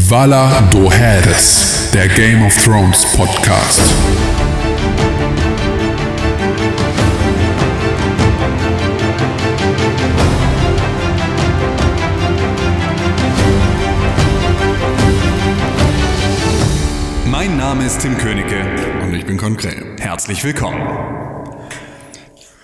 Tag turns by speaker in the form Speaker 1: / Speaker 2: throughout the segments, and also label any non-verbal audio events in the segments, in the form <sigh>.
Speaker 1: Vala Doheres, der Game of Thrones Podcast.
Speaker 2: Mein Name ist Tim Königke.
Speaker 3: Und ich bin konkret.
Speaker 2: Herzlich willkommen.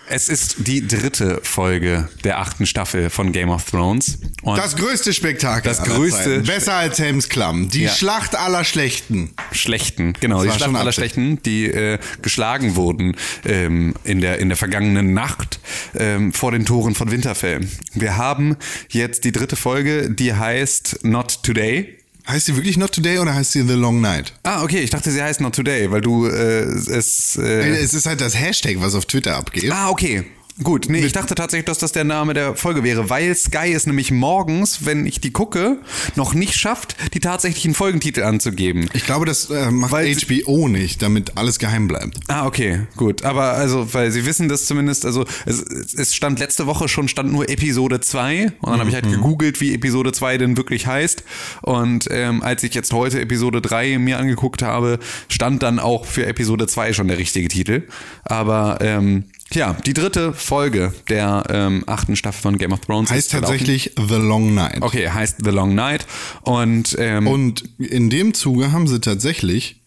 Speaker 2: Es ist die dritte Folge der achten Staffel von Game of Thrones. Und
Speaker 3: Das größte Spektakel.
Speaker 2: Das
Speaker 3: aller
Speaker 2: größte
Speaker 3: Zeiten.
Speaker 2: Spe-
Speaker 3: Besser als Helms Klamm. Die
Speaker 2: Ja.
Speaker 3: Schlacht aller Schlechten.
Speaker 2: Schlechten, genau, die
Speaker 3: war
Speaker 2: Schlacht
Speaker 3: schon
Speaker 2: aller
Speaker 3: Absicht.
Speaker 2: Schlechten, die äh, geschlagen wurden ähm, in, der, in der vergangenen Nacht ähm, vor den Toren von Winterfell. Wir haben jetzt die dritte Folge, die heißt Not Today.
Speaker 3: Heißt sie wirklich Not Today oder heißt sie The Long Night?
Speaker 2: Ah, okay, ich dachte, sie heißt Not Today, weil du äh, es... Äh,
Speaker 3: Es ist halt das Hashtag, was auf Twitter abgeht.
Speaker 2: ah, okay. Gut, nee, ich dachte tatsächlich, dass das der Name der Folge wäre, weil Sky es nämlich morgens, wenn ich die gucke, noch nicht schafft, die tatsächlichen Folgentitel anzugeben.
Speaker 3: Ich glaube, das äh, macht
Speaker 2: Weil sie-
Speaker 3: HBO nicht, damit alles geheim bleibt.
Speaker 2: Ah, okay, gut. Aber also, weil Sie wissen das zumindest, also es, es stand letzte Woche schon, stand nur Episode 2 und dann habe
Speaker 3: Mhm.
Speaker 2: ich halt gegoogelt, wie Episode 2 denn wirklich heißt. Und ähm, als ich jetzt heute Episode 3 mir angeguckt habe, stand dann auch für Episode 2 schon der richtige Titel. Aber ähm, ja, die dritte Folge der ähm, achten Staffel von Game of Thrones ist
Speaker 3: Heißt
Speaker 2: verlaufen.
Speaker 3: tatsächlich The Long Night.
Speaker 2: Okay, heißt The Long Night. Und, ähm,
Speaker 3: Und in dem Zuge haben sie tatsächlich.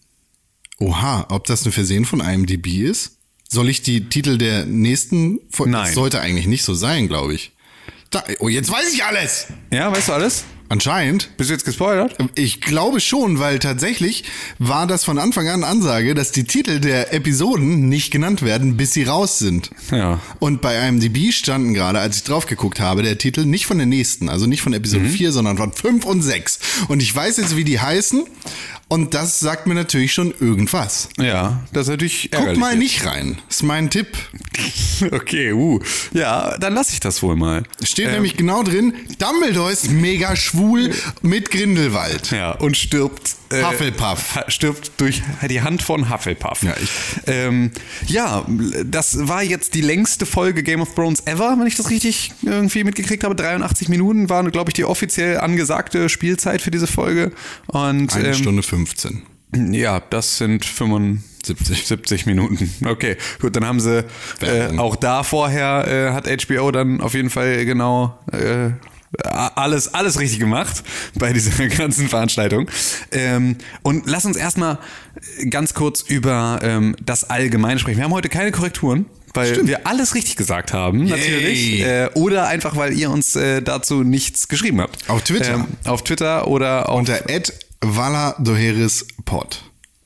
Speaker 3: Oha, ob das ein Versehen von IMDb ist? Soll ich die Titel der nächsten Folge?
Speaker 2: Nein.
Speaker 3: Das sollte eigentlich nicht so sein, glaube ich. Da, oh, jetzt weiß ich alles!
Speaker 2: ja, weißt du alles?
Speaker 3: Anscheinend.
Speaker 2: Bist du jetzt gespoilert?
Speaker 3: Ich glaube schon, weil tatsächlich war das von Anfang an Ansage, dass die Titel der Episoden nicht genannt werden, bis sie raus sind.
Speaker 2: Ja.
Speaker 3: Und bei IMDb standen gerade, als ich drauf geguckt habe, der Titel nicht von der nächsten, also nicht von Episode
Speaker 2: Mhm.
Speaker 3: 4, sondern von 5 und 6. Und ich weiß jetzt, wie die heißen. Und das sagt mir natürlich schon irgendwas.
Speaker 2: Ja, das ist natürlich
Speaker 3: Guck
Speaker 2: ärgerlich
Speaker 3: mal
Speaker 2: jetzt.
Speaker 3: nicht rein. Ist mein Tipp.
Speaker 2: <laughs> Okay, uh. Ja, dann lasse ich das wohl mal.
Speaker 3: Steht nämlich genau drin, Dumbledore ist mega schwul mit Grindelwald.
Speaker 2: Ja, und stirbt. äh,
Speaker 3: Hufflepuff.
Speaker 2: ha- Stirbt durch die Hand von Hufflepuff.
Speaker 3: Ja, ich-
Speaker 2: ähm, ja, das war jetzt die längste Folge Game of Thrones ever, wenn ich das richtig irgendwie mitgekriegt habe. 83 Minuten waren, glaube ich, die offiziell angesagte Spielzeit für diese Folge. Und
Speaker 3: Eine
Speaker 2: ähm,
Speaker 3: Stunde 15.
Speaker 2: ja, das sind 75 70 Minuten. Okay, gut, dann haben sie äh,
Speaker 3: Werbung.
Speaker 2: auch da vorher äh, hat HBO dann auf jeden Fall genau äh, a- alles alles richtig gemacht bei dieser <laughs> ganzen Veranstaltung. Ähm, und lass uns erstmal ganz kurz über ähm, das Allgemeine sprechen. Wir haben heute keine Korrekturen. Weil wir alles richtig gesagt haben, natürlich. Äh, oder einfach, weil ihr uns äh, dazu nichts geschrieben habt. Ähm,
Speaker 3: Auf Twitter.
Speaker 2: auf Twitter oder auf.
Speaker 3: Unter @valadoherispod.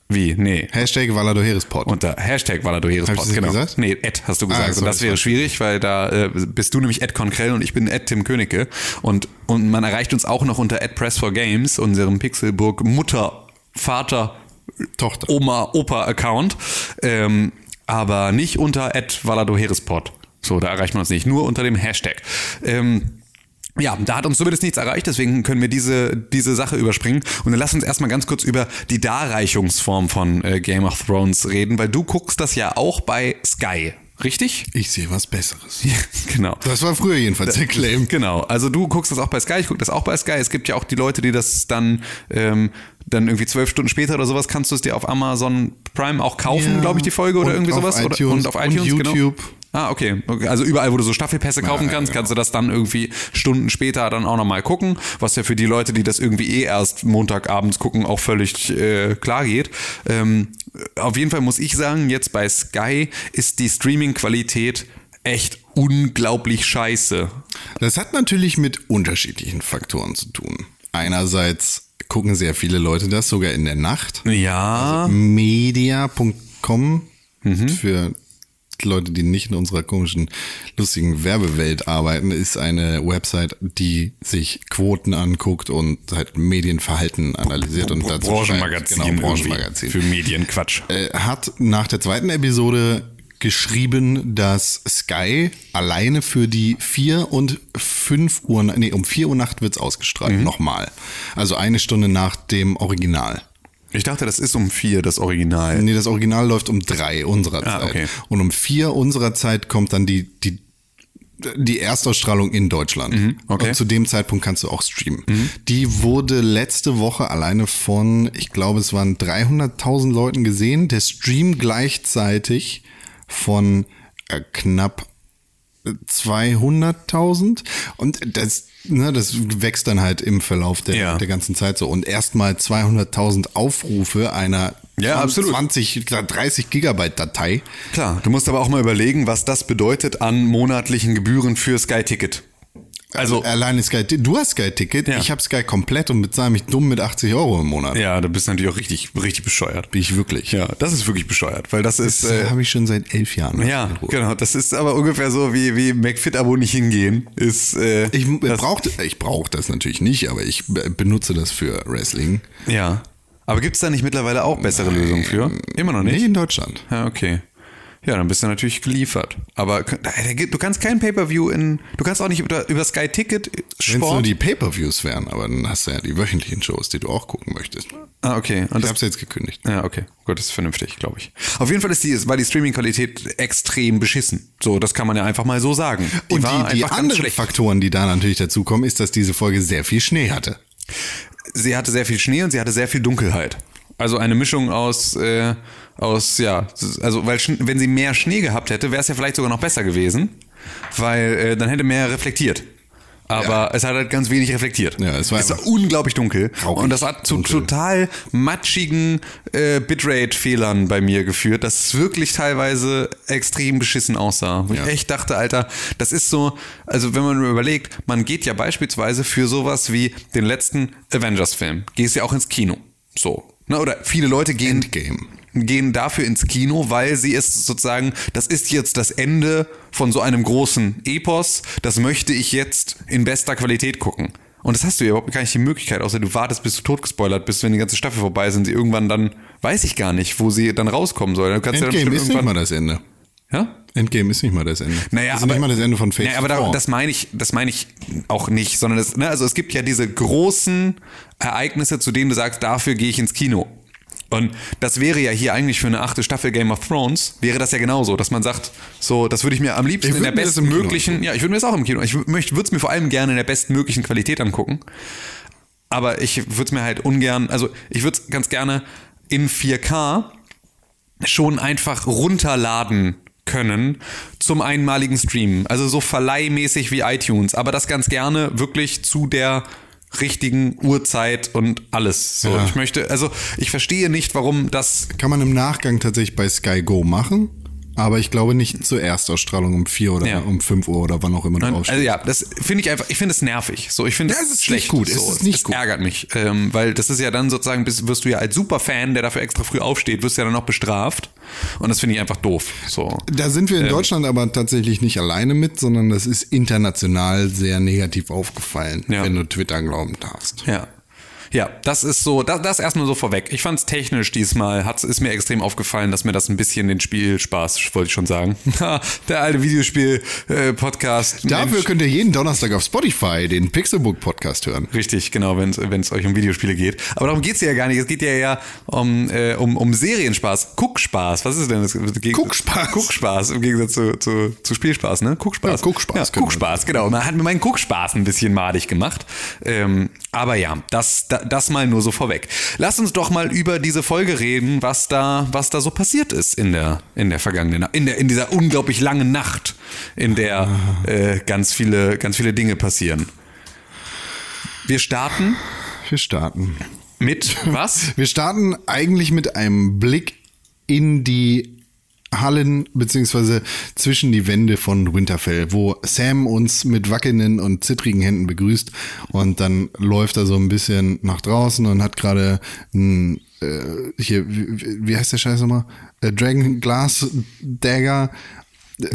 Speaker 2: wie? Nee.
Speaker 3: Hashtag Valadoherispod.
Speaker 2: Unter Hashtag Valadoheres
Speaker 3: Hab ich
Speaker 2: Pod,
Speaker 3: das
Speaker 2: genau.
Speaker 3: gesagt? Ah,
Speaker 2: Nee, Ed hast du gesagt.
Speaker 3: so,
Speaker 2: und das
Speaker 3: das
Speaker 2: wäre
Speaker 3: war-
Speaker 2: schwierig, weil da äh, bist du nämlich Ed Conkrell und ich bin Ed Tim Königke. Und, und man erreicht uns auch noch unter Ed Press for Games, unserem Pixelburg Mutter, Vater,
Speaker 3: Tochter.
Speaker 2: Oma, Opa-Account. Ähm, aber nicht unter Ed Valadoherespod. So, da erreicht man uns nicht. Nur unter dem Hashtag. Ähm, ja, da hat uns zumindest nichts erreicht, deswegen können wir diese, diese Sache überspringen. Und dann lass uns erstmal ganz kurz über die Darreichungsform von äh, Game of Thrones reden, weil du guckst das ja auch bei Sky, richtig?
Speaker 3: Ich sehe was Besseres.
Speaker 2: <laughs> genau.
Speaker 3: Das war früher jedenfalls der Claim.
Speaker 2: Genau, also du guckst das auch bei Sky, ich guck das auch bei Sky. Es gibt ja auch die Leute, die das dann, ähm, dann irgendwie zwölf Stunden später oder sowas, kannst du es dir auf Amazon Prime auch kaufen,
Speaker 3: Ja.
Speaker 2: glaube ich, die Folge oder
Speaker 3: Und
Speaker 2: irgendwie
Speaker 3: auf
Speaker 2: sowas. oder,
Speaker 3: iTunes und YouTube.
Speaker 2: Genau. Ah, okay. okay. Also überall, wo du so Staffelpässe kaufen
Speaker 3: ja,
Speaker 2: kannst,
Speaker 3: genau.
Speaker 2: kannst du das dann irgendwie Stunden später dann auch nochmal gucken, was ja für die Leute, die das irgendwie eh erst Montagabends gucken, auch völlig äh, klar geht. Ähm, auf jeden Fall muss ich sagen, jetzt bei Sky ist die Streaming-Qualität echt unglaublich scheiße.
Speaker 3: Das hat natürlich mit unterschiedlichen Faktoren zu tun. Einerseits gucken sehr viele Leute das sogar in der Nacht.
Speaker 2: Ja.
Speaker 3: Media.com
Speaker 2: Mhm.
Speaker 3: für die Leute, die nicht in unserer komischen, lustigen Werbewelt arbeiten, ist eine Website, die sich Quoten anguckt und halt Medienverhalten analysiert und dazu schreibt.
Speaker 2: Branchenmagazin.
Speaker 3: Genau,
Speaker 2: irgendwie.
Speaker 3: Branchenmagazin.
Speaker 2: Für Medienquatsch.
Speaker 3: äh, hat nach der zweiten Episode geschrieben, dass Sky alleine für die 4 und 5 Uhr, nee, um 4 Uhr Nacht wird's ausgestrahlt, nochmal. Also eine Stunde nach dem Original.
Speaker 2: Ich dachte, das ist um vier, das Original. Ah,
Speaker 3: Nee, das Original läuft um 3 unserer Zeit.
Speaker 2: okay.
Speaker 3: Und um 4 unserer Zeit kommt dann die, die die Erstausstrahlung in Deutschland.
Speaker 2: Mhm, okay. Mhm.
Speaker 3: Und zu dem Zeitpunkt kannst du auch streamen. Die wurde letzte Woche alleine von, ich glaube, es waren 300.000 Leuten gesehen. Der Stream gleichzeitig von äh, knapp 200.000 und das, ne, das wächst dann halt im Verlauf der,
Speaker 2: Ja.
Speaker 3: der ganzen Zeit so und erstmal 200.000 Aufrufe einer
Speaker 2: Ja, absolut.
Speaker 3: 20, 30 Gigabyte Datei.
Speaker 2: Klar, du musst aber auch mal überlegen, was das bedeutet an monatlichen Gebühren für Sky Ticket. Also,
Speaker 3: Alleine Sky, du hast Sky Ticket,
Speaker 2: Ja.
Speaker 3: ich habe Sky komplett und bezahle mich dumm mit 80 Euro im Monat.
Speaker 2: ja, du bist natürlich auch richtig, richtig bescheuert.
Speaker 3: Bin ich wirklich.
Speaker 2: Ja, das ist wirklich bescheuert, weil das ist.
Speaker 3: Das
Speaker 2: äh,
Speaker 3: habe ich schon seit elf Jahren.
Speaker 2: ja, genau. Das ist aber ungefähr so wie, wie McFit-Abo nicht hingehen. Ist, äh,
Speaker 3: Ich
Speaker 2: das-
Speaker 3: brauche ich brauch das natürlich nicht, aber ich be- benutze das für Wrestling.
Speaker 2: Ja. Aber gibt's da nicht mittlerweile auch bessere Lösungen für? Immer noch nicht?
Speaker 3: Nee, in Deutschland.
Speaker 2: Ja, okay. Ja, dann bist du natürlich geliefert. Aber k- da gibt- du kannst kein Pay-Per-View in, du kannst auch nicht über, über Sky Ticket äh,
Speaker 3: Wenn es nur
Speaker 2: Sport.
Speaker 3: die Pay-Per-Views wären, aber dann hast du ja die wöchentlichen Shows, die du auch gucken möchtest. Ich
Speaker 2: ah, okay. Und das,
Speaker 3: hab's jetzt gekündigt.
Speaker 2: ja, okay. Gut, das ist vernünftig, glaube ich. Auf jeden Fall ist die, war die Streaming-Qualität extrem beschissen. So, das kann man ja einfach mal so sagen. Die
Speaker 3: Und
Speaker 2: war
Speaker 3: die, die
Speaker 2: einfach ganz
Speaker 3: anderen
Speaker 2: schlecht.
Speaker 3: Faktoren, die da natürlich dazukommen, ist, dass diese Folge sehr viel Schnee hatte.
Speaker 2: Hm. sie hatte sehr viel Schnee und sie hatte sehr viel Dunkelheit. Also eine Mischung aus, äh, aus ja, also weil Schn- wenn sie mehr Schnee gehabt hätte, wäre es ja vielleicht sogar noch besser gewesen, weil äh, dann hätte mehr reflektiert. Aber es hat halt ganz wenig reflektiert.
Speaker 3: Ja, es war
Speaker 2: es war
Speaker 3: einfach
Speaker 2: unglaublich dunkel.
Speaker 3: Raukig
Speaker 2: und das hat zu
Speaker 3: dunkel.
Speaker 2: total matschigen äh, Bitrate-Fehlern bei mir geführt, dass es wirklich teilweise extrem beschissen aussah. Wo
Speaker 3: Ja.
Speaker 2: ich echt dachte, Alter, das ist so, also wenn man nur überlegt, man geht ja beispielsweise für sowas wie den letzten Avengers-Film, gehst ja auch ins Kino. So. Ne? Oder viele Leute gehen,
Speaker 3: Endgame.
Speaker 2: gehen dafür ins Kino, weil sie es sozusagen, das ist jetzt das Ende von so einem großen Epos, das möchte ich jetzt in bester Qualität gucken. Und das hast du ja überhaupt gar nicht die Möglichkeit, außer du wartest, bis du tot gespoilert bist, wenn die ganze Staffel vorbei ist und sie irgendwann dann, weiß ich gar nicht, wo sie dann rauskommen soll. Du kannst ja dann
Speaker 3: Endgame ist
Speaker 2: bestimmt
Speaker 3: nicht mal
Speaker 2: irgendwann.
Speaker 3: das Ende.
Speaker 2: Ja?
Speaker 3: Endgame ist nicht mal das Ende.
Speaker 2: Naja,
Speaker 3: das ist nicht mal das Ende von Phase
Speaker 2: naja, aber da,
Speaker 3: 4.
Speaker 2: das meine ich, das meine ich auch nicht, sondern das, ne, also es gibt ja diese großen Ereignisse, zu denen du sagst, dafür gehe ich ins Kino. Und das wäre ja hier eigentlich für eine achte Staffel Game of Thrones, wäre das ja genauso, dass man sagt, so, das würde ich mir am liebsten
Speaker 3: Ich
Speaker 2: in der
Speaker 3: würde mir das im Kino
Speaker 2: bestmöglichen, ja, ich würde mir das auch im Kino, ich würde es mir vor allem gerne in der bestmöglichen Qualität angucken. Aber ich würde es mir halt ungern, also ich würde es ganz gerne in 4K schon einfach runterladen können zum einmaligen Streamen. Also so verleihmäßig wie iTunes, aber das ganz gerne wirklich zu der richtigen Uhrzeit und alles. So,
Speaker 3: Ja.
Speaker 2: ich möchte, also ich verstehe nicht, warum das.
Speaker 3: Kann man im Nachgang tatsächlich bei Sky Go machen, aber ich glaube nicht zur Erstausstrahlung um 4 oder
Speaker 2: Ja.
Speaker 3: um 5 Uhr oder wann auch immer du
Speaker 2: Also
Speaker 3: aufstehst.
Speaker 2: ja, das finde ich einfach, ich finde es nervig. So, ich finde
Speaker 3: Ja, es ist nicht
Speaker 2: schlecht.
Speaker 3: gut, es
Speaker 2: so,
Speaker 3: ist nicht
Speaker 2: es
Speaker 3: gut.
Speaker 2: ärgert mich, ähm, weil das ist ja dann sozusagen, bist, wirst du ja als Superfan, der dafür extra früh aufsteht, wirst ja dann noch bestraft. Und das finde ich einfach doof. So.
Speaker 3: Da sind
Speaker 2: Ähm.
Speaker 3: wir in Deutschland aber tatsächlich nicht alleine mit, sondern das ist international sehr negativ aufgefallen,
Speaker 2: Ja.
Speaker 3: wenn du Twitter glauben darfst.
Speaker 2: Ja. Ja, das ist so, das, das erstmal so vorweg. Ich fand es technisch diesmal, hat's, ist mir extrem aufgefallen, dass mir das ein bisschen den Spielspaß, wollte ich schon sagen. <laughs> Der alte äh, Videospiel-Podcast.
Speaker 3: Dafür könnt ihr jeden Donnerstag auf Spotify den Pixelbook Podcast hören.
Speaker 2: Richtig, genau, wenn es euch um Videospiele geht. Aber darum geht's ja gar nicht. Es geht ja eher um, äh, um, um Serienspaß. Guckspaß. Was ist denn das? Geg-
Speaker 3: Guckspaß.
Speaker 2: Guckspaß im Gegensatz zu, zu, zu Spielspaß, ne? Guckspaß.
Speaker 3: Ja, Guckspaß,
Speaker 2: Ja,
Speaker 3: genau.
Speaker 2: Guckspaß, genau. Man hat mir meinen Guckspaß ein bisschen madig gemacht. Ähm, aber ja, das, da, das mal nur so vorweg. Lasst uns doch mal über diese Folge reden, was da, was da so passiert ist in der, in der vergangenen Nacht. In, der, in dieser unglaublich langen Nacht, in der äh, ganz, viele, ganz viele Dinge passieren. Wir starten
Speaker 3: Wir starten. <laughs>
Speaker 2: mit was?
Speaker 3: Wir starten eigentlich mit einem Blick in die Hallen beziehungsweise zwischen die Wände von Winterfell, wo Sam uns mit wackelnden und zittrigen Händen begrüßt und dann läuft er so ein bisschen nach draußen und hat gerade ein äh, hier wie, wie- wie heißt der Scheiß nochmal? Äh, Dragon Glass Dagger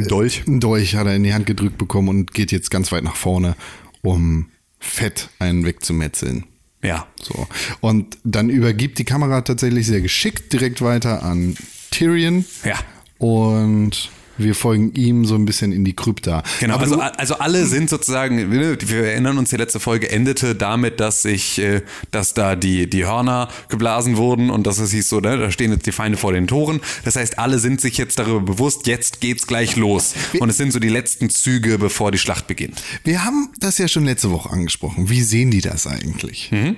Speaker 2: Dolch.
Speaker 3: einen Äh, Dolch hat er in die Hand gedrückt bekommen und geht jetzt ganz weit nach vorne, um fett einen wegzumetzeln.
Speaker 2: Ja.
Speaker 3: So. Und dann übergibt die Kamera tatsächlich sehr geschickt direkt weiter an Tyrion.
Speaker 2: Ja.
Speaker 3: Und wir folgen ihm so ein bisschen in die Krypta.
Speaker 2: Genau,
Speaker 3: Aber
Speaker 2: also,
Speaker 3: du-
Speaker 2: also alle sind sozusagen, ne, wir erinnern uns, die letzte Folge endete damit, dass ich, äh, dass da die, die Hörner geblasen wurden und dass es hieß so, ne, da stehen jetzt die Feinde vor den Toren. Das heißt, alle sind sich jetzt darüber bewusst, jetzt geht's gleich los. Und es sind so die letzten Züge, bevor die Schlacht beginnt.
Speaker 3: Wir haben das ja schon letzte Woche angesprochen. Wie sehen die das eigentlich?
Speaker 2: Mhm.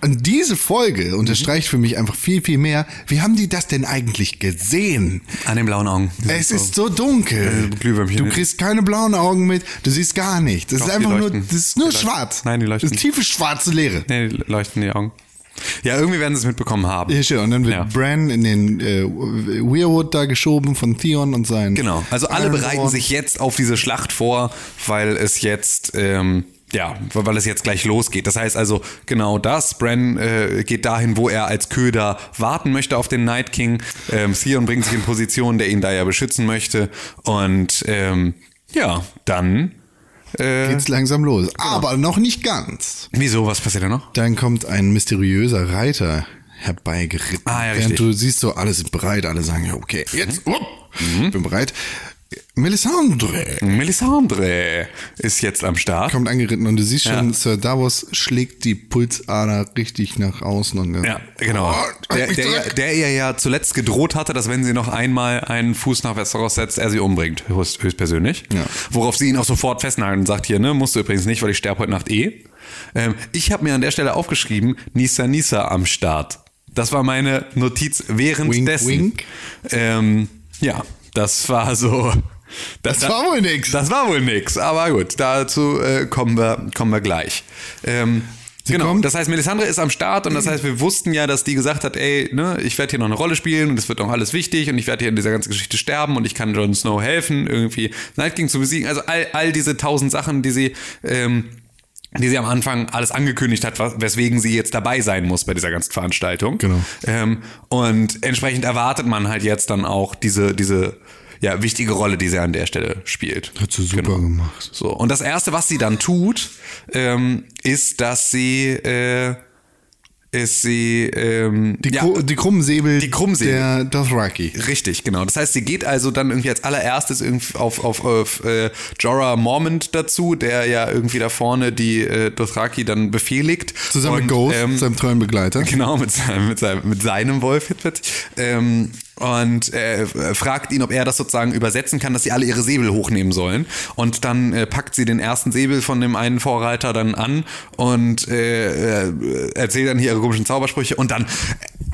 Speaker 3: Und diese Folge unterstreicht für mich einfach viel, viel mehr. Wie haben die das denn eigentlich gesehen?
Speaker 2: An den blauen Augen.
Speaker 3: Es ist so dunkel.
Speaker 2: Äh, Glühwürmchen.
Speaker 3: Du kriegst keine blauen Augen mit, du siehst gar nichts. Es ist
Speaker 2: Doch, die
Speaker 3: einfach nur,
Speaker 2: leuchten.
Speaker 3: das ist nur
Speaker 2: Die leuchten.
Speaker 3: schwarz.
Speaker 2: Nein, die leuchten.
Speaker 3: Das ist tiefe schwarze Leere.
Speaker 2: Nee, die leuchten die Augen. Ja, irgendwie werden sie es mitbekommen haben.
Speaker 3: Ja, schön. Und dann wird
Speaker 2: Ja.
Speaker 3: Bran in den äh, Weirwood da geschoben von Theon und seinen.
Speaker 2: Genau, also alle
Speaker 3: Ironborn.
Speaker 2: bereiten sich jetzt auf diese Schlacht vor, weil es jetzt, ähm, ja, weil es jetzt gleich losgeht. Das heißt also genau das, Bran äh, geht dahin, wo er als Köder warten möchte auf den Night King. Ähm, Theon bringt sich in Position, der ihn da ja beschützen möchte. Und ähm, ja, dann, äh,
Speaker 3: Geht's langsam los.
Speaker 2: Genau.
Speaker 3: Aber noch nicht ganz.
Speaker 2: wieso, was passiert da noch?
Speaker 3: Dann kommt ein mysteriöser Reiter herbeigeritten.
Speaker 2: Ah, ja,
Speaker 3: Während
Speaker 2: richtig. Mhm.
Speaker 3: du siehst, so alle sind bereit, alle sagen, ja, okay, jetzt, oh, ich bin bereit. Melisandre
Speaker 2: Mhm. Melisandre ist jetzt am Start.
Speaker 3: kommt angeritten und du siehst schon, Sir Davos schlägt die Pulsader richtig nach außen und
Speaker 2: Ja, genau.
Speaker 3: Oh,
Speaker 2: Der,
Speaker 3: ich
Speaker 2: der,
Speaker 3: drück.
Speaker 2: der ihr ja zuletzt gedroht hatte, dass wenn sie noch einmal einen Fuß nach Westeros setzt, er sie umbringt, höchst- höchstpersönlich.
Speaker 3: Ja.
Speaker 2: Worauf sie ihn auch sofort festnagelt und sagt, hier, ne, musst du übrigens nicht, weil ich sterbe heute Nacht eh. Ähm, ich habe mir an der Stelle aufgeschrieben, Nisa Nisa am Start. Das war meine Notiz währenddessen.
Speaker 3: wink.
Speaker 2: Ähm, ja, das war so... <laughs>
Speaker 3: Das war wohl nix.
Speaker 2: Das war wohl nix, aber gut, dazu äh, kommen, wir, kommen wir gleich. Ähm, genau,
Speaker 3: kommt.
Speaker 2: das heißt, Melisandre ist am Start und das heißt, wir wussten ja, dass die gesagt hat, ey, ne, ich werde hier noch eine Rolle spielen und es wird noch alles wichtig und ich werde hier in dieser ganzen Geschichte sterben und ich kann Jon Snow helfen, irgendwie Night King zu besiegen. Also all, all diese tausend Sachen, die sie, ähm, die sie am Anfang alles angekündigt hat, was- weswegen sie jetzt dabei sein muss bei dieser ganzen Veranstaltung.
Speaker 3: Genau.
Speaker 2: Ähm, und entsprechend erwartet man halt jetzt dann auch diese, diese ja, wichtige Rolle, die sie an der Stelle spielt.
Speaker 3: Hat sie super
Speaker 2: Genau.
Speaker 3: gemacht.
Speaker 2: So. Und das Erste, was sie dann tut, ähm, ist, dass sie, äh, ist sie, ähm,
Speaker 3: Die, Kru die krummen Säbel
Speaker 2: Die krummen Säbel.
Speaker 3: der Dothraki.
Speaker 2: Richtig, genau. Das heißt, sie geht also dann irgendwie als allererstes irgendwie auf, auf, auf äh, Jorah Mormont dazu, der ja irgendwie da vorne die äh, Dothraki dann befehligt.
Speaker 3: Zusammen mit Ghost,
Speaker 2: ähm,
Speaker 3: seinem treuen Begleiter.
Speaker 2: <laughs> Genau, mit seinem, mit seinem, mit seinem Wolf Hitbit. Ähm, und äh, fragt ihn, ob er das sozusagen übersetzen kann, dass sie alle ihre Säbel hochnehmen sollen. Und dann äh, packt sie den ersten Säbel von dem einen Vorreiter dann an und äh, äh, erzählt dann hier ihre komischen Zaubersprüche und dann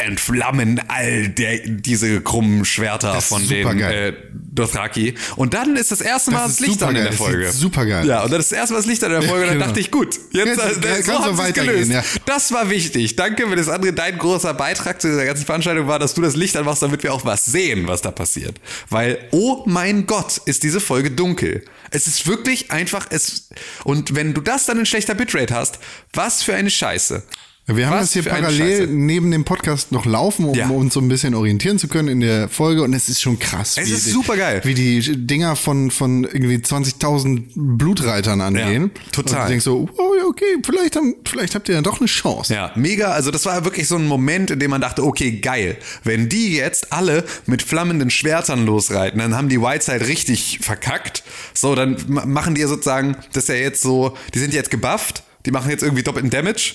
Speaker 2: entflammen all der, diese krummen Schwerter
Speaker 3: Das ist
Speaker 2: von den äh,
Speaker 3: supergeil.
Speaker 2: Dothraki. Und dann ist das erste Mal
Speaker 3: ist
Speaker 2: das, Licht an in der
Speaker 3: supergeil, das
Speaker 2: Folge.
Speaker 3: sieht supergeil
Speaker 2: Ja, und dann ist das erste Mal das Licht
Speaker 3: <laughs>
Speaker 2: an in der Folge. Und dann
Speaker 3: genau.
Speaker 2: dachte ich, gut, jetzt,
Speaker 3: Jetzt-
Speaker 2: äh,
Speaker 3: jetzt
Speaker 2: so haben
Speaker 3: kann's so
Speaker 2: sie es
Speaker 3: weitergehen,
Speaker 2: gelöst.
Speaker 3: ja.
Speaker 2: Das war wichtig. Danke für das andere. Dein großer Beitrag zu dieser ganzen Veranstaltung war, dass du das Licht anmachst, damit wir auch was sehen, was da passiert. Weil, oh mein Gott, ist diese Folge dunkel. Es ist wirklich einfach, es, und wenn du das dann in schlechter Bitrate hast, was für eine Scheiße.
Speaker 3: Wir haben
Speaker 2: Was
Speaker 3: das hier
Speaker 2: für eine
Speaker 3: parallel
Speaker 2: Scheiße.
Speaker 3: neben dem Podcast noch laufen, um
Speaker 2: Ja.
Speaker 3: uns so ein bisschen orientieren zu können in der Folge. Und es ist schon krass.
Speaker 2: Es
Speaker 3: wie
Speaker 2: ist
Speaker 3: die-
Speaker 2: supergeil.
Speaker 3: Wie die Dinger von, von irgendwie 20.000 Blutreitern angehen.
Speaker 2: total.
Speaker 3: Und du denkst so, oh ja, okay, vielleicht, haben, vielleicht habt ihr ja doch eine Chance.
Speaker 2: Ja, mega. Also das war wirklich so ein Moment, in dem man dachte, okay, geil. Wenn die jetzt alle mit flammenden Schwertern losreiten, dann haben die Whiteside richtig verkackt. So, dann ma- machen die ja sozusagen, das ist ja jetzt so, die sind jetzt gebufft, die machen jetzt irgendwie doppelten Damage.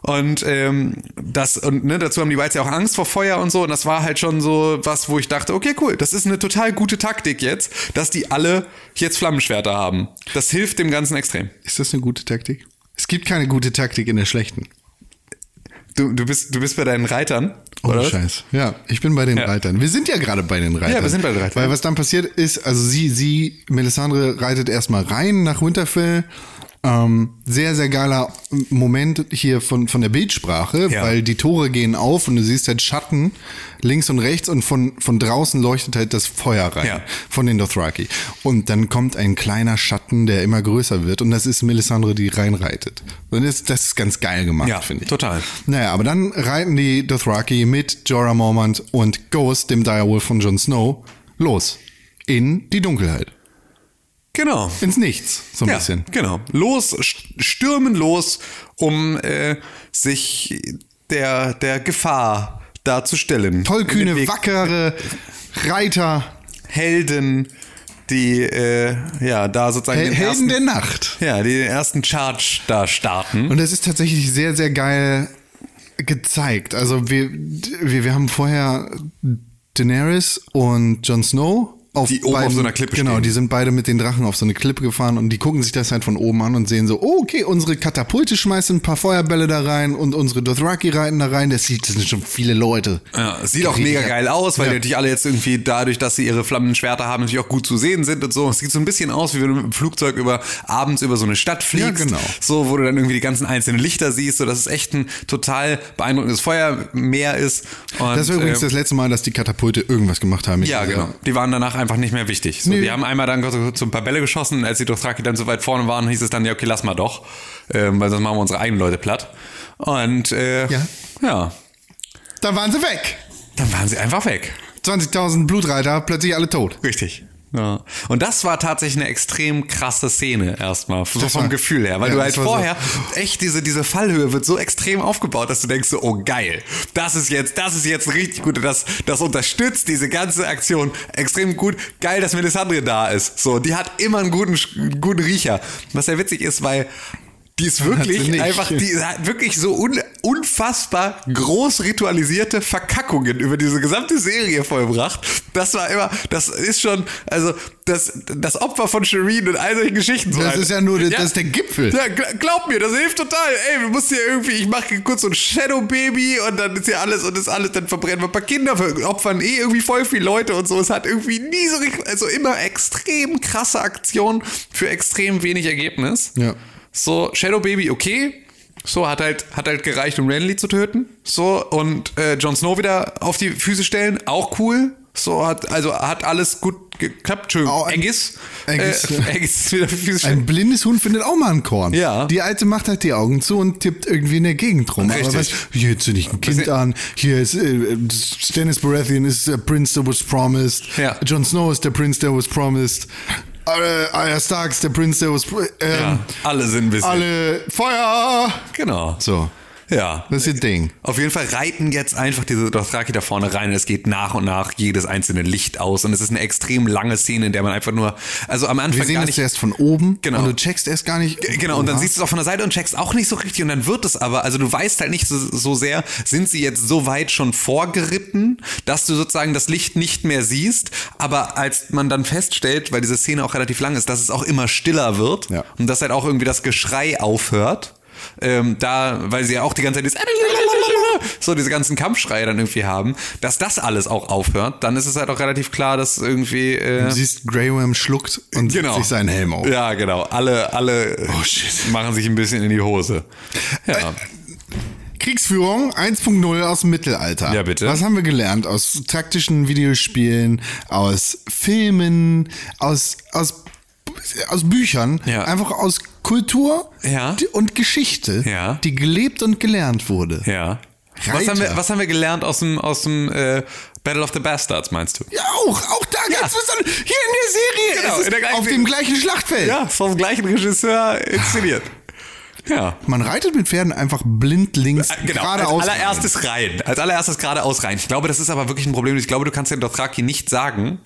Speaker 2: Und ähm, das und ne, dazu haben die Whites ja auch Angst vor Feuer und so. Und das war halt schon so was, wo ich dachte, okay, cool, das ist eine total gute Taktik jetzt, dass die alle jetzt Flammenschwerter haben. Das hilft dem Ganzen extrem.
Speaker 3: Ist das eine gute Taktik? Es gibt keine gute Taktik in der schlechten.
Speaker 2: Du, du bist du bist bei deinen Reitern, oder?
Speaker 3: Ohne
Speaker 2: was?
Speaker 3: Scheiß. Ja, ich bin bei den
Speaker 2: Ja.
Speaker 3: Reitern. Wir sind ja gerade bei den Reitern.
Speaker 2: Ja, wir sind bei den Reitern.
Speaker 3: Weil was dann passiert ist, also sie, sie, Melisandre reitet erstmal rein nach Winterfell. Ähm, sehr, sehr geiler Moment hier von, von der Bildsprache,
Speaker 2: Ja.
Speaker 3: weil die Tore gehen auf und du siehst halt Schatten links und rechts und von, von draußen leuchtet halt das Feuer rein
Speaker 2: Ja.
Speaker 3: von den Dothraki. Und dann kommt ein kleiner Schatten, der immer größer wird und das ist Melisandre, die reinreitet. Und das, das ist ganz geil gemacht,
Speaker 2: Ja,
Speaker 3: finde ich.
Speaker 2: total.
Speaker 3: Naja, aber dann reiten die Dothraki mit Jorah Mormont und Ghost, dem Direwolf von Jon Snow, los. In die Dunkelheit.
Speaker 2: Genau.
Speaker 3: Ins Nichts, so ein
Speaker 2: Ja,
Speaker 3: bisschen.
Speaker 2: genau. Los, st- stürmen los, um äh, sich der, der Gefahr darzustellen. Um
Speaker 3: Tollkühne,
Speaker 2: Weg-
Speaker 3: wackere Reiter
Speaker 2: Helden, die äh, ja da sozusagen
Speaker 3: Hel
Speaker 2: den
Speaker 3: Helden
Speaker 2: ersten,
Speaker 3: der Nacht.
Speaker 2: ja, die den ersten Charge da starten.
Speaker 3: Und es ist tatsächlich sehr, sehr geil gezeigt. Also wir, wir, wir haben vorher Daenerys und Jon Snow auf
Speaker 2: Die oben auf so einer Klippe
Speaker 3: Genau,
Speaker 2: stehen.
Speaker 3: die sind beide mit den Drachen auf so eine Klippe gefahren und die gucken sich das halt von oben an und sehen so, oh, okay, unsere Katapulte schmeißen ein paar Feuerbälle da rein und unsere Dothraki reiten da rein. Das sieht, das sind schon viele Leute.
Speaker 2: Ja, sieht auch mega geil aus, weil
Speaker 3: Ja.
Speaker 2: die natürlich alle jetzt irgendwie dadurch, dass sie ihre flammenden Schwerter haben, natürlich auch gut zu sehen sind und so. Es sieht so ein bisschen aus, wie wenn du mit dem Flugzeug über abends über so eine Stadt fliegst.
Speaker 3: Ja, genau.
Speaker 2: So, wo du dann irgendwie die ganzen einzelnen Lichter siehst, so dass es echt ein total beeindruckendes Feuermeer ist. Und,
Speaker 3: Das war übrigens
Speaker 2: äh,
Speaker 3: das letzte Mal, dass die Katapulte irgendwas gemacht haben.
Speaker 2: ja,
Speaker 3: Ich-
Speaker 2: genau. Die waren danach einfach nicht mehr wichtig. So,
Speaker 3: Nee.
Speaker 2: Die haben einmal dann so, so ein paar Bälle geschossen und als die Dothraki dann so weit vorne waren, hieß es dann, ja, okay, lass mal doch, ähm, weil sonst machen wir unsere eigenen Leute platt. Und äh,
Speaker 3: Ja.
Speaker 2: ja,
Speaker 3: Da waren sie weg.
Speaker 2: dann waren sie einfach weg.
Speaker 3: 20.000 Blutreiter, plötzlich alle tot.
Speaker 2: Richtig. Ja. Und das war tatsächlich eine extrem krasse Szene erstmal, so
Speaker 3: Das
Speaker 2: vom
Speaker 3: war-
Speaker 2: Gefühl her. Weil
Speaker 3: Ja,
Speaker 2: du halt
Speaker 3: das war
Speaker 2: vorher, echt diese, diese Fallhöhe wird so extrem aufgebaut, dass du denkst so, oh geil, das ist jetzt, das ist jetzt richtig gut. Das, das unterstützt diese ganze Aktion extrem gut. Geil, dass Melisandre da ist. So, die hat immer einen guten, Sch- einen guten Riecher. Was ja witzig ist, weil die ist
Speaker 3: sie
Speaker 2: wirklich
Speaker 3: nicht.
Speaker 2: einfach, die hat wirklich so un, unfassbar groß ritualisierte Verkackungen über diese gesamte Serie vollbracht. Das war immer, das ist schon, also das, das Opfer von Shireen und all solchen Geschichten. so
Speaker 3: Das
Speaker 2: eine-
Speaker 3: ist ja nur, das ist der Gipfel.
Speaker 2: Ja, gl- glaub mir, das hilft total. Ey, wir mussten hier irgendwie, ich mache kurz so ein Shadow Baby und dann ist hier alles und ist alles, dann verbrennen wir ein paar Kinder, wir opfern eh irgendwie voll viele Leute und so. Es hat irgendwie nie so richtig, also immer extrem krasse Aktionen für extrem wenig Ergebnis.
Speaker 3: Ja.
Speaker 2: So, Shadow Baby, okay. So, hat halt, hat halt gereicht, um Renly zu töten. So, und äh, Jon Snow wieder auf die Füße stellen, auch cool. So, hat, also hat alles gut geklappt. Schön.
Speaker 3: Au,
Speaker 2: Engis.
Speaker 3: Aegis,
Speaker 2: Äh, <laughs>
Speaker 3: ja.
Speaker 2: Aegis wieder auf die Füße stellen.
Speaker 3: Ein blindes Huhn findet auch mal ein Korn.
Speaker 2: Ja.
Speaker 3: Die alte macht halt die Augen zu und tippt irgendwie in der Gegend rum.
Speaker 2: Richtig.
Speaker 3: Aber was, hier zünde ich ein Kind
Speaker 2: Bisschen-
Speaker 3: an, hier ist äh, Stannis Baratheon ist der Prince that was promised,
Speaker 2: Ja.
Speaker 3: Jon Snow ist der Prince that was promised, äh, Arya Stark ist der Prince that was pro- ähm,
Speaker 2: Ja, alle sind ein bisschen.
Speaker 3: alle Feuer!
Speaker 2: Genau.
Speaker 3: So,
Speaker 2: Ja.
Speaker 3: das ist ihr Ding.
Speaker 2: Auf jeden Fall reiten jetzt einfach diese Dothraki da vorne rein und es geht nach und nach jedes einzelne Licht aus und es ist eine extrem lange Szene, in der man einfach nur, also am Anfang
Speaker 3: Wir sehen
Speaker 2: gar
Speaker 3: das
Speaker 2: nicht
Speaker 3: erst von oben
Speaker 2: Genau.
Speaker 3: und du checkst erst gar nicht.
Speaker 2: Genau, und dann
Speaker 3: Oha.
Speaker 2: siehst du es auch von der Seite und checkst auch nicht so richtig und dann wird es aber, also du weißt halt nicht so, so sehr, sind sie jetzt so weit schon vorgeritten, dass du sozusagen das Licht nicht mehr siehst, aber als man dann feststellt, weil diese Szene auch relativ lang ist, dass es auch immer stiller wird
Speaker 3: Ja.
Speaker 2: und dass halt auch irgendwie das Geschrei aufhört, ähm, da, weil sie ja auch die ganze Zeit dieses <laughs> so diese ganzen Kampfschreie dann irgendwie haben, dass das alles auch aufhört, dann ist es halt auch relativ klar, dass irgendwie äh,
Speaker 3: Du siehst, Grey Worm schluckt und setzt sich seinen Helm auf.
Speaker 2: Genau.
Speaker 3: Oh,
Speaker 2: ja, genau. Alle, alle machen sich ein bisschen in die Hose. Ja.
Speaker 3: Kriegsführung 1.0 aus dem Mittelalter.
Speaker 2: Ja, bitte.
Speaker 3: Was haben wir gelernt aus taktischen Videospielen, aus Filmen, aus, aus, aus Büchern?
Speaker 2: Ja.
Speaker 3: Einfach aus Kultur
Speaker 2: Ja.
Speaker 3: die- und Geschichte,
Speaker 2: Ja.
Speaker 3: die gelebt und gelernt wurde.
Speaker 2: ja. Was
Speaker 3: Äh, Reiter.
Speaker 2: haben, wir, was haben wir gelernt aus dem, aus dem äh, Battle of the Bastards, meinst du?
Speaker 3: Ja, auch, auch da
Speaker 2: Ja.
Speaker 3: gibt's was an. Hier in der Serie.
Speaker 2: Genau,
Speaker 3: es ist
Speaker 2: in der gleichen
Speaker 3: auf
Speaker 2: Serie.
Speaker 3: dem gleichen Schlachtfeld.
Speaker 2: vom gleichen Regisseur inszeniert. Ja.
Speaker 3: Man reitet mit Pferden einfach blind links
Speaker 2: Genau,
Speaker 3: geradeaus.
Speaker 2: als allererstes rein. Als allererstes geradeaus rein. Ich glaube, das ist aber wirklich ein Problem. Ich glaube, du kannst dem Dothraki nicht sagen,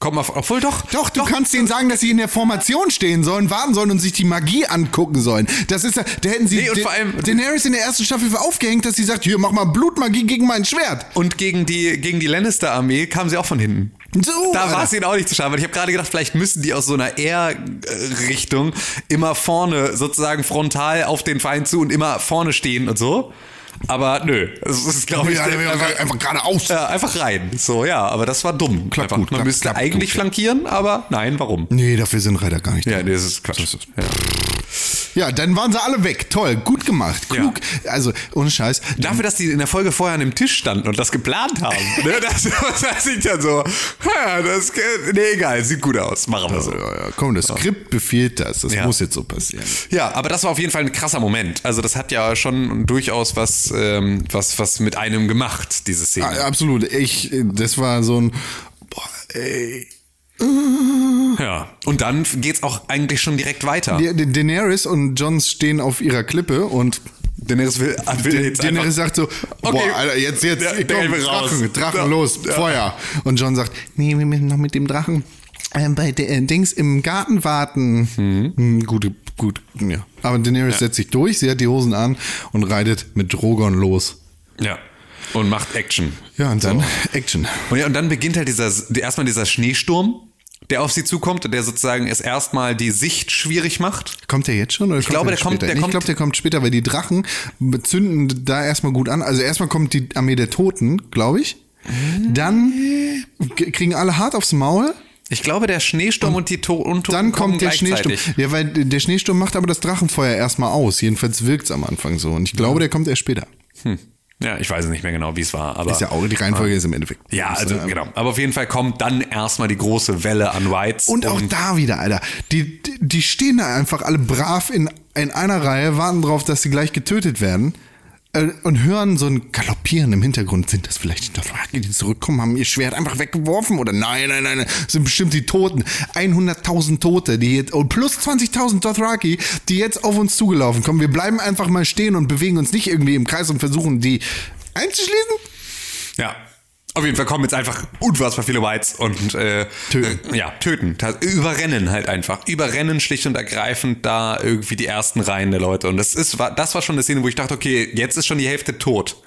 Speaker 2: komm mal, obwohl doch.
Speaker 3: Doch, du kannst denen sagen, dass sie in der Formation stehen sollen, warten sollen und sich die Magie angucken sollen. Das ist ja, da hätten sie
Speaker 2: Nee, und
Speaker 3: Da-
Speaker 2: vor allem-
Speaker 3: Daenerys in der ersten Staffel für aufgehängt, dass sie sagt, hier, mach mal Blutmagie gegen mein Schwert.
Speaker 2: Und gegen die, gegen die Lannister-Armee kamen sie auch von hinten.
Speaker 3: So,
Speaker 2: Da war es
Speaker 3: Alter.
Speaker 2: ihnen auch nicht zu schaden, weil ich habe gerade gedacht, vielleicht müssen die aus so einer R-Richtung immer vorne sozusagen frontal auf den Feind zu und immer vorne stehen und so. Aber nö, es ist glaube ich
Speaker 3: Ja, einfach, einfach geradeaus.
Speaker 2: ja, einfach rein. So ja, aber das war dumm.
Speaker 3: Klappt
Speaker 2: einfach.
Speaker 3: gut,
Speaker 2: Man
Speaker 3: klappt-
Speaker 2: müsste
Speaker 3: klappt
Speaker 2: eigentlich
Speaker 3: gut, ja.
Speaker 2: flankieren, aber nein, warum?
Speaker 3: Nee, dafür sind Reiter gar nicht.
Speaker 2: Ja, nee, das ist Quatsch. Ja.
Speaker 3: Ja, dann waren sie alle weg. Toll, gut gemacht, klug. Also, ohne Scheiß.
Speaker 2: Dafür, dass die in der Folge vorher an dem Tisch standen und das geplant
Speaker 3: <laughs>
Speaker 2: haben. ne, das, das sieht ja so. Ja, das, nee, egal, sieht gut aus. Machen wir so.
Speaker 3: Ja, komm, das Skript befiehlt das. Das
Speaker 2: Ja.
Speaker 3: muss jetzt so passieren.
Speaker 2: Ja, aber das war auf jeden Fall ein krasser Moment. Also das hat ja schon durchaus was, ähm, was, was mit einem gemacht, diese Szene.
Speaker 3: Ah, Absolut. Ich, äh, das war so ein. Boah, ey.
Speaker 2: Ja. Und dann geht's auch eigentlich schon direkt weiter.
Speaker 3: Da- Da- Daenerys und Jon stehen auf ihrer Klippe und
Speaker 2: Daenerys will, will jetzt einfach-
Speaker 3: Daenerys sagt so, boah,
Speaker 2: Okay.
Speaker 3: Alter, jetzt, jetzt,
Speaker 2: Ja,
Speaker 3: komm,
Speaker 2: der will raus.
Speaker 3: Drachen, Drachen,
Speaker 2: Ja.
Speaker 3: los,
Speaker 2: Ja.
Speaker 3: Feuer. Und John sagt, nee, wir müssen noch mit dem Drachen ähm, bei der, äh, Dings im Garten warten.
Speaker 2: Mhm.
Speaker 3: Hm, Gute, gut, ja. Aber Daenerys setzt sich durch, sie hat die Hosen an und reitet mit Drogon los.
Speaker 2: Ja. Und macht Action.
Speaker 3: Ja, und dann Action.
Speaker 2: Und, ja, und dann beginnt halt dieser, erstmal dieser Schneesturm, der auf sie zukommt, der sozusagen es erstmal die Sicht schwierig macht.
Speaker 3: Kommt der jetzt schon? Oder ich
Speaker 2: glaube,
Speaker 3: kommt
Speaker 2: der kommt-
Speaker 3: später?
Speaker 2: der
Speaker 3: Nee, ich
Speaker 2: kommt-
Speaker 3: glaube, der kommt später, weil die Drachen zünden da erstmal gut an. Also erstmal kommt die Armee der Toten, glaube ich. Dann k- kriegen alle hart aufs Maul.
Speaker 2: Ich glaube, der Schneesturm und, die To und
Speaker 3: Dann kommt der Schneesturm.
Speaker 2: gleichzeitig.
Speaker 3: Ja, weil der Schneesturm macht aber das Drachenfeuer erstmal aus. Jedenfalls wirkt's am Anfang so. Und ich glaube, der kommt erst später.
Speaker 2: Hm. Ja, ich weiß nicht mehr genau, wie es war, aber.
Speaker 3: Ist ja auch, die Reihenfolge ist im Endeffekt.
Speaker 2: Ah. ja, also genau. Aber auf jeden Fall kommt dann erstmal die große Welle an Whites.
Speaker 3: Und auch da wieder, Alter. Die, die- die stehen da einfach alle brav in, in einer Reihe, warten drauf, dass sie gleich getötet werden. äh, Und hören so ein Galoppieren im Hintergrund. Sind das vielleicht die Dothraki, die zurückkommen, haben ihr Schwert einfach weggeworfen? Oder nein, nein, nein, nein. das sind bestimmt die Toten. 100.000 Tote, die jetzt, und plus 20.000 Dothraki, die jetzt auf uns zugelaufen kommen. Wir bleiben einfach mal stehen und bewegen uns nicht irgendwie im Kreis und versuchen, die einzuschließen?
Speaker 2: Ja. Auf jeden Fall kommen jetzt einfach unfassbar viele Whites und äh,
Speaker 3: Töten.
Speaker 2: Äh, ja, töten. Ta- Überrennen halt einfach. Überrennen schlicht und ergreifend da irgendwie die ersten Reihen der Leute. Und das ist, war, das war schon eine Szene, wo ich dachte, okay, jetzt ist schon die Hälfte tot.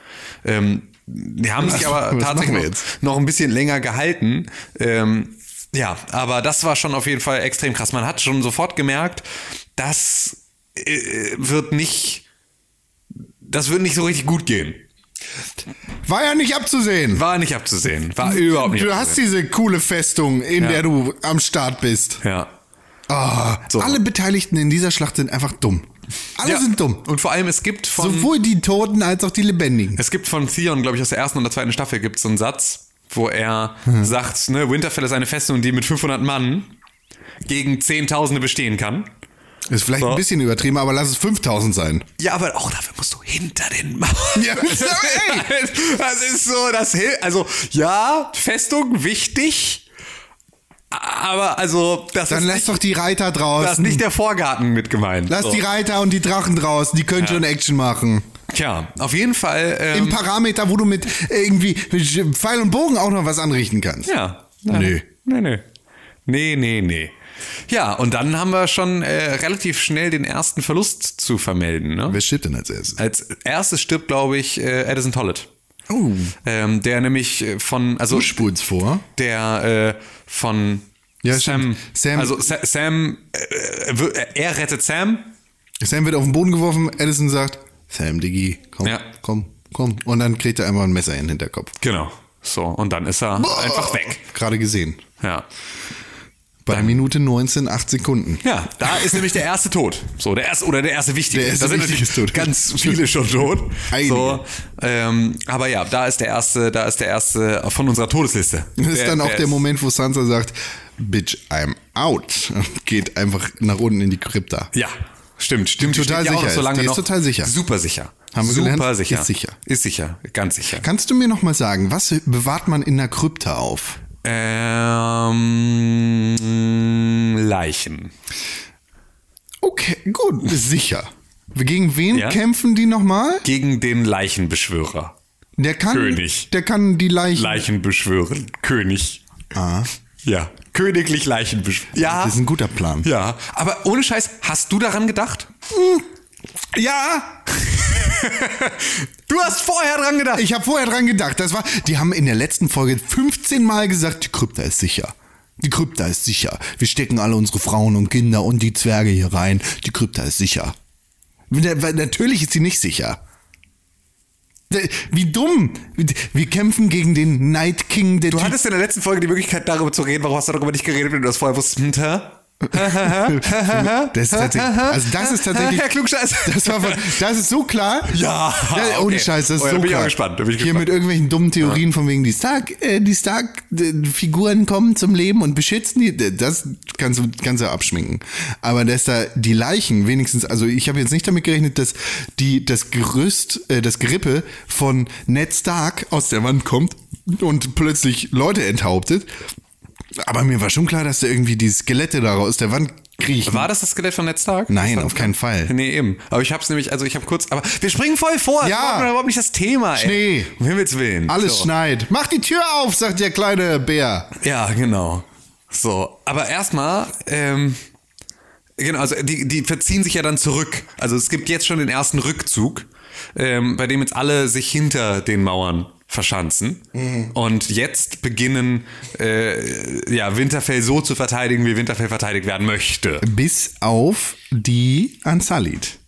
Speaker 2: Ähm, die haben sich
Speaker 3: Also, Was-
Speaker 2: aber
Speaker 3: was machen
Speaker 2: tatsächlich
Speaker 3: wir
Speaker 2: noch,
Speaker 3: jetzt?
Speaker 2: noch ein bisschen länger gehalten. Ähm, ja, aber das war schon auf jeden Fall extrem krass. Man hat schon sofort gemerkt, das äh, wird nicht, das wird nicht so richtig gut gehen.
Speaker 3: War ja nicht abzusehen.
Speaker 2: War nicht abzusehen. War überhaupt nicht
Speaker 3: Du
Speaker 2: abzusehen.
Speaker 3: hast diese coole Festung, in
Speaker 2: Ja.
Speaker 3: der du am Start bist.
Speaker 2: Ja.
Speaker 3: Ah,
Speaker 2: So.
Speaker 3: Alle Beteiligten in dieser Schlacht sind einfach dumm. Alle
Speaker 2: ja.
Speaker 3: sind dumm.
Speaker 2: Und vor allem, es gibt von,
Speaker 3: Sowohl die Toten als auch die Lebendigen.
Speaker 2: es gibt von Theon, glaube ich, aus der ersten oder zweiten Staffel gibt es so einen Satz, wo er
Speaker 3: Hm.
Speaker 2: sagt, ne, Winterfell ist eine Festung, die mit 500 Mann gegen Zehntausende bestehen kann.
Speaker 3: Ist vielleicht
Speaker 2: So.
Speaker 3: ein bisschen übertrieben, aber lass es 5000 sein.
Speaker 2: Ja, aber auch dafür musst du hinter den <laughs> Mauern.
Speaker 3: Ja, <laughs>
Speaker 2: das, ist,
Speaker 3: ey.
Speaker 2: das ist so, das hilft. Also, ja, Festung wichtig, aber also, das
Speaker 3: Dann
Speaker 2: ist
Speaker 3: lass
Speaker 2: nicht,
Speaker 3: doch die Reiter
Speaker 2: da ist
Speaker 3: draußen.
Speaker 2: nicht der Vorgarten mit gemeint.
Speaker 3: lass
Speaker 2: so.
Speaker 3: die Reiter und die Drachen draußen. Die können schon Action machen.
Speaker 2: Tja, auf jeden Fall. ähm,
Speaker 3: Im Parameter, wo du mit irgendwie Pfeil und Bogen auch noch was anrichten kannst.
Speaker 2: Ja. ja.
Speaker 3: Nee.
Speaker 2: Nee, nee. Nee, nee, nee. Ja, und dann haben wir schon äh, relativ schnell den ersten Verlust zu vermelden. Ne?
Speaker 3: Wer stirbt denn als erstes?
Speaker 2: Als erstes stirbt, glaube ich, äh, Addison Tollett.
Speaker 3: Oh,
Speaker 2: Ähm, der nämlich äh, von, also
Speaker 3: du spulst vor.
Speaker 2: der äh, von
Speaker 3: Ja,
Speaker 2: Sam,
Speaker 3: stimmt. Sam-
Speaker 2: also Sa Sam, äh, äh, wir- äh, er rettet Sam.
Speaker 3: Sam wird auf den Boden geworfen. Addison sagt, Sam, Diggi, komm,
Speaker 2: Ja.
Speaker 3: komm, komm. Und dann kriegt er einmal ein Messer in den Hinterkopf.
Speaker 2: Genau. So, und dann ist er einfach weg.
Speaker 3: Gerade gesehen.
Speaker 2: Ja.
Speaker 3: Bei Minute 19, 8 Sekunden.
Speaker 2: Ja, da ist nämlich der erste tot. So, der erste oder der erste wichtige.
Speaker 3: Der erste
Speaker 2: da sind
Speaker 3: wichtige
Speaker 2: natürlich
Speaker 3: ist tot.
Speaker 2: Ganz viele schon tot.
Speaker 3: Einige.
Speaker 2: So, ähm, aber ja, da ist der erste, da ist der erste von unserer Todesliste.
Speaker 3: Das ist dann auch der Moment, wo Sansa sagt, Bitch, I'm out. <laughs> Und geht einfach nach unten in die Krypta.
Speaker 2: Ja, stimmt, stimmt. die
Speaker 3: Total
Speaker 2: steht ja auch
Speaker 3: sicher
Speaker 2: so
Speaker 3: ist.
Speaker 2: lange
Speaker 3: Die ist
Speaker 2: noch.
Speaker 3: total sicher.
Speaker 2: Super sicher.
Speaker 3: Haben wir
Speaker 2: Super
Speaker 3: gelernt?
Speaker 2: sicher.
Speaker 3: Ist sicher.
Speaker 2: Ist sicher, ganz sicher.
Speaker 3: Kannst du mir nochmal sagen, was bewahrt man in der Krypta auf?
Speaker 2: Ähm, Leichen.
Speaker 3: Okay,
Speaker 2: <laughs>
Speaker 3: gut, sicher. Gegen wen
Speaker 2: Ja?
Speaker 3: kämpfen die nochmal?
Speaker 2: Gegen den Leichenbeschwörer.
Speaker 3: Der kann,
Speaker 2: König.
Speaker 3: Der kann die Leichen.
Speaker 2: Leichen beschwören. König.
Speaker 3: ah,
Speaker 2: Ja. Königlich Leichen beschwören. Ja.
Speaker 3: das ist ein guter Plan.
Speaker 2: Ja, aber ohne Scheiß, hast du daran gedacht?
Speaker 3: Hm. Ja,
Speaker 2: Du hast vorher dran gedacht.
Speaker 3: ich habe vorher dran gedacht. Das war, die haben in der letzten Folge 15 Mal gesagt, die Krypta ist sicher. Die Krypta ist sicher. Wir stecken alle unsere Frauen und Kinder und die Zwerge hier rein. Die Krypta ist sicher. Na- weil Natürlich ist sie nicht sicher. Da- Wie dumm. Wir kämpfen gegen den Night King. Der
Speaker 2: du
Speaker 3: Typ-
Speaker 2: hattest in der letzten Folge die Möglichkeit, darüber zu reden. Warum hast du darüber nicht geredet, wenn du das vorher wusstest? Hm, <laughs> tja?
Speaker 3: <laughs>
Speaker 2: Hm,
Speaker 3: das
Speaker 2: <laughs>
Speaker 3: ist tatsächlich, also das ist tatsächlich,
Speaker 2: Herr hm. Klugscheiß.
Speaker 3: das, war von, das ist so klar.
Speaker 2: <laughs> Ja,
Speaker 3: Ja, ohne
Speaker 2: okay.
Speaker 3: Scheiß, das ist
Speaker 2: Oh ja,
Speaker 3: so
Speaker 2: bin ich auch
Speaker 3: klar.
Speaker 2: gespannt, da bin ich
Speaker 3: Hier
Speaker 2: gespannt.
Speaker 3: mit irgendwelchen dummen Theorien von wegen, die Stark, äh, die Stark-Figuren kommen zum Leben und beschützen die, das kannst du, kannst du abschminken. Aber dass da die Leichen wenigstens, also ich habe jetzt nicht damit gerechnet, dass die, das Gerüst, äh, das Gerippe von Ned Stark aus der Wand kommt und plötzlich Leute enthauptet. Aber mir war schon klar, dass da irgendwie die Skelette da aus der Wand kriechen.
Speaker 2: War das das Skelett von Ned Stark?
Speaker 3: Nein,
Speaker 2: Das
Speaker 3: auf keinen Fall.
Speaker 2: Nee, eben. Aber ich hab's nämlich, also ich hab kurz, aber wir springen voll vor. Das
Speaker 3: Ja.
Speaker 2: war doch überhaupt nicht das Thema, ey.
Speaker 3: Schnee.
Speaker 2: Um Himmels Willen.
Speaker 3: Alles
Speaker 2: so.
Speaker 3: schneit. Mach die Tür auf, sagt der kleine Bär.
Speaker 2: Ja, genau. So, aber erstmal, ähm, genau, also die, die verziehen sich ja dann zurück. Also es gibt jetzt schon den ersten Rückzug, ähm, bei dem jetzt alle sich hinter den Mauern verschanzen. Und jetzt beginnen, äh, ja, Winterfell so zu verteidigen, wie Winterfell verteidigt werden möchte.
Speaker 3: Bis auf die Ansalit.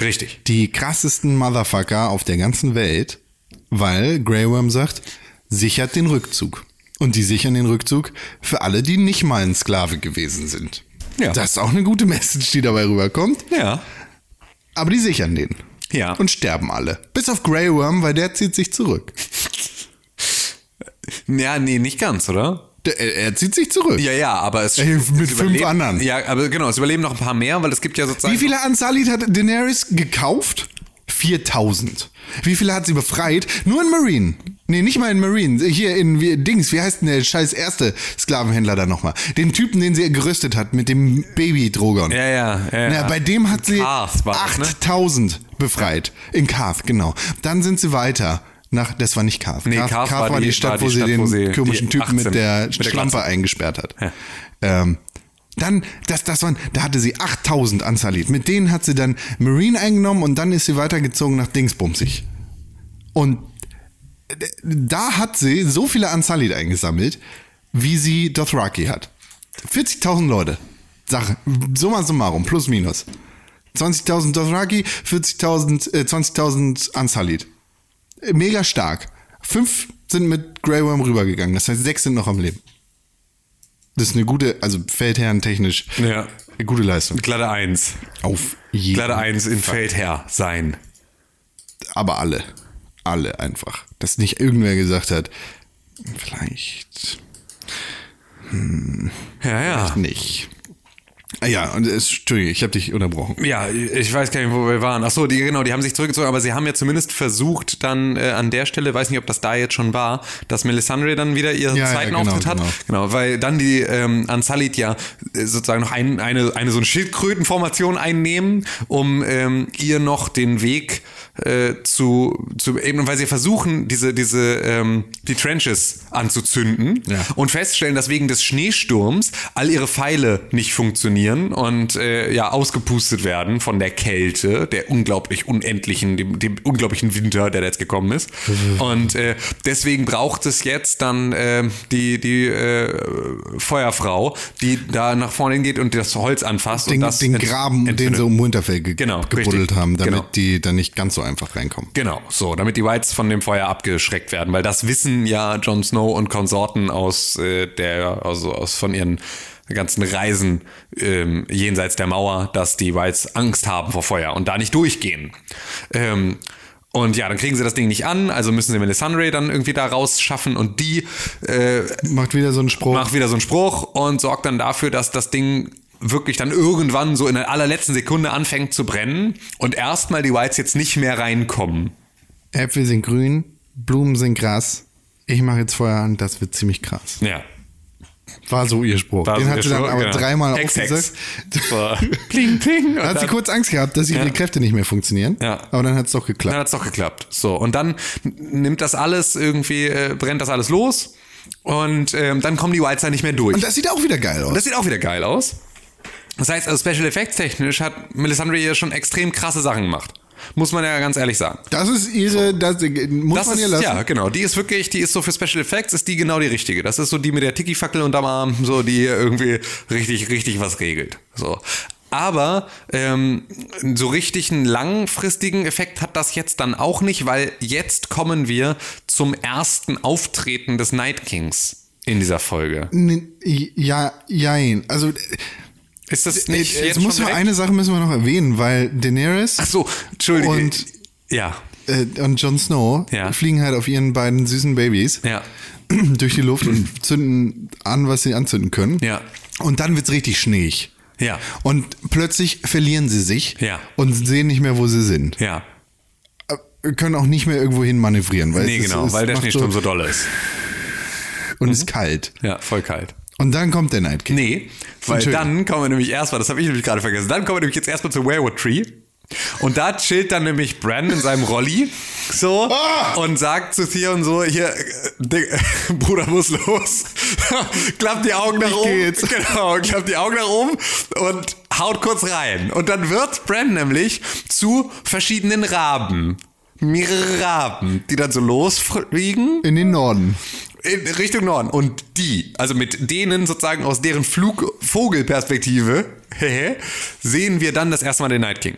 Speaker 2: Richtig.
Speaker 3: Die krassesten Motherfucker auf der ganzen Welt, weil Grey Worm sagt, sichert den Rückzug. Und die sichern den Rückzug für alle, die nicht mal ein Sklave gewesen sind.
Speaker 2: Ja.
Speaker 3: Das ist auch eine gute Message, die dabei rüberkommt.
Speaker 2: Ja.
Speaker 3: Aber die sichern den.
Speaker 2: Ja.
Speaker 3: Und sterben alle. Bis auf Grey Worm, weil der zieht sich zurück.
Speaker 2: Ja, nee, nicht ganz, oder? Äh,
Speaker 3: Der, er, er zieht sich zurück.
Speaker 2: Ja, ja, aber es
Speaker 3: Ey, mit
Speaker 2: es
Speaker 3: fünf
Speaker 2: überleben-
Speaker 3: anderen.
Speaker 2: Ja, aber genau, es überleben noch ein paar mehr, weil es gibt ja sozusagen.
Speaker 3: Wie viele Ansalit hat Daenerys gekauft? 4000. Wie viele hat sie befreit? Nur in Marine. Nee, nicht mal in Marine. Hier in wie, Dings. Wie heißt denn der scheiß erste Sklavenhändler da nochmal? Den Typen, den sie gerüstet hat mit dem Baby-Drogon.
Speaker 2: Ja, ja, ja.
Speaker 3: Na, bei dem hat sie
Speaker 2: Karth war das, ne?
Speaker 3: 8000 befreit. In Karth, genau. Dann sind sie weiter. Nach, das war nicht Karth.
Speaker 2: Nee,
Speaker 3: Karth,
Speaker 2: Karth
Speaker 3: Karth
Speaker 2: war
Speaker 3: war, die,
Speaker 2: die-
Speaker 3: Stadt,
Speaker 2: war die
Speaker 3: wo
Speaker 2: Stadt,
Speaker 3: sie den
Speaker 2: wo sie
Speaker 3: komischen
Speaker 2: die
Speaker 3: Typen
Speaker 2: 18
Speaker 3: mit der
Speaker 2: mit der
Speaker 3: Schlampe
Speaker 2: Glatze.
Speaker 3: eingesperrt hat. Ähm, dann, das, das waren, da hatte sie 8000 Ansalit. Mit denen hat sie dann Marine eingenommen und dann ist sie weitergezogen nach Dingsbumsig. Und d- da hat sie so viele Ansalit eingesammelt, wie sie Dothraki hat. 40.000 Leute. Sache, summa summarum, plus minus. 20.000 Dothraki, 40.000, äh, 20.000 Ansalit. Mega stark. Fünf sind mit Grey Worm rübergegangen. Das heißt, sechs sind noch am Leben. Das ist eine gute, also feldherrentechnisch,
Speaker 2: Ja.
Speaker 3: eine gute Leistung.
Speaker 2: Glatte 1.
Speaker 3: Auf jeden
Speaker 2: Glatte 1 in Feldherr sein.
Speaker 3: aber alle. Alle einfach. Dass nicht irgendwer gesagt hat, vielleicht
Speaker 2: Ja, ja.
Speaker 3: nicht. Ah Ja, und es, Entschuldige, ich habe dich unterbrochen.
Speaker 2: Ja, ich weiß gar nicht, wo wir waren. Ach so, die, genau, die haben sich zurückgezogen, aber sie haben ja zumindest versucht, dann äh, an der Stelle, weiß nicht, ob das da jetzt schon war, dass Melisandre dann wieder ihren
Speaker 3: Ja, ja,
Speaker 2: zweiten
Speaker 3: genau,
Speaker 2: Auftritt hat.
Speaker 3: genau.
Speaker 2: Genau, weil dann die ähm, Ansalit ja äh, sozusagen noch ein, eine, eine so eine Schildkrötenformation einnehmen, um ähm, ihr noch den Weg äh, zu, zu eben, weil sie versuchen, diese, diese ähm, die Trenches anzuzünden
Speaker 3: Ja.
Speaker 2: und feststellen, dass wegen des Schneesturms all ihre Pfeile nicht funktionieren und äh, ja ausgepustet werden von der Kälte, der unglaublich unendlichen, dem, dem unglaublichen Winter, der da jetzt gekommen ist.
Speaker 3: Mhm.
Speaker 2: und äh, deswegen braucht es jetzt dann äh, die, die äh, Feuerfrau, die da nach vorne hingeht und das Holz anfasst
Speaker 3: Den,
Speaker 2: und das
Speaker 3: den
Speaker 2: ent-
Speaker 3: Graben, den
Speaker 2: entzündet.
Speaker 3: sie um Winterfell ge
Speaker 2: Genau,
Speaker 3: gebuddelt
Speaker 2: richtig.
Speaker 3: haben, damit
Speaker 2: Genau.
Speaker 3: die dann nicht ganz so einfach reinkommen.
Speaker 2: Genau, so, damit die Whites von dem Feuer abgeschreckt werden, weil das wissen ja Jon Snow und Konsorten aus äh, der, also aus von ihren ganzen Reisen ähm, jenseits der Mauer, dass die Whites Angst haben vor Feuer und da nicht durchgehen. Ähm, und ja, dann kriegen sie das Ding nicht an, also müssen sie Melisandre dann irgendwie da rausschaffen und die äh,
Speaker 3: Macht wieder so einen Spruch.
Speaker 2: macht wieder so einen Spruch und sorgt dann dafür, dass das Ding wirklich dann irgendwann so in der allerletzten Sekunde anfängt zu brennen und erstmal die Whites jetzt nicht mehr reinkommen.
Speaker 3: Äpfel sind grün, Blumen sind Gras. Ich mache jetzt Feuer an, das wird ziemlich krass.
Speaker 2: Ja.
Speaker 3: War so ihr Spruch.
Speaker 2: War
Speaker 3: den
Speaker 2: so
Speaker 3: hat
Speaker 2: ihr
Speaker 3: sie dann
Speaker 2: Spruch,
Speaker 3: aber
Speaker 2: genau.
Speaker 3: dreimal
Speaker 2: Hex, Hex.
Speaker 3: aufgesagt. <laughs>
Speaker 2: So, pling, pling. Und
Speaker 3: Da hat sie
Speaker 2: dann-
Speaker 3: kurz Angst gehabt, dass ihre
Speaker 2: Ja.
Speaker 3: Kräfte nicht mehr funktionieren.
Speaker 2: Ja.
Speaker 3: Aber dann hat es doch
Speaker 2: Dann
Speaker 3: geklappt.
Speaker 2: hat es doch geklappt. So, und dann n- nimmt das alles irgendwie, äh, brennt das alles los. Und ähm, dann kommen die Whites da nicht mehr durch.
Speaker 3: Und das sieht auch wieder geil aus.
Speaker 2: Und das sieht auch wieder geil aus. Das heißt, also Special Effects technisch hat Melisandre hier schon extrem krasse Sachen gemacht. Muss man ja ganz ehrlich sagen.
Speaker 3: Das ist ihre, das äh, muss
Speaker 2: Das
Speaker 3: man ihr
Speaker 2: ist,
Speaker 3: lassen.
Speaker 2: ja, genau. Die ist wirklich, die ist so für Special Effects, ist die genau die richtige. Das ist so die mit der Tiki-Fackel unterm Arm, so die hier irgendwie richtig, richtig was regelt. So. Aber ähm, so richtig einen langfristigen Effekt hat das jetzt dann auch nicht, weil jetzt kommen wir zum ersten Auftreten des Night Kings in dieser Folge.
Speaker 3: N- Ja, jein. Also
Speaker 2: Ist das
Speaker 3: nee,
Speaker 2: nicht
Speaker 3: jetzt
Speaker 2: jetzt
Speaker 3: äh, muss
Speaker 2: schon
Speaker 3: man
Speaker 2: direkt?
Speaker 3: eine Sache müssen wir noch erwähnen, weil Daenerys
Speaker 2: Ach so, Entschuldige.
Speaker 3: Und-
Speaker 2: ja,
Speaker 3: äh, und Jon Snow
Speaker 2: Ja.
Speaker 3: fliegen halt auf ihren beiden süßen Babys
Speaker 2: Ja.
Speaker 3: <clears throat> durch die Luft und zünden an, was sie anzünden können.
Speaker 2: Ja.
Speaker 3: Und dann wird's richtig schneeig.
Speaker 2: Ja.
Speaker 3: Und plötzlich verlieren sie sich
Speaker 2: Ja.
Speaker 3: und sehen nicht mehr, wo sie sind.
Speaker 2: ja.
Speaker 3: Äh, Können auch nicht mehr irgendwo hin manövrieren, weil
Speaker 2: Nee,
Speaker 3: es ist-
Speaker 2: genau,
Speaker 3: es
Speaker 2: weil der
Speaker 3: macht
Speaker 2: Schneesturm so doll ist.
Speaker 3: und es ist kalt.
Speaker 2: Ja, voll kalt.
Speaker 3: Und dann kommt der Night King.
Speaker 2: Nee, weil
Speaker 3: Entschuldigung.
Speaker 2: dann kommen wir nämlich erstmal, das habe ich nämlich gerade vergessen, dann kommen wir nämlich jetzt erstmal zu Werewood Tree. Und da chillt dann nämlich Brandon in seinem Rolli so
Speaker 3: Ah!
Speaker 2: und sagt zu Theon so, hier, äh, Dig- <laughs> Bruder muss los. <laughs> klappt die Augen nach
Speaker 3: Ich
Speaker 2: oben.
Speaker 3: geht's.
Speaker 2: <laughs> Genau, klappt die Augen nach oben und haut kurz rein. Und dann wird Brandon nämlich zu verschiedenen Raben. Mehrere Raben, die dann so losfliegen
Speaker 3: In den Norden.
Speaker 2: in Richtung Norden. Und die, also mit denen sozusagen aus deren Flug Vogelperspektive, <laughs> sehen wir dann das erste Mal den Night King.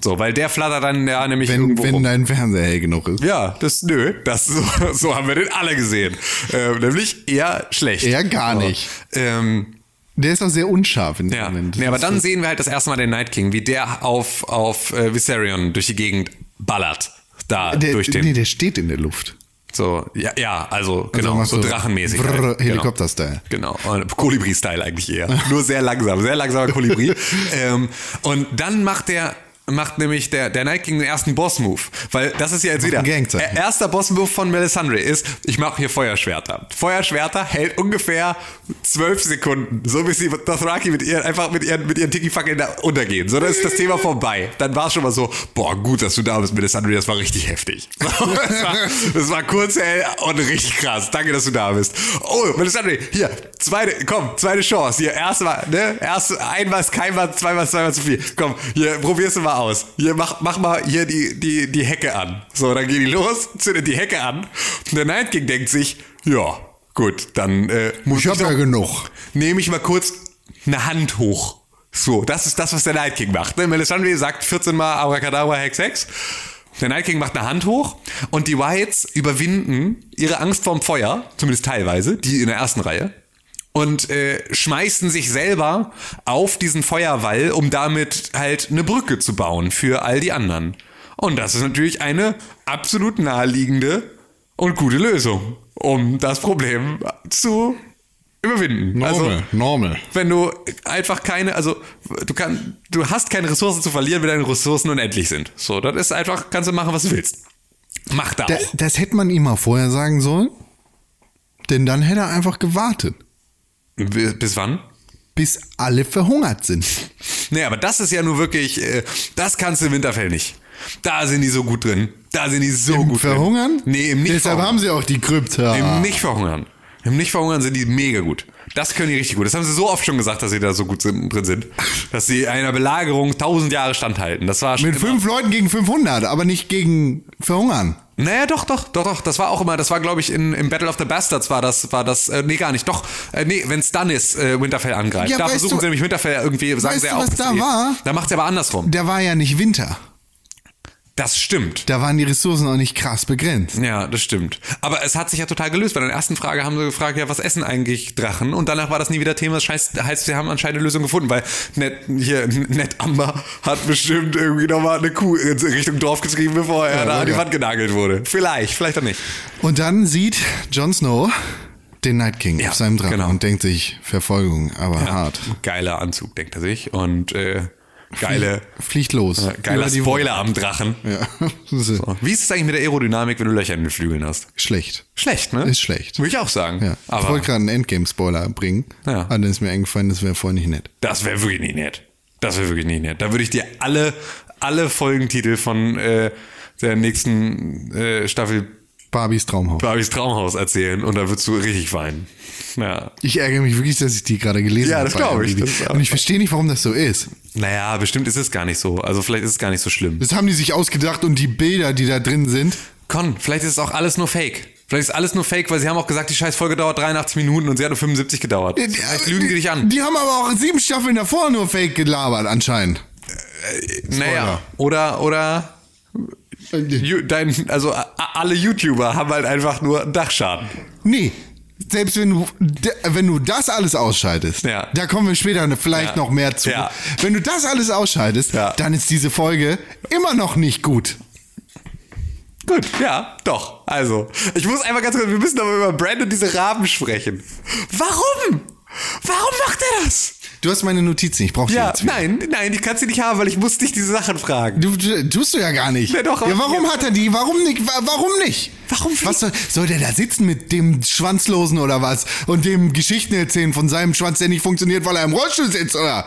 Speaker 2: So, weil der flattert dann ja nämlich
Speaker 3: Wenn,
Speaker 2: irgendwo
Speaker 3: wenn
Speaker 2: rum.
Speaker 3: dein Fernseher hell genug ist.
Speaker 2: Ja, das, nö, das, <laughs> so, so haben wir den alle gesehen. Ähm, nämlich eher schlecht.
Speaker 3: Eher gar
Speaker 2: So.
Speaker 3: nicht.
Speaker 2: Ähm,
Speaker 3: Der ist auch sehr unscharf in dem
Speaker 2: ja.
Speaker 3: Moment.
Speaker 2: Nee, aber dann sehen wir halt das erste Mal den Night King, wie der auf, auf äh, Viserion durch die Gegend ballert. Da
Speaker 3: der,
Speaker 2: durch den.
Speaker 3: Nee, der steht in der Luft.
Speaker 2: so, ja, ja, also genau,
Speaker 3: machst
Speaker 2: so
Speaker 3: du
Speaker 2: drachenmäßig.
Speaker 3: Brrr,
Speaker 2: halt. Genau.
Speaker 3: Helikopter-Style.
Speaker 2: Genau, Und Kolibri-Style eigentlich eher. Nur sehr langsam, sehr langsamer Kolibri. ähm, und dann macht der macht nämlich der, der Night King den ersten Boss-Move. Weil das ist ja jetzt wieder.
Speaker 3: ein Gangzeichen.
Speaker 2: Er- Erster Boss-Move von Melisandre ist, ich mache hier Feuerschwerter. Feuerschwerter hält ungefähr zwölf Sekunden, so bis die Dothraki mit ihren, einfach mit ihren, mit ihren Tiki-Fackeln da untergehen. So, dann ist das Thema vorbei. Dann war es schon mal so, boah, gut, dass du da bist, Melisandre, das war richtig heftig. <laughs> das, war, das war kurz hell und richtig krass. Danke, dass du da bist. Oh, Melisandre, hier, zweite, komm, zweite Chance. Hier, erstmal, ne, erst ein was, kein was, zwei was, zwei was zu viel. Komm, hier, probierst du mal aus. Hier, mach, mach mal hier die, die, die Hecke an. So, dann gehen die los, <laughs> zündet die Hecke an. Und der Night King denkt sich, ja, gut, dann äh, muss
Speaker 3: Ich hab
Speaker 2: doch-
Speaker 3: ja genug.
Speaker 2: nehme ich mal kurz eine Hand hoch. So, das ist das, was der Night King macht. Ne? Melisandre sagt 14 Mal Abracadabra, Hex, Hex. Der Night King macht eine Hand hoch und die Whites überwinden ihre Angst vorm Feuer, zumindest teilweise, die in der ersten Reihe, und äh, schmeißen sich selber auf diesen Feuerwall, um damit halt eine Brücke zu bauen für all die anderen. Und das ist natürlich eine absolut naheliegende und gute Lösung, um das Problem zu überwinden.
Speaker 3: Normal,
Speaker 2: Also,
Speaker 3: normal.
Speaker 2: wenn du einfach keine, also du kann, du hast keine Ressourcen zu verlieren, wenn deine Ressourcen unendlich sind. So, das ist einfach, kannst du machen, was du willst. Mach da
Speaker 3: Da,
Speaker 2: auch.
Speaker 3: das hätte man ihm mal vorher sagen sollen. Denn dann hätte er einfach gewartet,
Speaker 2: Bis bis wann?
Speaker 3: bis alle verhungert sind.
Speaker 2: Nee, aber das ist ja nur wirklich, äh, das kannst du im Winterfell nicht. Da sind die so gut drin. Da sind die so gut
Speaker 3: Verhungern?
Speaker 2: drin. Nee, im nicht
Speaker 3: Deshalb
Speaker 2: verhungern.
Speaker 3: haben sie auch die Krypta.
Speaker 2: Im nicht verhungern. Im nicht verhungern sind die mega gut. Das können die richtig gut. Das haben sie so oft schon gesagt, dass sie da so gut sind, drin sind. Dass sie einer Belagerung tausend Jahre standhalten. Das war schon
Speaker 3: Mit
Speaker 2: immer-
Speaker 3: fünf Leuten gegen 500, aber nicht gegen Verhungern.
Speaker 2: Naja, doch, doch, doch, doch. Das war auch immer, das war, glaube ich, in, im Battle of the Bastards war das, war das, äh, nee, gar nicht, doch, äh, nee, wenn es dann ist, äh, Winterfell angreift.
Speaker 3: Ja,
Speaker 2: da
Speaker 3: weißt
Speaker 2: versuchen
Speaker 3: du-
Speaker 2: sie nämlich Winterfell irgendwie, sagen
Speaker 3: weißt
Speaker 2: sie ja
Speaker 3: du,
Speaker 2: auch.
Speaker 3: was
Speaker 2: dass
Speaker 3: da
Speaker 2: die-
Speaker 3: war?
Speaker 2: Da macht sie aber andersrum.
Speaker 3: Da war ja nicht Winter.
Speaker 2: Das stimmt.
Speaker 3: Da waren die Ressourcen auch nicht krass begrenzt.
Speaker 2: Ja, das stimmt. Aber es hat sich ja total gelöst. Bei der ersten Frage haben sie gefragt, ja, was essen eigentlich Drachen? Und danach war das nie wieder Thema. Das heißt, heißt sie haben anscheinend eine Lösung gefunden, weil Ned, hier, Ned Amber hat bestimmt irgendwie nochmal eine Kuh in Richtung Dorf getrieben, bevor er da an die
Speaker 3: locker.
Speaker 2: Wand genagelt wurde. Vielleicht, vielleicht auch nicht.
Speaker 3: Und dann sieht Jon Snow den Night King
Speaker 2: Ja,
Speaker 3: auf seinem Drachen
Speaker 2: genau.
Speaker 3: und denkt sich, Verfolgung, aber hart.
Speaker 2: Geiler Anzug, denkt er sich. Und äh, geile, äh,
Speaker 3: Fliegt los.
Speaker 2: geiler
Speaker 3: Über die-
Speaker 2: Spoiler am Drachen.
Speaker 3: Ja. <laughs> so.
Speaker 2: Wie ist es eigentlich mit der Aerodynamik, wenn du Löcher in den Flügeln hast?
Speaker 3: Schlecht.
Speaker 2: Schlecht, ne?
Speaker 3: Ist schlecht.
Speaker 2: Würde ich auch sagen.
Speaker 3: Ja. ich
Speaker 2: Aber
Speaker 3: wollte gerade einen Endgame-Spoiler bringen.
Speaker 2: Ja.
Speaker 3: Aber dann ist mir eingefallen, das wäre vorher nicht nett.
Speaker 2: das wäre wirklich nicht nett. Das wäre wirklich nicht nett. Da würde ich dir alle, alle Folgentitel von äh, der nächsten äh, Staffel
Speaker 3: Barbies Traumhaus.
Speaker 2: Barbies Traumhaus erzählen und da würdest du richtig weinen. Ja.
Speaker 3: Ich ärgere mich wirklich, dass ich die gerade gelesen
Speaker 2: Ja,
Speaker 3: habe.
Speaker 2: das glaub ich.
Speaker 3: IMDb.
Speaker 2: Das ist auch-
Speaker 3: Und ich verstehe nicht, warum das so ist.
Speaker 2: Naja, bestimmt ist es gar nicht so. Also vielleicht ist es gar nicht so schlimm.
Speaker 3: Das haben die sich ausgedacht und die Bilder, die da drin sind.
Speaker 2: Con, vielleicht ist es auch alles nur Fake. Vielleicht ist alles nur Fake, weil sie haben auch gesagt, die scheiß Folge dauert 83 Minuten und sie hat nur 75 gedauert. Vielleicht lügen die dich an.
Speaker 3: Die haben aber auch sieben Staffeln davor nur Fake gelabert, anscheinend.
Speaker 2: Naja, oder, oder Ju- dein, also a- alle YouTuber haben halt einfach nur einen Dachschaden.
Speaker 3: Nee. Selbst wenn du, d- wenn du das alles ausschaltest,
Speaker 2: Ja.
Speaker 3: da kommen wir später vielleicht
Speaker 2: Ja.
Speaker 3: noch mehr zu.
Speaker 2: Ja.
Speaker 3: Wenn du das alles ausschaltest,
Speaker 2: Ja.
Speaker 3: dann ist diese Folge immer noch nicht gut.
Speaker 2: Gut, ja, doch. Also, ich muss einfach ganz kurz, wir müssen aber über Brandon diese Raben sprechen. Warum? Warum macht er das?
Speaker 3: Du hast meine Notizen, ich brauche die
Speaker 2: Ja,
Speaker 3: jetzt wieder.
Speaker 2: nein, nein, die kannst du nicht haben, weil ich muss dich diese Sachen fragen.
Speaker 3: Du, du tust du ja gar nicht.
Speaker 2: Ja, doch, aber-
Speaker 3: ja, warum hat er die? Warum nicht? Wa- Warum nicht?
Speaker 2: Warum
Speaker 3: Was soll, soll der da sitzen mit dem Schwanzlosen oder was? Und dem Geschichten erzählen von seinem Schwanz, der nicht funktioniert, weil er im Rollstuhl sitzt, oder?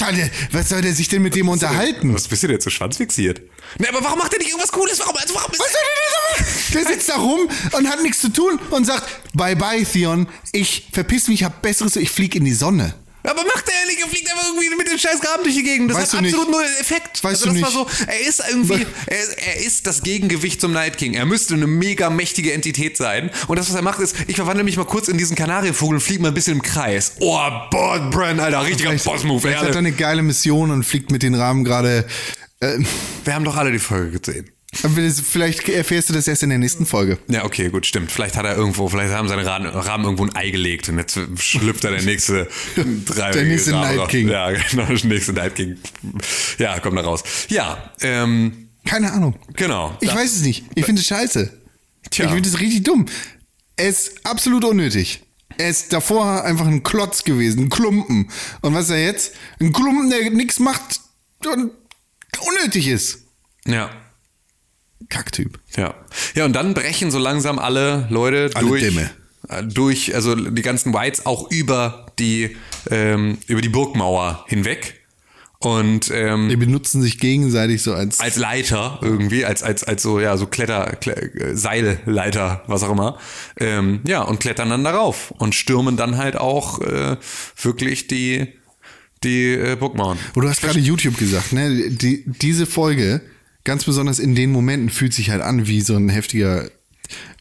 Speaker 3: Alter, Was soll der sich denn mit dem unterhalten?
Speaker 2: Was bist du denn jetzt so schwanzfixiert? Ne, aber warum macht er nicht irgendwas Cooles? Warum, also warum ist
Speaker 3: Was soll der denn damit? Der sitzt da rum und hat nichts zu tun und sagt, bye bye, Theon, ich verpiss mich, ich hab Besseres, ich flieg in die Sonne.
Speaker 2: Aber macht er ja nicht, er fliegt einfach irgendwie mit den scheiß Graben durch die Gegend. Das
Speaker 3: Weißt
Speaker 2: hat
Speaker 3: du nicht.
Speaker 2: absolut null Effekt.
Speaker 3: Weißt
Speaker 2: also
Speaker 3: du
Speaker 2: das war
Speaker 3: nicht.
Speaker 2: so, er ist irgendwie, er, er ist das Gegengewicht zum Night King. Er müsste eine mega mächtige Entität sein. Und das, was er macht, ist, ich verwandle mich mal kurz in diesen Kanarienvogel und fliege mal ein bisschen im Kreis. Oh, Brand, Alter, richtiger Boss-Move.
Speaker 3: Vielleicht hat er
Speaker 2: Erle.
Speaker 3: eine geile Mission und fliegt mit den Rahmen gerade. Äh, <laughs>
Speaker 2: Wir haben doch alle die Folge gesehen.
Speaker 3: vielleicht erfährst du das erst in der nächsten Folge.
Speaker 2: Ja, okay, gut, stimmt. Vielleicht hat er irgendwo, vielleicht haben seine Rahmen, Rahmen irgendwo ein Ei gelegt und jetzt schlüpft er der
Speaker 3: <laughs>
Speaker 2: nächste drei
Speaker 3: Der nächste
Speaker 2: Rahmen
Speaker 3: Night
Speaker 2: raus.
Speaker 3: King.
Speaker 2: Ja, <laughs> genau, der nächste Night King. Ja, kommt da raus. Ja, ähm,
Speaker 3: Keine Ahnung.
Speaker 2: genau.
Speaker 3: Ich
Speaker 2: Da-
Speaker 3: weiß es nicht. Ich finde es scheiße.
Speaker 2: Tja.
Speaker 3: Ich finde es richtig dumm. Es ist absolut unnötig. Er ist davor einfach ein Klotz gewesen, ein Klumpen. Und was ist er jetzt? Ein Klumpen, der nichts macht und unnötig ist.
Speaker 2: Ja.
Speaker 3: Kacktyp.
Speaker 2: Ja. Ja, und dann brechen so langsam alle Leute
Speaker 3: Alle
Speaker 2: durch.
Speaker 3: Dämme.
Speaker 2: äh, Durch, also die ganzen Whites auch über die, ähm, über die Burgmauer hinweg. Und ähm,
Speaker 3: Die benutzen sich gegenseitig so als.
Speaker 2: als Leiter irgendwie, als, als, als so, ja, so Kletter, Kle äh, Seilleiter, was auch immer. Ähm, ja, und klettern dann darauf und stürmen dann halt auch äh, wirklich die, die äh, Burgmauern.
Speaker 3: Oh, du hast gerade YouTube gesagt, ne? Die, diese Folge, ganz besonders in den Momenten, fühlt sich halt an wie so ein heftiger,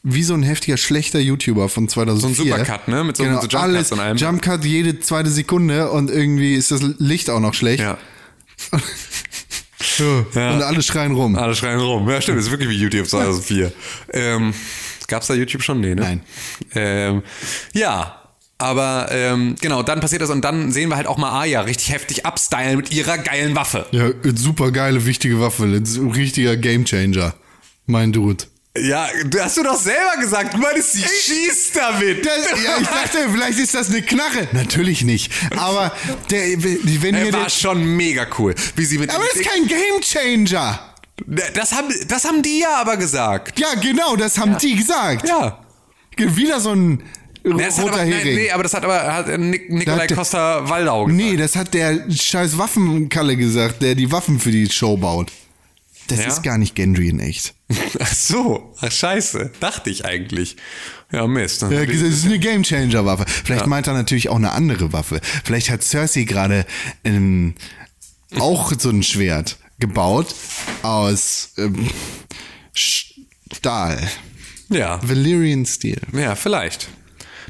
Speaker 3: wie so ein heftiger schlechter YouTuber von 2004.
Speaker 2: So ein Supercut, ne? Mit so-
Speaker 3: genau,
Speaker 2: so Jumpcuts
Speaker 3: alles,
Speaker 2: und allem.
Speaker 3: Jumpcut jede zweite Sekunde und irgendwie ist das Licht auch noch schlecht. <laughs>
Speaker 2: Ja.
Speaker 3: So, Und alle schreien rum.
Speaker 2: Alle Ah, schreien rum. Ja, stimmt, das ist wirklich wie YouTube 2004. Ähm, Gab es da YouTube schon? Nee, ne?
Speaker 3: Nein.
Speaker 2: Ähm, ja. Aber ähm, genau, dann passiert das und dann sehen wir halt auch mal Aya richtig heftig abstylen mit ihrer geilen Waffe.
Speaker 3: Ja, super geile, wichtige Waffe. Ein richtiger Gamechanger. Mein Dude.
Speaker 2: Ja, hast du doch selber gesagt. Du meinst, sie schießt damit.
Speaker 3: Das, ja, ich dachte, vielleicht ist das eine Knarre. Natürlich nicht. Aber der, wenn
Speaker 2: Er
Speaker 3: ihr
Speaker 2: war
Speaker 3: den,
Speaker 2: schon mega cool, wie sie mit
Speaker 3: Aber das
Speaker 2: dem
Speaker 3: ist kein Gamechanger.
Speaker 2: Dick- das haben das haben die ja aber gesagt.
Speaker 3: Ja, genau, das haben die gesagt.
Speaker 2: Ja.
Speaker 3: Wieder so ein
Speaker 2: Das hat
Speaker 3: roter
Speaker 2: aber, nein,
Speaker 3: Hering.
Speaker 2: nee, aber das hat aber hat Nik Nikolai
Speaker 3: hat der-
Speaker 2: Costa Waldau gesagt.
Speaker 3: nee, das hat der scheiß Waffenkalle gesagt, der die Waffen für die Show baut. Das
Speaker 2: Ja?
Speaker 3: ist gar nicht Gendry in echt.
Speaker 2: <laughs> Ach so, ach scheiße, dachte ich eigentlich. Ja, Mist.
Speaker 3: Er hat gesagt, Äh, Das ist eine gamechanger waffe Vielleicht meint er natürlich auch eine andere Waffe. Vielleicht hat Cersei gerade ähm, auch so ein Schwert gebaut aus ähm, Stahl.
Speaker 2: Ja.
Speaker 3: Valyrian Steel.
Speaker 2: Ja, vielleicht.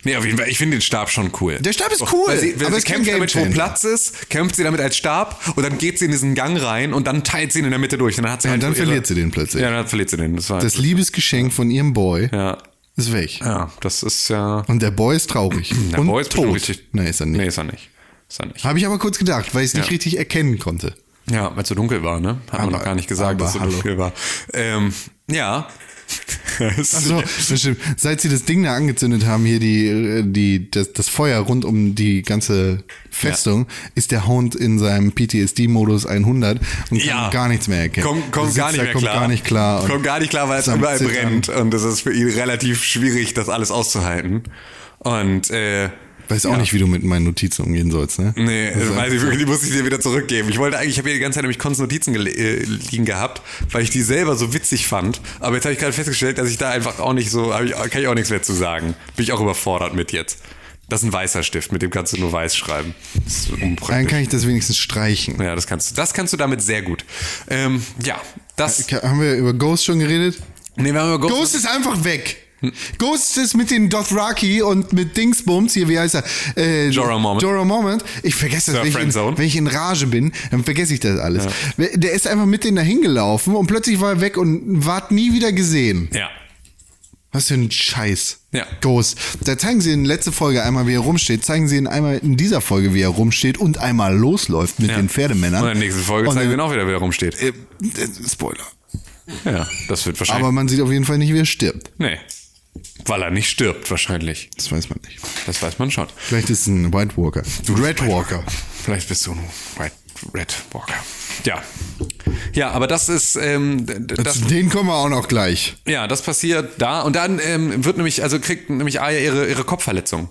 Speaker 2: Nee, auf jeden Fall, ich finde den Stab schon cool. Oh,
Speaker 3: Der Stab ist cool,
Speaker 2: Weil sie, weil
Speaker 3: aber
Speaker 2: sie
Speaker 3: ist kein
Speaker 2: kämpft damit, wo
Speaker 3: Gamechanger.
Speaker 2: Platz ist, kämpft sie damit als Stab und dann geht sie in diesen Gang rein und dann teilt sie ihn in der Mitte durch. Und dann, hat sie halt
Speaker 3: dann
Speaker 2: so ihre-
Speaker 3: verliert sie den plötzlich.
Speaker 2: Ja, dann verliert sie den. Das war
Speaker 3: Das Liebesgeschenk von ihrem Boy
Speaker 2: ja.
Speaker 3: ist weg.
Speaker 2: ja, das ist ja.
Speaker 3: Und der Boy ist traurig.
Speaker 2: Der
Speaker 3: und
Speaker 2: Boy ist
Speaker 3: tot.
Speaker 2: bestimmt richtig.
Speaker 3: Nee, ist er nicht.
Speaker 2: Nee, ist er nicht. Ist er nicht.
Speaker 3: Habe ich aber kurz gedacht, weil ich es nicht
Speaker 2: Ja.
Speaker 3: richtig erkennen konnte.
Speaker 2: Ja, weil es so dunkel war, ne? Hat man
Speaker 3: Aber-
Speaker 2: noch gar nicht gesagt,
Speaker 3: aber
Speaker 2: dass es so
Speaker 3: hallo.
Speaker 2: dunkel war. Ähm, ja. <laughs>
Speaker 3: So, <laughs> das stimmt. Seit sie das Ding da angezündet haben, hier die, äh, die, das, das Feuer rund um die ganze Festung, ist der Hound in seinem PTSD-Modus 100 und kann
Speaker 2: Ja.
Speaker 3: gar nichts mehr erkennen.
Speaker 2: Kommt, kommt
Speaker 3: Sitzt
Speaker 2: gar nicht
Speaker 3: da,
Speaker 2: mehr
Speaker 3: kommt
Speaker 2: klar.
Speaker 3: gar nicht klar. und
Speaker 2: Kommt gar nicht klar, weil es
Speaker 3: ist am
Speaker 2: überall
Speaker 3: Zittern.
Speaker 2: brennt und es ist für ihn relativ schwierig, das alles auszuhalten. Und äh,
Speaker 3: Weiß auch nicht, wie du mit meinen Notizen umgehen sollst, ne?
Speaker 2: nee, weiß ich wirklich, die muss ich dir wieder zurückgeben. Ich wollte eigentlich, ich habe hier die ganze Zeit nämlich Konz Notizen gele- äh, liegen gehabt, weil ich die selber so witzig fand. Aber jetzt habe ich gerade festgestellt, dass ich da einfach auch nicht so, hab ich, kann ich auch nichts mehr zu sagen. Bin ich auch überfordert mit jetzt. Das ist ein weißer Stift, mit dem kannst du nur weiß schreiben. Das ist
Speaker 3: Dann
Speaker 2: unpraktisch.
Speaker 3: kann ich das wenigstens streichen.
Speaker 2: Ja, das kannst du. Das kannst du damit sehr gut. Ähm, ja, das.
Speaker 3: Ka- Haben wir über Ghost schon geredet?
Speaker 2: Nee, wir haben über Ghost- Hm.
Speaker 3: Ghost ist einfach weg. Ghost ist mit den Dothraki und mit Dingsbums, hier, wie heißt er? Äh,
Speaker 2: Jorah Mormont.
Speaker 3: Jorah Mormont. Ich vergesse
Speaker 2: Sir
Speaker 3: das, wenn ich, in,
Speaker 2: Friendzone.
Speaker 3: wenn ich in Rage bin, dann vergesse ich das alles. Der ist einfach mit denen dahin gelaufen und plötzlich war er weg und ward nie wieder gesehen.
Speaker 2: Ja.
Speaker 3: Was für ein Scheiß.
Speaker 2: Ja.
Speaker 3: Ghost. Da zeigen sie in letzter Folge einmal, wie er rumsteht. Zeigen sie ihn einmal in dieser Folge, wie er rumsteht und einmal losläuft mit
Speaker 2: ja.
Speaker 3: den Pferdemännern.
Speaker 2: Und in der nächsten Folge
Speaker 3: Und
Speaker 2: zeigen wir
Speaker 3: dann-
Speaker 2: ihn auch wieder, wer rumsteht.
Speaker 3: Äh, Spoiler.
Speaker 2: Ja, das wird wahrscheinlich.
Speaker 3: Aber man sieht auf jeden Fall nicht, wie er stirbt.
Speaker 2: nee. Weil er nicht stirbt, wahrscheinlich.
Speaker 3: Das weiß man nicht.
Speaker 2: Das weiß man schon.
Speaker 3: Vielleicht ist es ein White Walker. Red Walker.
Speaker 2: Vielleicht bist du ein White Red Walker. Ja. Ja, aber das ist, ähm, d- d- das,
Speaker 3: Zu denen kommen wir auch noch gleich.
Speaker 2: ja, das passiert da und dann ähm, wird nämlich, also kriegt nämlich Aya ihre, ihre Kopfverletzung.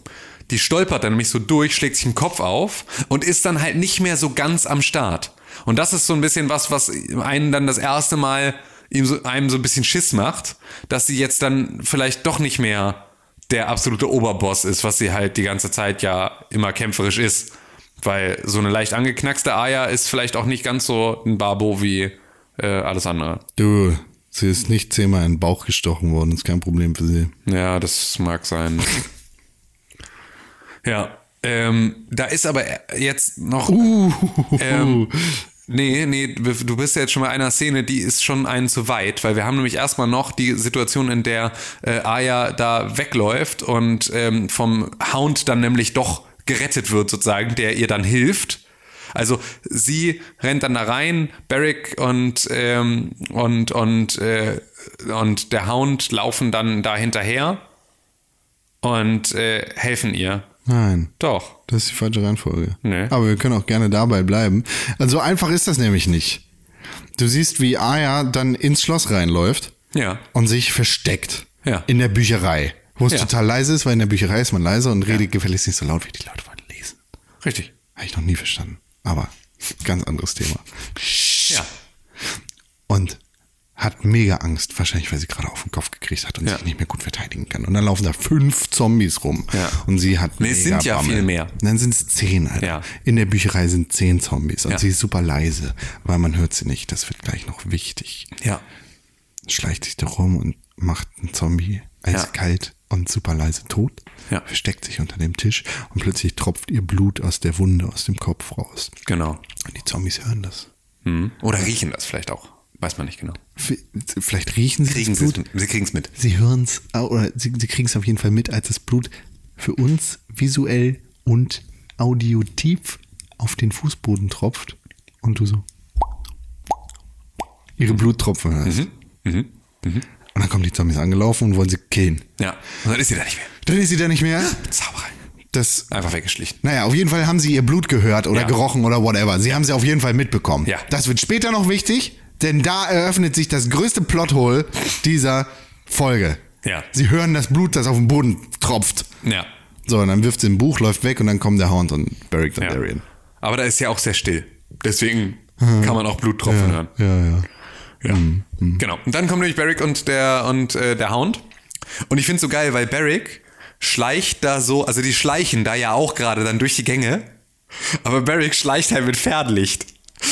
Speaker 2: Die stolpert dann nämlich so durch, schlägt sich den Kopf auf und ist dann halt nicht mehr so ganz am Start. Und das ist so ein bisschen was, was einen dann das erste Mal ihm so, einem so ein bisschen Schiss macht, dass sie jetzt dann vielleicht doch nicht mehr der absolute Oberboss ist, was sie halt die ganze Zeit ja immer kämpferisch ist. Weil so eine leicht angeknackste Aya ist vielleicht auch nicht ganz so ein Babo wie äh, alles andere.
Speaker 3: Du, sie ist nicht zehnmal in den Bauch gestochen worden, ist kein Problem für sie.
Speaker 2: Ja, das mag sein. ja. Ähm, da ist aber jetzt noch. Ähm, nee, nee, du bist ja jetzt schon bei einer Szene, die ist schon einen zu weit, weil wir haben nämlich erstmal noch die Situation, in der äh, Aya da wegläuft und ähm, vom Hound dann nämlich doch gerettet wird, sozusagen, der ihr dann hilft. Also sie rennt dann da rein, Barrick und ähm, und und äh, und der Hound laufen dann da hinterher und äh, helfen ihr.
Speaker 3: Nein,
Speaker 2: Doch.
Speaker 3: das ist die falsche Reihenfolge.
Speaker 2: Nee.
Speaker 3: Aber wir können auch gerne dabei bleiben. Also einfach ist das nämlich nicht. Du siehst, wie Aya dann ins Schloss reinläuft
Speaker 2: Ja.
Speaker 3: und sich versteckt.
Speaker 2: Ja.
Speaker 3: In der Bücherei. Wo es
Speaker 2: Ja.
Speaker 3: total leise ist, weil in der Bücherei ist man leiser und redet gefälligst nicht so laut, wie die Leute wollen lesen.
Speaker 2: Richtig.
Speaker 3: Habe ich noch nie verstanden. Aber ganz anderes Thema.
Speaker 2: Ja.
Speaker 3: Und hat mega Angst, wahrscheinlich weil sie gerade auf den Kopf gekriegt hat und
Speaker 2: Ja.
Speaker 3: sich nicht mehr gut verteidigen kann. Und dann laufen da fünf Zombies rum.
Speaker 2: Ja.
Speaker 3: Und sie hat
Speaker 2: Nee, es sind ja
Speaker 3: Bammel.
Speaker 2: viel mehr.
Speaker 3: Dann sind es zehn, Alter.
Speaker 2: Ja.
Speaker 3: In der Bücherei sind zehn Zombies und
Speaker 2: Ja.
Speaker 3: sie ist super leise, weil man hört sie nicht. Das wird gleich noch wichtig.
Speaker 2: Ja.
Speaker 3: schleicht sich da rum und macht einen Zombie eiskalt und super leise tot,
Speaker 2: Ja.
Speaker 3: versteckt sich unter dem Tisch und plötzlich tropft ihr Blut aus der Wunde aus dem Kopf raus.
Speaker 2: Genau.
Speaker 3: Und die Zombies hören das.
Speaker 2: Mhm. Oder riechen das vielleicht auch. Weiß man nicht genau.
Speaker 3: V- Vielleicht riechen sie
Speaker 2: Kriegen
Speaker 3: das
Speaker 2: sie
Speaker 3: Blut.
Speaker 2: es, sie kriegen es mit.
Speaker 3: Sie hören es, oder sie, sie kriegen es auf jeden Fall mit, als das Blut für uns visuell und audiotiv auf den Fußboden tropft und du so ihre Bluttropfen hörst. Und dann kommen die Zombies angelaufen und wollen sie killen.
Speaker 2: Ja. Und dann ist sie da nicht mehr.
Speaker 3: Dann ist sie da nicht mehr.
Speaker 2: Zauberei.
Speaker 3: Das,
Speaker 2: Einfach weggeschlichen.
Speaker 3: naja, auf jeden Fall haben sie ihr Blut gehört oder
Speaker 2: Ja.
Speaker 3: gerochen oder whatever. Sie haben sie auf jeden Fall mitbekommen.
Speaker 2: Ja.
Speaker 3: Das wird später noch wichtig, denn da eröffnet sich das größte Plothole dieser Folge.
Speaker 2: Ja.
Speaker 3: Sie hören das Blut, das auf den Boden tropft.
Speaker 2: Ja.
Speaker 3: So, und dann wirft sie ein Buch, läuft weg und dann kommen der Hound und Beric
Speaker 2: ja.
Speaker 3: Dondarrion.
Speaker 2: Aber da ist ja auch sehr still. Deswegen kann man auch Bluttropfen hören.
Speaker 3: Ja, ja.
Speaker 2: Ja. Genau. Und dann kommen nämlich Barrick und der und äh, der Hound. Und ich find's so geil, weil Barrick schleicht da so, also die schleichen da ja auch gerade dann durch die Gänge. Aber Barrick schleicht halt mit Fernlicht.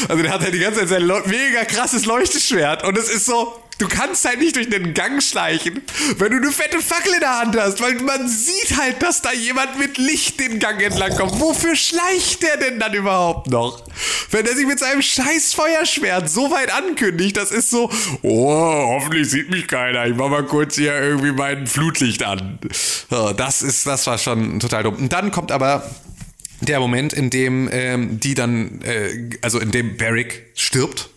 Speaker 2: Also der hat halt die ganze Zeit sein Leu- mega krasses Leuchteschwert. Und es ist so, du kannst halt nicht durch den Gang schleichen, wenn du eine fette Fackel in der Hand hast. Weil man sieht halt, dass da jemand mit Licht den Gang entlang kommt. Wofür schleicht der denn dann überhaupt noch? Wenn er sich mit seinem scheiß Feuerschwert so weit ankündigt, das ist so, oh, hoffentlich sieht mich keiner. Ich mach mal kurz hier irgendwie mein Flutlicht an. So, das ist, das war schon total dumm. Und dann kommt aber der Moment, in dem ähm, die dann, äh, also in dem Barrick stirbt.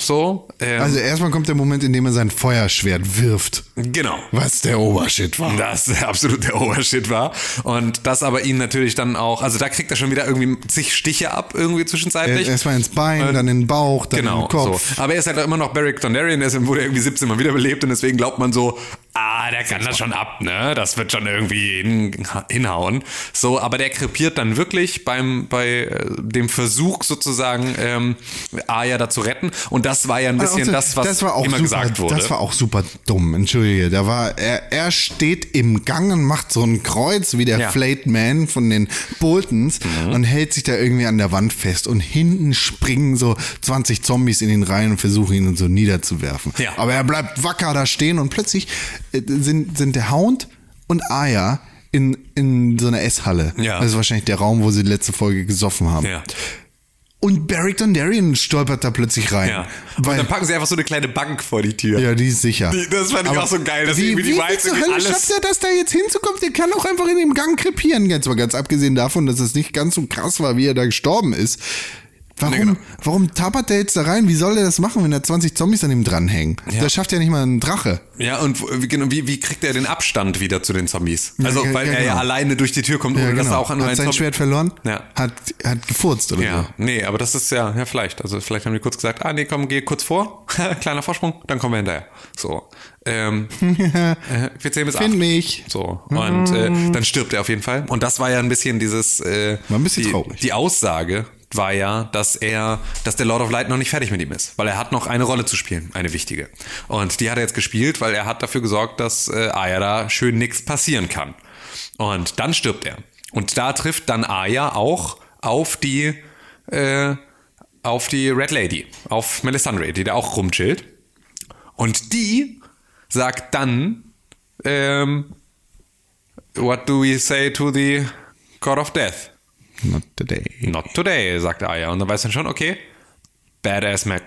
Speaker 2: So. Ähm,
Speaker 3: Also erstmal kommt der Moment, in dem er sein Feuerschwert wirft,
Speaker 2: genau.
Speaker 3: was der Obershit war.
Speaker 2: Das absolut der Obershit war. Und das aber ihn natürlich dann auch, also da kriegt er schon wieder irgendwie zig Stiche ab, irgendwie
Speaker 3: Er-
Speaker 2: zwischenzeitlich.
Speaker 3: Erstmal ins Bein,
Speaker 2: Äh,
Speaker 3: dann in den Bauch, dann in
Speaker 2: Genau,
Speaker 3: den Kopf.
Speaker 2: so. Aber er ist halt immer noch Barrick Dondarrion, deswegen wurde er irgendwie 17 Mal wiederbelebt und deswegen glaubt man so, ah, der kann das schon ab, ne? Das wird schon irgendwie hin, hinhauen. So, aber der krepiert dann wirklich beim, bei äh, dem Versuch sozusagen, ähm, Arya da zu retten. Und das war ja ein bisschen
Speaker 3: Also,
Speaker 2: das, was
Speaker 3: war auch
Speaker 2: immer
Speaker 3: super,
Speaker 2: gesagt wurde.
Speaker 3: Das war auch super dumm, entschuldige. Da war, er, er steht im Gang und macht so ein Kreuz wie der
Speaker 2: Ja. Mhm.
Speaker 3: Flayed Man von den Boltons und hält sich da irgendwie an der Wand fest und hinten springen so 20 Zombies in den Reihen und versuchen ihn so niederzuwerfen.
Speaker 2: Ja.
Speaker 3: Aber er bleibt wacker da stehen und plötzlich äh, sind, sind der Hound und Aya in, in so einer Esshalle.
Speaker 2: Ja.
Speaker 3: Das ist wahrscheinlich der Raum, wo sie die letzte Folge gesoffen haben.
Speaker 2: ja.
Speaker 3: Und Barrick Dondarrion stolpert da plötzlich rein.
Speaker 2: ja. Und
Speaker 3: Weil
Speaker 2: dann packen sie einfach so eine kleine Bank vor die Tür.
Speaker 3: ja, die ist sicher.
Speaker 2: Die- das fand ich auch so geil, dass
Speaker 3: wie,
Speaker 2: irgendwie die
Speaker 3: wie
Speaker 2: Miles
Speaker 3: zur
Speaker 2: irgendwie
Speaker 3: Hölle
Speaker 2: alles-
Speaker 3: schafft er das da jetzt hinzukommen? Der kann auch einfach in dem Gang krepieren. Jetzt mal ganz abgesehen davon, dass es nicht ganz so krass war, wie er da gestorben ist. Warum,
Speaker 2: Nee, genau.
Speaker 3: warum tapert der jetzt da rein? Wie soll der das machen, wenn da 20 Zombies an ihm dranhängen? Das schafft ja nicht mal ein Drache.
Speaker 2: Ja, und wo- wie, genau, wie, wie kriegt er den Abstand wieder zu den Zombies? Also,
Speaker 3: ja,
Speaker 2: weil
Speaker 3: ja,
Speaker 2: er ja
Speaker 3: genau.
Speaker 2: alleine durch die Tür kommt, ohne
Speaker 3: Ja,
Speaker 2: dass er
Speaker 3: genau.
Speaker 2: auch an
Speaker 3: hat
Speaker 2: einen
Speaker 3: sein
Speaker 2: Zombie-
Speaker 3: Schwert verloren,
Speaker 2: Ja.
Speaker 3: hat, hat gefurzt oder
Speaker 2: Ja, nee, aber das ist ja, ja, vielleicht. Also, vielleicht haben die kurz gesagt, ah, nee, komm, geh kurz vor, <laughs> kleiner Vorsprung, dann kommen wir hinterher. So.
Speaker 3: <laughs>
Speaker 2: Ähm, äh, wir zählen bis
Speaker 3: so. Find
Speaker 2: acht.
Speaker 3: mich. Mhm.
Speaker 2: So, und äh, dann stirbt er auf jeden Fall. Und das war ja ein bisschen dieses. Äh,
Speaker 3: War ein bisschen
Speaker 2: die,
Speaker 3: traurig.
Speaker 2: Die Aussage war ja, dass er, dass der Lord of Light noch nicht fertig mit ihm ist, weil er hat noch eine Rolle zu spielen, eine wichtige. Und die hat er jetzt gespielt, weil er hat dafür gesorgt, dass äh, Aya da schön nichts passieren kann. Und dann stirbt er. Und da trifft dann Aya auch auf die, äh, auf die Red Lady, auf Melisandre, die da auch rumchillt. Und die sagt dann, ähm, what do we say to the God of Death?
Speaker 3: Not today.
Speaker 2: Not today, sagt Aya. Und dann weiß man schon, okay, Badass Mac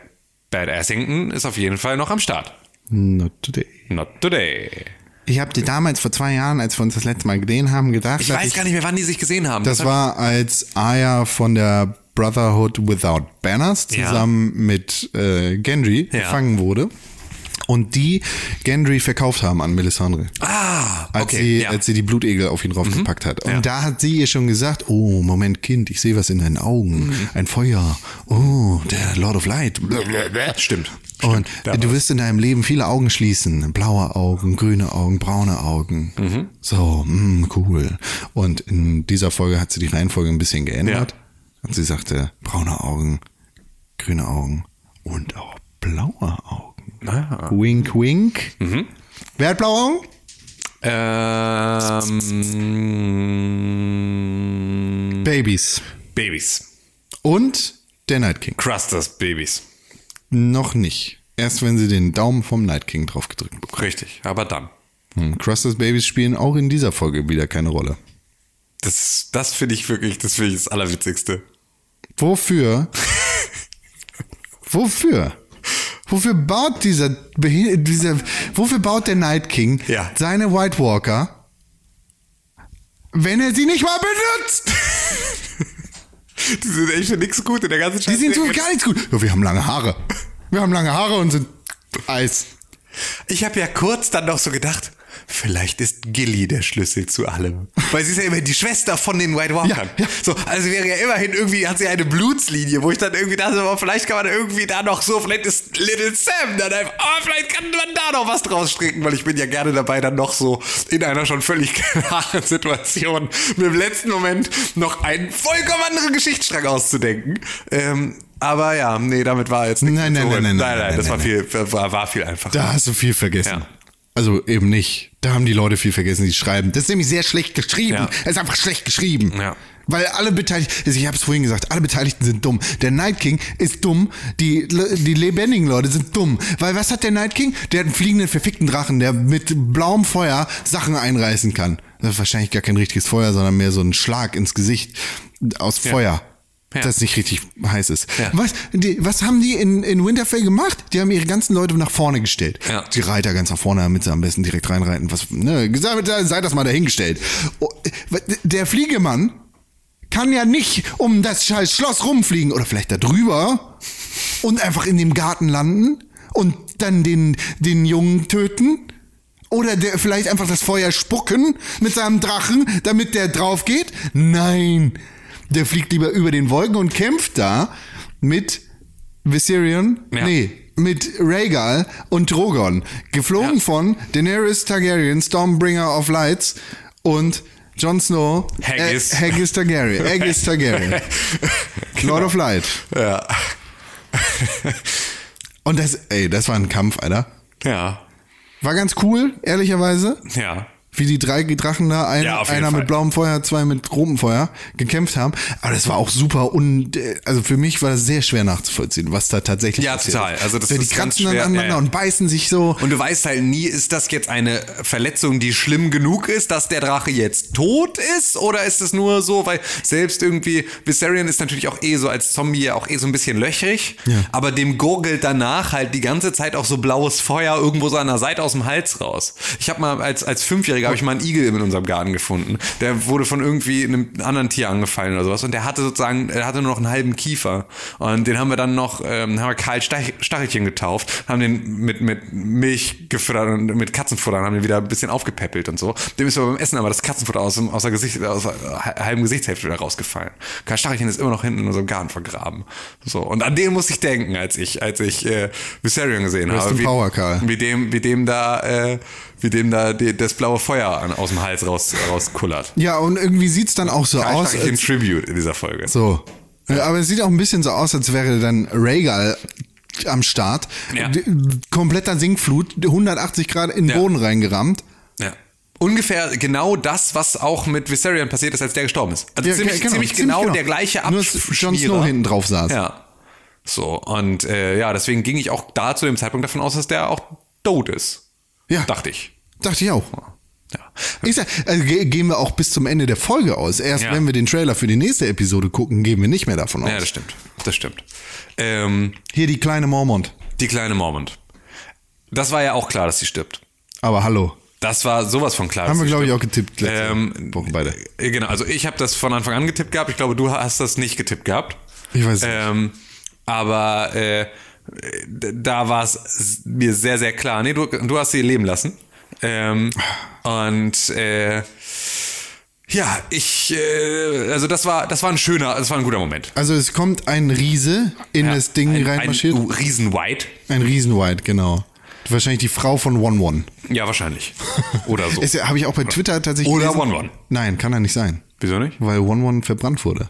Speaker 2: Badassington ist auf jeden Fall noch am Start.
Speaker 3: Not today.
Speaker 2: Not today.
Speaker 3: Ich habe dir damals vor zwei Jahren, als wir uns das letzte Mal gesehen haben, gedacht,
Speaker 2: Ich
Speaker 3: dass
Speaker 2: weiß
Speaker 3: ich,
Speaker 2: gar nicht mehr, wann die sich gesehen haben.
Speaker 3: das war als Aya von der Brotherhood Without Banners
Speaker 2: Ja.
Speaker 3: zusammen mit äh, Gendry
Speaker 2: Ja.
Speaker 3: gefangen wurde und die Gendry verkauft haben an Melisandre.
Speaker 2: ah,
Speaker 3: als,
Speaker 2: okay.
Speaker 3: sie, äh,
Speaker 2: ja. Mhm.
Speaker 3: als sie die Blutegel auf ihn raufgepackt hat. Und
Speaker 2: Ja.
Speaker 3: da hat sie ihr schon gesagt, oh, Moment, Kind, ich sehe was in deinen Augen.
Speaker 2: Mhm.
Speaker 3: Ein Feuer. Oh, der Lord of Light.
Speaker 2: Äh, Stimmt.
Speaker 3: Und du wirst in deinem Leben viele Augen schließen. Blaue Augen, grüne Augen, braune Augen. So, mm, cool. Und in dieser Folge hat sie die Reihenfolge ein bisschen geändert. Und sie sagte, braune Augen, grüne Augen und auch blaue Augen. Wink, wink. Wer hat blaue Augen?
Speaker 2: Ähm,
Speaker 3: Babys.
Speaker 2: Babys.
Speaker 3: Und der Night King.
Speaker 2: Crusters Babys.
Speaker 3: Noch nicht. Erst wenn sie den Daumen vom Night King drauf gedrückt bekommen.
Speaker 2: Richtig, aber dann.
Speaker 3: Hm, Crusters Babys spielen auch in dieser Folge wieder keine Rolle.
Speaker 2: Das, das finde ich wirklich, das finde ich das Allerwitzigste.
Speaker 3: Wofür? wofür? Wofür baut dieser, Behi- dieser, wofür baut der Night King
Speaker 2: Ja.
Speaker 3: seine White Walker, wenn er sie nicht mal benutzt?
Speaker 2: Die sind echt für nichts gut in der ganzen
Speaker 3: Die
Speaker 2: Scheiße.
Speaker 3: sind so gar nichts gut. Ja, wir haben lange Haare. Wir haben lange Haare und sind Eis.
Speaker 2: Ich habe ja kurz dann noch so gedacht, vielleicht ist Gilly der Schlüssel zu allem. Weil sie ist ja immer die Schwester von den White Walkern.
Speaker 3: Ja, ja.
Speaker 2: So, also wäre ja immerhin irgendwie, hat sie eine Blutslinie, wo ich dann irgendwie dachte, aber vielleicht kann man irgendwie da noch so, vielleicht ist Little Sam dann einfach, oh, vielleicht kann man da noch was draus stricken, weil ich bin ja gerne dabei, dann noch so in einer schon völlig <laughs> klaren Situation mir im letzten Moment noch einen vollkommen anderen Geschichtsstrang auszudenken. Ähm, aber ja, nee, damit war jetzt nichts
Speaker 3: Nein,
Speaker 2: zu
Speaker 3: nein,
Speaker 2: holen.
Speaker 3: nein, nein,
Speaker 2: nein,
Speaker 3: nein,
Speaker 2: nein, das
Speaker 3: nein,
Speaker 2: war viel, war, war viel einfacher.
Speaker 3: Da hast du viel vergessen.
Speaker 2: Ja.
Speaker 3: Also eben nicht. Da haben die Leute viel vergessen, die schreiben. Das ist nämlich sehr schlecht geschrieben.
Speaker 2: Ja.
Speaker 3: Es ist einfach schlecht geschrieben.
Speaker 2: Ja.
Speaker 3: Weil alle Beteiligten, also ich habe es vorhin gesagt, alle Beteiligten sind dumm. Der Night King ist dumm, die, Le- die lebendigen Leute sind dumm. Weil was hat der Night King? Der hat einen fliegenden, verfickten Drachen, der mit blauem Feuer Sachen einreißen kann. Das ist wahrscheinlich gar kein richtiges Feuer, sondern mehr so ein Schlag ins Gesicht aus Feuer.
Speaker 2: Ja.
Speaker 3: Das nicht richtig heiß ist.
Speaker 2: Ja.
Speaker 3: Was, die, was haben die in, in Winterfell gemacht? Die haben ihre ganzen Leute nach vorne gestellt.
Speaker 2: Ja.
Speaker 3: Die Reiter ganz nach vorne, damit sie am besten direkt reinreiten. Was, ne, gesagt, sei das mal dahingestellt. Oh, äh, der Fliegemann kann ja nicht um das scheiß Schloss rumfliegen oder vielleicht da drüber und einfach in dem Garten landen und dann den, den Jungen töten. Oder der vielleicht einfach das Feuer spucken mit seinem Drachen, damit der drauf geht. Nein. Der fliegt lieber über den Wolken und kämpft da mit Viserion.
Speaker 2: Ja.
Speaker 3: Nee, mit Rhaegal und Drogon. Geflogen
Speaker 2: Ja.
Speaker 3: von Daenerys Targaryen, Stormbringer of Lights und Jon Snow.
Speaker 2: Haggis.
Speaker 3: Äh, Haggis
Speaker 2: <laughs>
Speaker 3: Targaryen. Haggis Targaryen. Lord of Light.
Speaker 2: Ja. <laughs>
Speaker 3: Und das, ey, das war ein Kampf, Alter.
Speaker 2: Ja.
Speaker 3: War ganz cool, ehrlicherweise.
Speaker 2: Ja.
Speaker 3: Wie die drei Drachen da, ein,
Speaker 2: Ja, auf jeden
Speaker 3: einer
Speaker 2: Fall.
Speaker 3: mit blauem Feuer, zwei mit rotem Feuer, gekämpft haben. Aber das war auch super und also für mich war das sehr schwer nachzuvollziehen, was da tatsächlich
Speaker 2: Ja,
Speaker 3: passiert.
Speaker 2: total. Also das
Speaker 3: die
Speaker 2: ist ganz
Speaker 3: kratzen
Speaker 2: schwer,
Speaker 3: aneinander
Speaker 2: ja, ja.
Speaker 3: und beißen sich so.
Speaker 2: Und du weißt halt nie, ist das jetzt eine Verletzung, die schlimm genug ist, dass der Drache jetzt tot ist? Oder ist es nur so, weil selbst irgendwie Viserion ist natürlich auch eh so als Zombie ja auch eh so ein bisschen löchrig.
Speaker 3: Ja.
Speaker 2: Aber dem gurgelt danach halt die ganze Zeit auch so blaues Feuer irgendwo so an der Seite aus dem Hals raus. Ich habe mal als, als Fünfjähriger Norwegen habe ich mal einen Igel in unserem Garten gefunden. Der wurde von irgendwie einem anderen Tier angefallen oder sowas. Und der hatte sozusagen, er hatte nur noch einen halben Kiefer. Und den haben wir dann noch, ähm, haben wir Karl Stach- Stachelchen getauft, haben den mit, mit Milch gefüttert und mit Katzenfutter und haben den wieder ein bisschen aufgepäppelt und so. Dem ist aber beim Essen aber das Katzenfutter aus, dem- aus, der, Gesicht, aus der halben Gesichtshälfte wieder rausgefallen. Karl Stachelchen ist immer noch hinten in unserem Garten vergraben. So. Und an den muss ich denken, als ich, als ich äh, Viserion gesehen
Speaker 3: Rest
Speaker 2: habe.
Speaker 3: in power, Karl.
Speaker 2: Wie dem, wie dem da, äh, wie dem da die, das blaue Feuer an, aus dem Hals raus, rauskullert.
Speaker 3: Ja, und irgendwie sieht's dann auch so
Speaker 2: Karl
Speaker 3: aus.
Speaker 2: Stachelchen
Speaker 3: Als,
Speaker 2: Tribute in dieser Folge.
Speaker 3: so. Ja, Aber es sieht auch ein bisschen so aus, als wäre dann Rhaegal am Start.
Speaker 2: Ja.
Speaker 3: D- Kompletter Sinkflut, 180 Grad in den
Speaker 2: Ja.
Speaker 3: Boden reingerammt.
Speaker 2: Ja. Ungefähr genau das, was auch mit Viserion passiert ist, als der gestorben ist. Also
Speaker 3: Ja,
Speaker 2: ziemlich,
Speaker 3: genau,
Speaker 2: ziemlich,
Speaker 3: ziemlich
Speaker 2: genau,
Speaker 3: genau.
Speaker 2: der gleiche
Speaker 3: Nur, dass
Speaker 2: Abschmier.
Speaker 3: Jon Snow hinten drauf saß.
Speaker 2: Ja. So, und äh, ja, deswegen ging ich auch da zu dem Zeitpunkt davon aus, dass der auch tot ist.
Speaker 3: Ja.
Speaker 2: Dachte ich.
Speaker 3: Dachte ich auch.
Speaker 2: Ja.
Speaker 3: Ich sag, also ge- gehen wir auch bis zum Ende der Folge aus. Erst
Speaker 2: Ja.
Speaker 3: wenn wir den Trailer für die nächste Episode gucken, gehen wir nicht mehr davon aus.
Speaker 2: ja, das stimmt. Das stimmt. Ähm,
Speaker 3: Hier die kleine Mormont.
Speaker 2: die kleine Mormont. Das war ja auch klar, dass sie stirbt.
Speaker 3: Aber hallo.
Speaker 2: Das war sowas von klar. dass
Speaker 3: Haben wir,
Speaker 2: sie
Speaker 3: glaube ich, auch
Speaker 2: stirbt.
Speaker 3: getippt letzte
Speaker 2: Ähm,
Speaker 3: Woche beide.
Speaker 2: Äh, Genau, also ich habe das von Anfang an getippt gehabt. Ich glaube, du hast das nicht getippt gehabt.
Speaker 3: Ich weiß es nicht.
Speaker 2: Ähm, aber äh, d- da war es mir sehr, sehr klar. Nee, du, du hast sie leben lassen. Ähm, und äh, ja, ich, äh, also das war, das war ein schöner, das war ein guter Moment.
Speaker 3: Also es kommt ein Riese in
Speaker 2: Ja,
Speaker 3: das Ding
Speaker 2: ein,
Speaker 3: reinmarschiert.
Speaker 2: Ein
Speaker 3: Ein,
Speaker 2: riesen White.
Speaker 3: Riesen-White, genau. Wahrscheinlich die Frau von One One.
Speaker 2: Ja,
Speaker 3: <laughs>
Speaker 2: wahrscheinlich. Oder so.
Speaker 3: Ist ja- Habe ich auch bei Twitter tatsächlich
Speaker 2: Oder
Speaker 3: gelesen.
Speaker 2: One One.
Speaker 3: Nein, kann er nicht sein.
Speaker 2: Wieso nicht?
Speaker 3: Weil One One verbrannt wurde.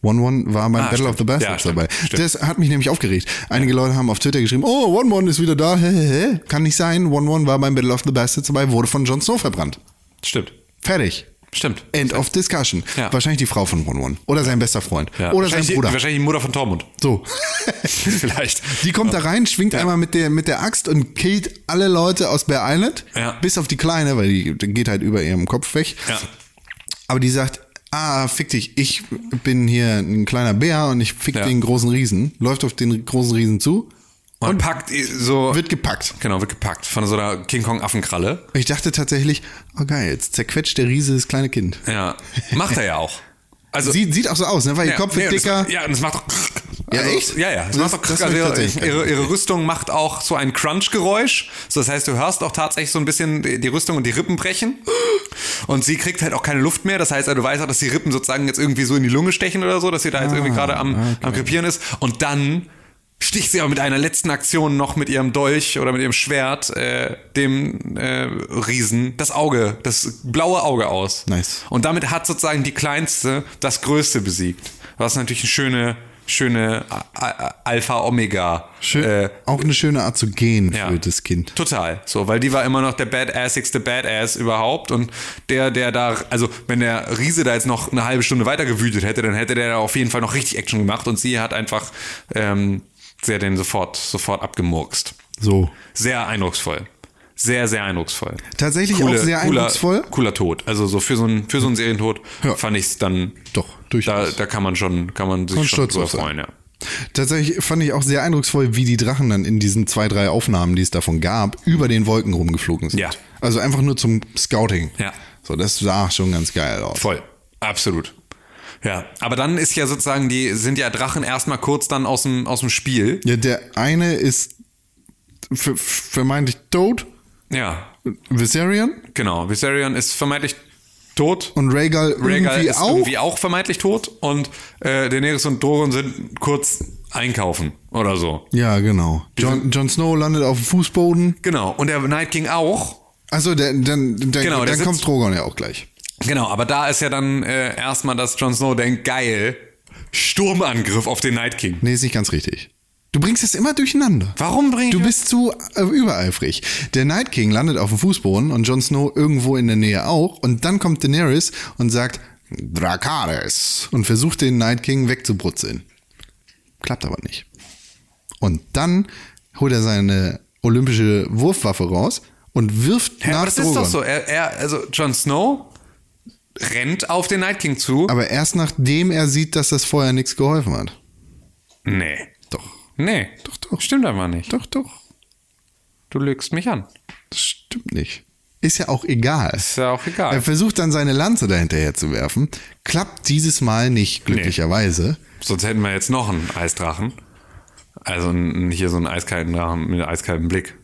Speaker 3: One One war beim
Speaker 2: Ah,
Speaker 3: Battle of the
Speaker 2: stimmt. Ja,
Speaker 3: Bastards
Speaker 2: stimmt,
Speaker 3: dabei.
Speaker 2: stimmt.
Speaker 3: Das hat mich nämlich aufgeregt. Einige Leute haben auf Twitter geschrieben, oh, One One ist wieder da. Hä, hä, hä. Kann nicht sein. One One war beim Battle of the Bastards dabei, wurde von Jon Snow verbrannt.
Speaker 2: Stimmt.
Speaker 3: Fertig.
Speaker 2: Stimmt.
Speaker 3: End of discussion.
Speaker 2: Ja.
Speaker 3: Wahrscheinlich die Frau von One One. Oder sein bester Freund.
Speaker 2: Ja,
Speaker 3: Oder sein
Speaker 2: wahrscheinlich,
Speaker 3: Bruder.
Speaker 2: Wahrscheinlich die Mutter von Tormund. <laughs>
Speaker 3: So.
Speaker 2: Vielleicht.
Speaker 3: Die kommt da rein, schwingt einmal mit der, mit der Axt und killt alle Leute aus Bear Island,
Speaker 2: Ja.
Speaker 3: bis auf die Kleine, weil die geht halt über ihrem Kopf weg.
Speaker 2: Ja.
Speaker 3: Aber die sagt, ah, fick dich, ich bin hier ein kleiner Bär und ich fick
Speaker 2: Ja.
Speaker 3: den großen Riesen. Läuft auf den großen Riesen zu,
Speaker 2: Und, packt i- so.
Speaker 3: wird gepackt.
Speaker 2: genau, wird gepackt von so einer King Kong-Affenkralle.
Speaker 3: Ich dachte tatsächlich, oh geil, jetzt zerquetscht der Riese das kleine Kind.
Speaker 2: Ja. Macht er ja auch. Also.
Speaker 3: Sieht, sieht auch so aus, ne? weil
Speaker 2: ja,
Speaker 3: ihr Kopf wird
Speaker 2: nee,
Speaker 3: dicker.
Speaker 2: Das, ja, und es macht auch.
Speaker 3: Ja,
Speaker 2: also,
Speaker 3: echt?
Speaker 2: Ja, ja. Es
Speaker 3: Das-
Speaker 2: macht auch
Speaker 3: das hab
Speaker 2: also
Speaker 3: ich
Speaker 2: ihre,
Speaker 3: tatsächlich
Speaker 2: ihre,
Speaker 3: gar
Speaker 2: ihre Rüstung macht auch so ein Crunch-Geräusch. So, das heißt, du hörst auch tatsächlich so ein bisschen die die Rüstung und die Rippen brechen. Und sie kriegt halt auch keine Luft mehr. Das heißt, du weißt auch, dass die Rippen sozusagen jetzt irgendwie so in die Lunge stechen oder so, dass sie da jetzt irgendwie gerade am, am krepieren ist. Und dann sticht sie aber mit einer letzten Aktion noch mit ihrem Dolch oder mit ihrem Schwert äh, dem äh, Riesen das Auge, das blaue Auge aus.
Speaker 3: Nice.
Speaker 2: Und damit hat sozusagen die Kleinste das Größte besiegt. Was natürlich eine schöne, schöne A- A- Alpha-Omega.
Speaker 3: Schön,
Speaker 2: Äh,
Speaker 3: auch eine schöne Art zu gehen
Speaker 2: ja.
Speaker 3: für das Kind.
Speaker 2: Total. So, weil die war immer noch der badassigste Badass überhaupt. Und der, der da, also wenn der Riese da jetzt noch eine halbe Stunde weiter gewütet hätte, dann hätte der da auf jeden Fall noch richtig Action gemacht. Und sie hat einfach, ähm, sie hat den sofort, sofort abgemurkst.
Speaker 3: So.
Speaker 2: Sehr eindrucksvoll. Sehr, sehr eindrucksvoll.
Speaker 3: Tatsächlich auch sehr eindrucksvoll.
Speaker 2: Cooler, cooler Tod. Also so für so einen, für so einen Serientod
Speaker 3: Ja.
Speaker 2: fand ich es dann.
Speaker 3: Doch,
Speaker 2: Da,
Speaker 3: durchaus.
Speaker 2: da kann man schon, kann man sich
Speaker 3: Kann
Speaker 2: schon
Speaker 3: stolz
Speaker 2: drüber
Speaker 3: drauf sein.
Speaker 2: freuen, ja.
Speaker 3: Tatsächlich fand ich auch sehr eindrucksvoll, wie die Drachen dann in diesen zwei, drei Aufnahmen, die es davon gab, über den Wolken rumgeflogen sind.
Speaker 2: Ja.
Speaker 3: Also einfach nur zum Scouting.
Speaker 2: Ja.
Speaker 3: So, das sah schon ganz geil aus.
Speaker 2: Voll. Absolut. Ja. Aber dann ist ja sozusagen die, sind ja Drachen erstmal kurz dann aus dem, aus dem Spiel.
Speaker 3: Ja, der eine ist ver- vermeintlich tot,
Speaker 2: Ja.
Speaker 3: Viserion,
Speaker 2: Genau. Viserion ist vermeintlich tot.
Speaker 3: und Rhaegal,
Speaker 2: Rhaegal
Speaker 3: irgendwie
Speaker 2: ist
Speaker 3: auch.
Speaker 2: irgendwie auch vermeintlich tot. Und äh, Daenerys und Doron sind kurz einkaufen oder so.
Speaker 3: ja, genau. Jon, Jon Snow landet auf dem Fußboden.
Speaker 2: Genau. Und der Night King auch.
Speaker 3: Also dann, dann, dann,
Speaker 2: Genau, der
Speaker 3: dann kommt
Speaker 2: sitzt-
Speaker 3: Drogon ja auch gleich.
Speaker 2: Genau, aber da ist ja dann äh, erstmal, dass Jon Snow denkt, geil, Sturmangriff auf den Night King.
Speaker 3: Nee, ist nicht ganz richtig. Du bringst es immer durcheinander.
Speaker 2: Warum bringt
Speaker 3: Du bist zu äh, übereifrig. Der Night King landet auf dem Fußboden und Jon Snow irgendwo in der Nähe auch. Und dann kommt Daenerys und sagt Dracarys und versucht den Night King wegzubrutzeln. Klappt aber nicht. Und dann holt er seine olympische Wurfwaffe raus und wirft
Speaker 2: Hä,
Speaker 3: nach
Speaker 2: aber das ist
Speaker 3: Drogon.
Speaker 2: doch so. Er, er, also Jon Snow rennt auf den Night King zu.
Speaker 3: Aber erst nachdem er sieht, dass das Feuer nichts geholfen hat.
Speaker 2: nee.
Speaker 3: Doch.
Speaker 2: Nee.
Speaker 3: Doch, doch.
Speaker 2: Stimmt aber nicht.
Speaker 3: Doch, doch.
Speaker 2: Du lügst mich an.
Speaker 3: Das stimmt nicht. Ist ja auch egal.
Speaker 2: Ist ja auch egal.
Speaker 3: Er versucht dann seine Lanze dahinterher zu werfen. Klappt dieses Mal nicht, glücklicherweise.
Speaker 2: Sonst hätten wir jetzt noch einen Eisdrachen. Also n- hier so einen eiskalten Drachen mit einem eiskalten Blick.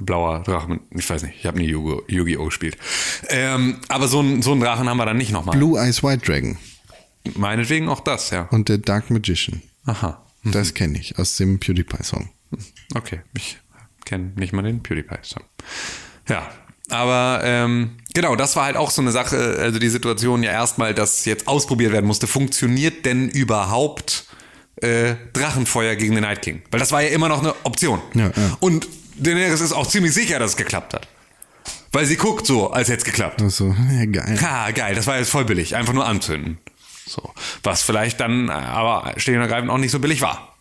Speaker 2: Blauer Drachen, ich weiß nicht, ich habe nie Yu- Yu-Gi-Oh! gespielt. Ähm, aber so einen, so einen Drachen haben wir dann nicht nochmal.
Speaker 3: Blue Eyes White Dragon
Speaker 2: Meinetwegen auch das, ja.
Speaker 3: und der Dark Magician.
Speaker 2: Aha.
Speaker 3: Das kenne ich aus dem PewDiePie-Song.
Speaker 2: Okay, ich kenne nicht mal den PewDiePie-Song. Ja, aber ähm, genau, das war halt auch so eine Sache, also die Situation ja erstmal, dass jetzt ausprobiert werden musste, funktioniert denn überhaupt äh, Drachenfeuer gegen den Night King? Weil das war ja immer noch eine Option.
Speaker 3: Ja, ja.
Speaker 2: Und Daenerys ist auch ziemlich sicher, dass es geklappt hat. Weil sie guckt so, als hätte es geklappt.
Speaker 3: Also, ja, geil.
Speaker 2: Ha, geil, das war jetzt voll billig. Einfach nur anzünden. So. Was vielleicht dann äh, aber stehen und ergreifend auch nicht so billig war.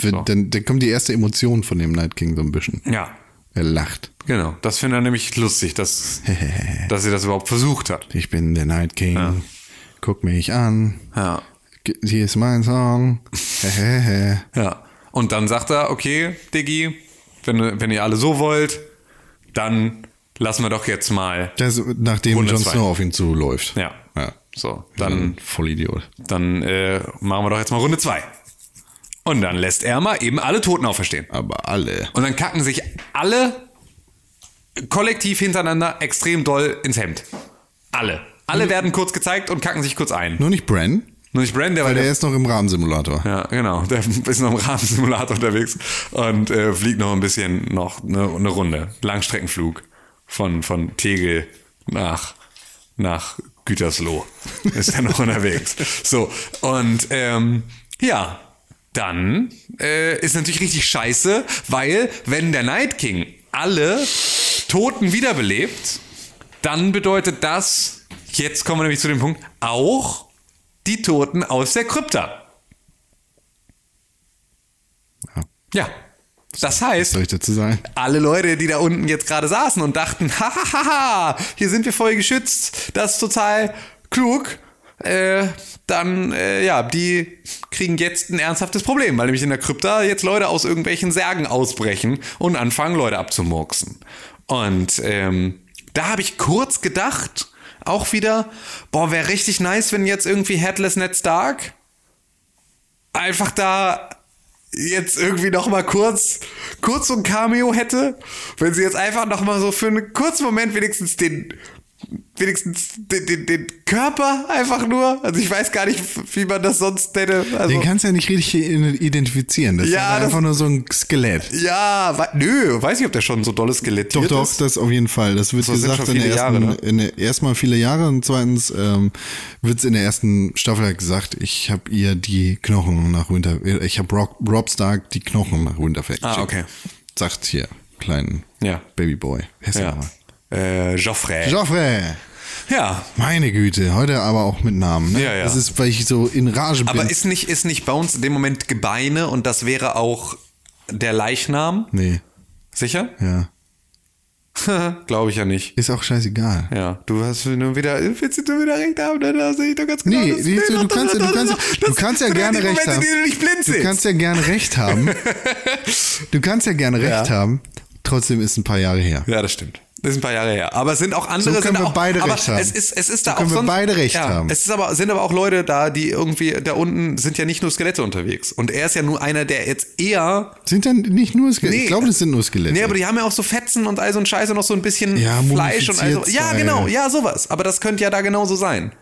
Speaker 3: Wenn- Dann, dann kommt die erste Emotion von dem Night King so ein bisschen.
Speaker 2: Ja.
Speaker 3: Er lacht.
Speaker 2: Genau, das finde ich nämlich lustig, dass, dass sie das überhaupt versucht hat.
Speaker 3: Ich bin der Night King. Guck mich an.
Speaker 2: Ja.
Speaker 3: G- Hier ist mein Song. Hehehe.
Speaker 2: ja. Und dann sagt er, okay, Diggi, wenn, du- wenn ihr alle so wollt, dann lassen wir doch jetzt mal.
Speaker 3: das, nachdem Jon
Speaker 2: Wunderzweig.
Speaker 3: Snow auf ihn zuläuft.
Speaker 2: Ja.
Speaker 3: ja.
Speaker 2: So,
Speaker 3: Dann
Speaker 2: dann,
Speaker 3: Vollidiot.
Speaker 2: dann äh, machen wir doch jetzt mal Runde zwei. Und dann lässt er mal eben alle Toten auferstehen.
Speaker 3: Aber alle.
Speaker 2: Und dann kacken sich alle kollektiv hintereinander extrem doll ins Hemd. Alle. Alle werden kurz gezeigt und kacken sich kurz ein.
Speaker 3: Nur nicht Bran.
Speaker 2: Nur nicht Brand, der war
Speaker 3: Weil der ist noch im Rahmensimulator.
Speaker 2: Ja, genau. <laughs> Der ist noch im Rahmensimulator unterwegs und äh, fliegt noch ein bisschen, noch eine, eine Runde. Langstreckenflug von, von Tegel nach, nach Gütersloh. <laughs> Ist er noch unterwegs. So, und ähm, ja, dann äh, ist natürlich richtig scheiße, weil wenn der Night King alle Toten wiederbelebt, dann bedeutet das, jetzt kommen wir nämlich zu dem Punkt, auch die Toten aus der Krypta.
Speaker 3: Ja.
Speaker 2: Ja. Das
Speaker 3: Was
Speaker 2: heißt,
Speaker 3: soll ich dazu sagen?
Speaker 2: alle Leute, die da unten jetzt gerade saßen und dachten, <laughs> hahaha, hier sind wir voll geschützt, das ist total klug, äh, dann, äh, ja, die kriegen jetzt ein ernsthaftes Problem, weil nämlich in der Krypta jetzt Leute aus irgendwelchen Särgen ausbrechen und anfangen, Leute abzumurksen. Und ähm, da habe ich kurz gedacht, auch wieder, boah, wäre richtig nice, wenn jetzt irgendwie Headless Ned Stark einfach da jetzt irgendwie noch mal kurz, kurz so ein Cameo hätte, wenn sie jetzt einfach noch mal so für einen kurzen Moment wenigstens den wenigstens den, den, den Körper einfach nur, also ich weiß gar nicht, wie man das sonst hätte. Also,
Speaker 3: Den kannst du ja nicht richtig identifizieren. Das
Speaker 2: Ja,
Speaker 3: ist halt
Speaker 2: das-
Speaker 3: einfach nur so ein Skelett.
Speaker 2: ja, we nö, weiß nicht, ob der schon so dolles Skelett
Speaker 3: Doch, doch, das auf jeden Fall. Das wird
Speaker 2: So, sind
Speaker 3: gesagt
Speaker 2: schon
Speaker 3: in der
Speaker 2: viele
Speaker 3: ersten,
Speaker 2: Jahre, ne?
Speaker 3: in der, erstmal viele Jahre und zweitens ähm, wird's in der ersten Staffel halt gesagt, ich habe ihr die Knochen nach Winter, äh, ich habe Rob, Rob Stark die Knochen nach Winterfell
Speaker 2: Ah, okay.
Speaker 3: geschickt. Sagt hier, kleinen
Speaker 2: Ja.
Speaker 3: Babyboy.
Speaker 2: Ja.
Speaker 3: Ja.
Speaker 2: Äh, Joffrey.
Speaker 3: Joffrey!
Speaker 2: ja,
Speaker 3: Meine Güte, heute aber auch mit Namen. Ne?
Speaker 2: Ja, ja.
Speaker 3: Das ist, weil ich so in Rage bin.
Speaker 2: aber ist nicht, ist nicht Bones in dem Moment Gebeine und das wäre auch der Leichnam?
Speaker 3: nee,
Speaker 2: Sicher? <laughs>
Speaker 3: ja.
Speaker 2: Glaube ich ja nicht.
Speaker 3: Ist auch scheißegal.
Speaker 2: Ja, du hast nur wieder, willst du nur wieder recht haben, dann sehe ich doch ganz genau,
Speaker 3: Nee,
Speaker 2: das-
Speaker 3: siehst du, du
Speaker 2: doch,
Speaker 3: kannst, ja-
Speaker 2: doch,
Speaker 3: du, kannst,
Speaker 2: doch,
Speaker 3: du
Speaker 2: das-
Speaker 3: kannst ja
Speaker 2: das sind
Speaker 3: gerne
Speaker 2: die
Speaker 3: recht
Speaker 2: Momente,
Speaker 3: haben.
Speaker 2: die du nicht blind
Speaker 3: Du
Speaker 2: siehst.
Speaker 3: kannst ja gerne recht haben. Du kannst ja gerne recht haben. Trotzdem ist ein paar Jahre her.
Speaker 2: Ja, das stimmt. Das ist ein paar Jahre her. Aber es sind auch andere.
Speaker 3: So können
Speaker 2: sind
Speaker 3: wir
Speaker 2: auch,
Speaker 3: beide
Speaker 2: aber
Speaker 3: recht haben.
Speaker 2: Es ist, es ist da
Speaker 3: So
Speaker 2: auch
Speaker 3: können wir
Speaker 2: sonst,
Speaker 3: beide recht
Speaker 2: ja,
Speaker 3: haben.
Speaker 2: Es ist aber, sind aber auch Leute da, die irgendwie da unten sind ja nicht nur Skelette unterwegs. Und er ist ja nur einer, der jetzt eher.
Speaker 3: Sind dann nicht nur Skelette? Ich glaube, das sind nur Skelette.
Speaker 2: Nee, aber die haben ja auch so Fetzen und all so ein Scheiß und noch so ein bisschen
Speaker 3: Ja,
Speaker 2: Fleisch und all so.
Speaker 3: mumifiziert
Speaker 2: Ja,
Speaker 3: Style.
Speaker 2: genau, ja, sowas. Aber das könnte ja da genauso sein.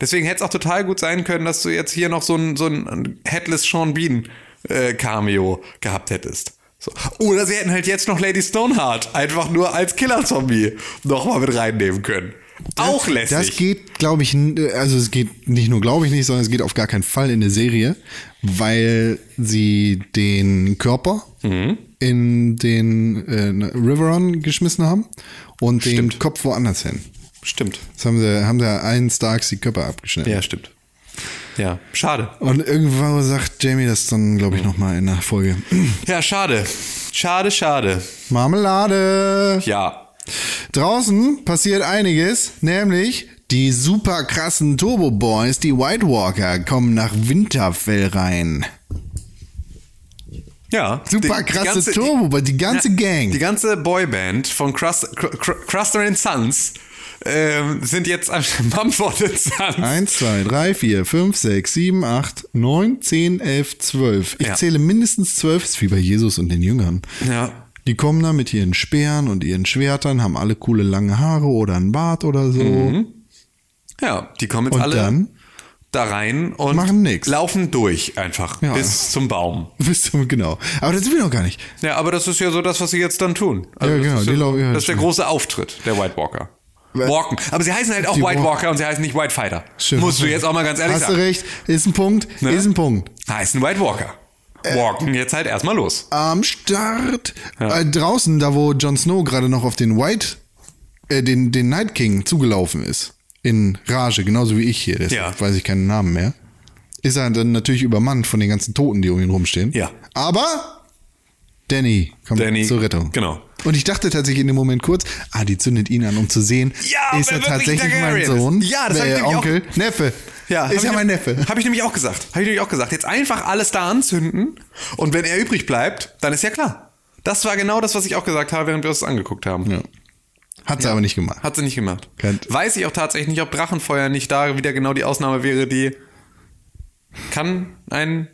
Speaker 2: Deswegen hätte es auch total gut sein können, dass du jetzt hier noch so ein, so ein Headless Sean Bean äh, Cameo gehabt hättest. So. Oder sie hätten halt jetzt noch Lady Stoneheart einfach nur als Killer-Zombie nochmal mit reinnehmen können. auch lässig.
Speaker 3: das geht, glaube ich, n- also es geht nicht nur, glaube ich nicht, sondern es geht auf gar keinen Fall in der Serie, weil sie den Körper
Speaker 2: Mhm.
Speaker 3: in den äh, Riveron geschmissen haben und den Kopf woanders hin.
Speaker 2: stimmt.
Speaker 3: Das haben sie, haben sie allen Starks die Köpfe abgeschnitten.
Speaker 2: Ja, stimmt. Ja, schade.
Speaker 3: Und irgendwann sagt Jamie das dann,
Speaker 2: Mhm.
Speaker 3: glaube ich, nochmal in der Folge. <clears throat>
Speaker 2: Ja, schade. Schade, schade.
Speaker 3: Marmelade!
Speaker 2: Ja.
Speaker 3: Draußen passiert einiges, nämlich die super krassen Turbo Boys, die White Walker, kommen nach Winterfell rein.
Speaker 2: Ja.
Speaker 3: Super
Speaker 2: die- die
Speaker 3: krasse
Speaker 2: ganze-
Speaker 3: Turbo, aber die ganze Gang.
Speaker 2: Die ganze Boyband von Crus- Cr- Cr- Cruster and Sons ähm, sind jetzt am <laughs> Mumford and Sons.
Speaker 3: 1, 2, 3, 4, 5, 6, 7, 8, 9, 10, 11, 12. Ich
Speaker 2: Ja.
Speaker 3: zähle mindestens 12, ist wie bei Jesus und den Jüngern.
Speaker 2: Ja.
Speaker 3: Die kommen da mit ihren Speeren und ihren Schwertern, haben alle coole lange Haare oder einen Bart oder so.
Speaker 2: Ja, die kommen jetzt
Speaker 3: Und
Speaker 2: Mhm. alle
Speaker 3: dann? <laughs>
Speaker 2: da rein und
Speaker 3: Machen nix.
Speaker 2: laufen durch einfach
Speaker 3: Ja.
Speaker 2: bis zum Baum.
Speaker 3: Wisst ihr, genau. Aber das sind wir noch gar nicht.
Speaker 2: Ja, aber das ist ja so das, was sie jetzt dann tun. Also
Speaker 3: Ja,
Speaker 2: das
Speaker 3: genau,
Speaker 2: Ist
Speaker 3: die laufen- ja,
Speaker 2: das ist der
Speaker 3: stimmt.
Speaker 2: große Auftritt der White Walker.
Speaker 3: Weil-
Speaker 2: Walken. Aber sie heißen halt auch
Speaker 3: Die
Speaker 2: White
Speaker 3: Walk-
Speaker 2: Walker und sie heißen nicht White Fighter.
Speaker 3: Schön.
Speaker 2: Musst du jetzt auch mal ganz ehrlich
Speaker 3: Hast
Speaker 2: sagen.
Speaker 3: du recht, ist ein Punkt,
Speaker 2: Ne?
Speaker 3: ist ein Punkt.
Speaker 2: Heißen White Walker.
Speaker 3: Äh.
Speaker 2: Walken jetzt halt erstmal los.
Speaker 3: Am Start. Äh, draußen, da wo Jon Snow gerade noch auf den White, äh, den, den Night King zugelaufen ist. In Rage, genauso wie ich hier. Deshalb
Speaker 2: Ja.
Speaker 3: weiß ich keinen Namen mehr. Ist er dann natürlich übermannt von den ganzen Toten, die um ihn rumstehen.
Speaker 2: Ja.
Speaker 3: Aber Danny kommt
Speaker 2: Danny,
Speaker 3: zur Rettung.
Speaker 2: genau.
Speaker 3: Und ich dachte tatsächlich in dem Moment kurz, ah, die zündet ihn an, um zu sehen,
Speaker 2: Ja,
Speaker 3: ist
Speaker 2: wer
Speaker 3: er
Speaker 2: wirklich
Speaker 3: tatsächlich mein
Speaker 2: Targaryen ist.
Speaker 3: Sohn?
Speaker 2: Ja, das hab ich
Speaker 3: äh,
Speaker 2: nämlich auch-
Speaker 3: Onkel, Neffe. ist ja mein Neffe.
Speaker 2: Habe ich nämlich auch gesagt. Habe ich nämlich auch gesagt. Jetzt einfach alles da anzünden und wenn er übrig bleibt, dann ist ja klar. Das war genau das, was ich auch gesagt habe, während wir uns das angeguckt haben.
Speaker 3: Ja. Hat sie aber nicht gemacht.
Speaker 2: Hat sie nicht gemacht.
Speaker 3: Kein-
Speaker 2: Weiß ich auch tatsächlich nicht, ob Drachenfeuer nicht da wieder genau die Ausnahme wäre, die kann ein.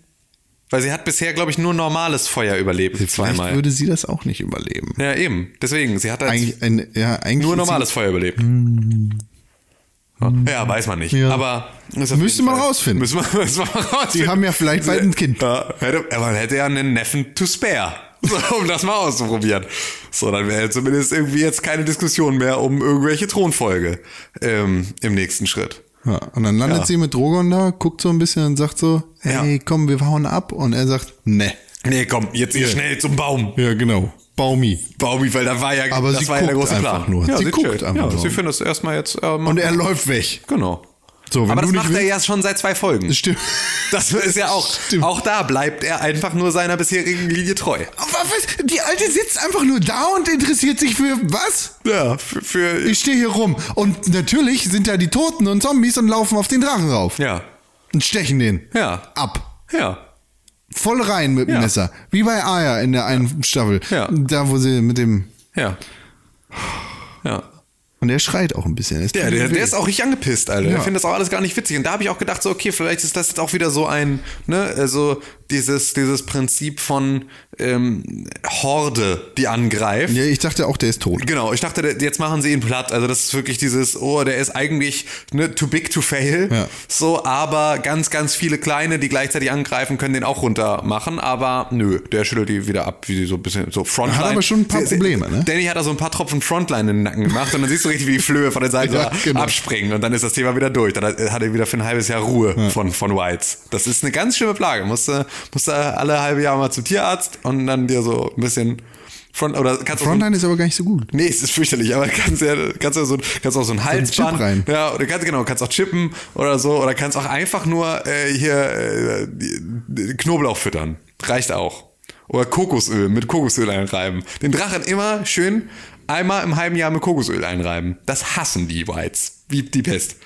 Speaker 2: Weil sie hat bisher, glaube ich, nur normales Feuer überlebt.
Speaker 3: Vielleicht
Speaker 2: zweimal.
Speaker 3: würde sie das auch nicht überleben.
Speaker 2: Ja, eben. Deswegen, sie hat halt als
Speaker 3: Eigentlich, ein, ja, eigentlich
Speaker 2: nur
Speaker 3: ist
Speaker 2: normales Feuer überlebt. Ja, weiß man nicht.
Speaker 3: Hm. Ja.
Speaker 2: Aber ist auf
Speaker 3: Müsste
Speaker 2: jeden
Speaker 3: man
Speaker 2: Fall-
Speaker 3: rausfinden.
Speaker 2: Müsste man, <laughs> müsste man rausfinden.
Speaker 3: Sie haben ja vielleicht bald ein Kind.
Speaker 2: Ja, hätte, aber man hätte ja einen Neffen to spare. <laughs> So, um das mal auszuprobieren. So, dann wäre zumindest irgendwie jetzt keine Diskussion mehr um irgendwelche Thronfolge ähm, im nächsten Schritt.
Speaker 3: sie. Ja, und dann landet
Speaker 2: Ja.
Speaker 3: sie mit Drogon da, guckt so ein bisschen und sagt so, hey,
Speaker 2: Ja.
Speaker 3: komm, wir hauen ab. Und er sagt, ne.
Speaker 2: Nee, komm, jetzt ihr schnell zum Baum.
Speaker 3: Ja, genau. Baumi.
Speaker 2: Baumi, weil da war ja,
Speaker 3: Aber
Speaker 2: das
Speaker 3: sie
Speaker 2: war ja der
Speaker 3: guckt
Speaker 2: große
Speaker 3: einfach
Speaker 2: Plan.
Speaker 3: nur.
Speaker 2: Ja,
Speaker 3: Sie guckt
Speaker 2: chillt.
Speaker 3: einfach
Speaker 2: Ja,
Speaker 3: nur.
Speaker 2: sie findet es erstmal jetzt. Ähm,
Speaker 3: Und er läuft weg.
Speaker 2: genau.
Speaker 3: So, wenn
Speaker 2: aber
Speaker 3: du
Speaker 2: das
Speaker 3: nicht
Speaker 2: macht er
Speaker 3: willst-
Speaker 2: ja schon seit zwei Folgen.
Speaker 3: Stimmt. <laughs>
Speaker 2: Das ist ja auch.
Speaker 3: Stimmt.
Speaker 2: Auch da bleibt er einfach nur seiner bisherigen Linie treu.
Speaker 3: Aber was? Die Alte sitzt einfach nur da und interessiert sich für was?
Speaker 2: Ja, für. für
Speaker 3: Ich stehe hier rum. Und natürlich sind da die Toten und Zombies und laufen auf den Drachen rauf.
Speaker 2: ja.
Speaker 3: Und stechen den.
Speaker 2: Ja.
Speaker 3: Ab.
Speaker 2: Ja.
Speaker 3: Voll rein mit dem
Speaker 2: Ja.
Speaker 3: Messer. Wie bei Aya in der einen Staffel.
Speaker 2: Ja.
Speaker 3: Da, wo sie mit dem.
Speaker 2: Ja. Ja.
Speaker 3: Und er schreit auch ein bisschen. Es
Speaker 2: Der,
Speaker 3: tut
Speaker 2: der,
Speaker 3: mir weh.
Speaker 2: der ist auch richtig angepisst, Alter.
Speaker 3: Ja.
Speaker 2: Ich finde das auch alles gar nicht witzig. Und da habe ich auch gedacht, so, okay, vielleicht ist das jetzt auch wieder so ein, ne, also dieses, dieses Prinzip von ähm, Horde, die angreift.
Speaker 3: Ja, ich dachte auch, der ist tot.
Speaker 2: Genau, ich dachte, der- jetzt machen sie ihn platt. Also das ist wirklich dieses, oh, der ist eigentlich ne, too big to fail.
Speaker 3: Ja.
Speaker 2: So, aber ganz, ganz viele Kleine, die gleichzeitig angreifen, können den auch runter machen. Aber nö, der schüttelt die wieder ab, wie sie so ein bisschen so Frontline.
Speaker 3: aber schon ein paar
Speaker 2: Sie- sie-
Speaker 3: Probleme, ne?
Speaker 2: Danny hat da so ein paar Tropfen Frontline in den Nacken gemacht und dann siehst du richtig, wie die Flöhe
Speaker 3: <laughs>
Speaker 2: von der Seite
Speaker 3: Ja,
Speaker 2: da
Speaker 3: genau.
Speaker 2: abspringen und dann ist das Thema wieder durch. Dann hat hat er wieder für ein halbes Jahr Ruhe von, von Whites. Das ist eine ganz schlimme Plage. Musst du, musst du alle halbe Jahr mal zum Tierarzt und dann dir so ein bisschen Front oder kannst du so ein-
Speaker 3: Frontline ist aber gar nicht so gut.
Speaker 2: Nee, es ist fürchterlich, aber kannst ja, kannst ja so, kannst auch so ein Halsband.
Speaker 3: Chip rein.
Speaker 2: Ja, oder kannst, genau, kannst auch chippen oder so, oder kannst auch einfach nur äh, hier äh, die- Knoblauch füttern. Reicht auch. Oder Kokosöl, mit Kokosöl einreiben. Den Drachen immer schön einmal im halben Jahr mit Kokosöl einreiben. Das hassen die Whites. Wie die Pest.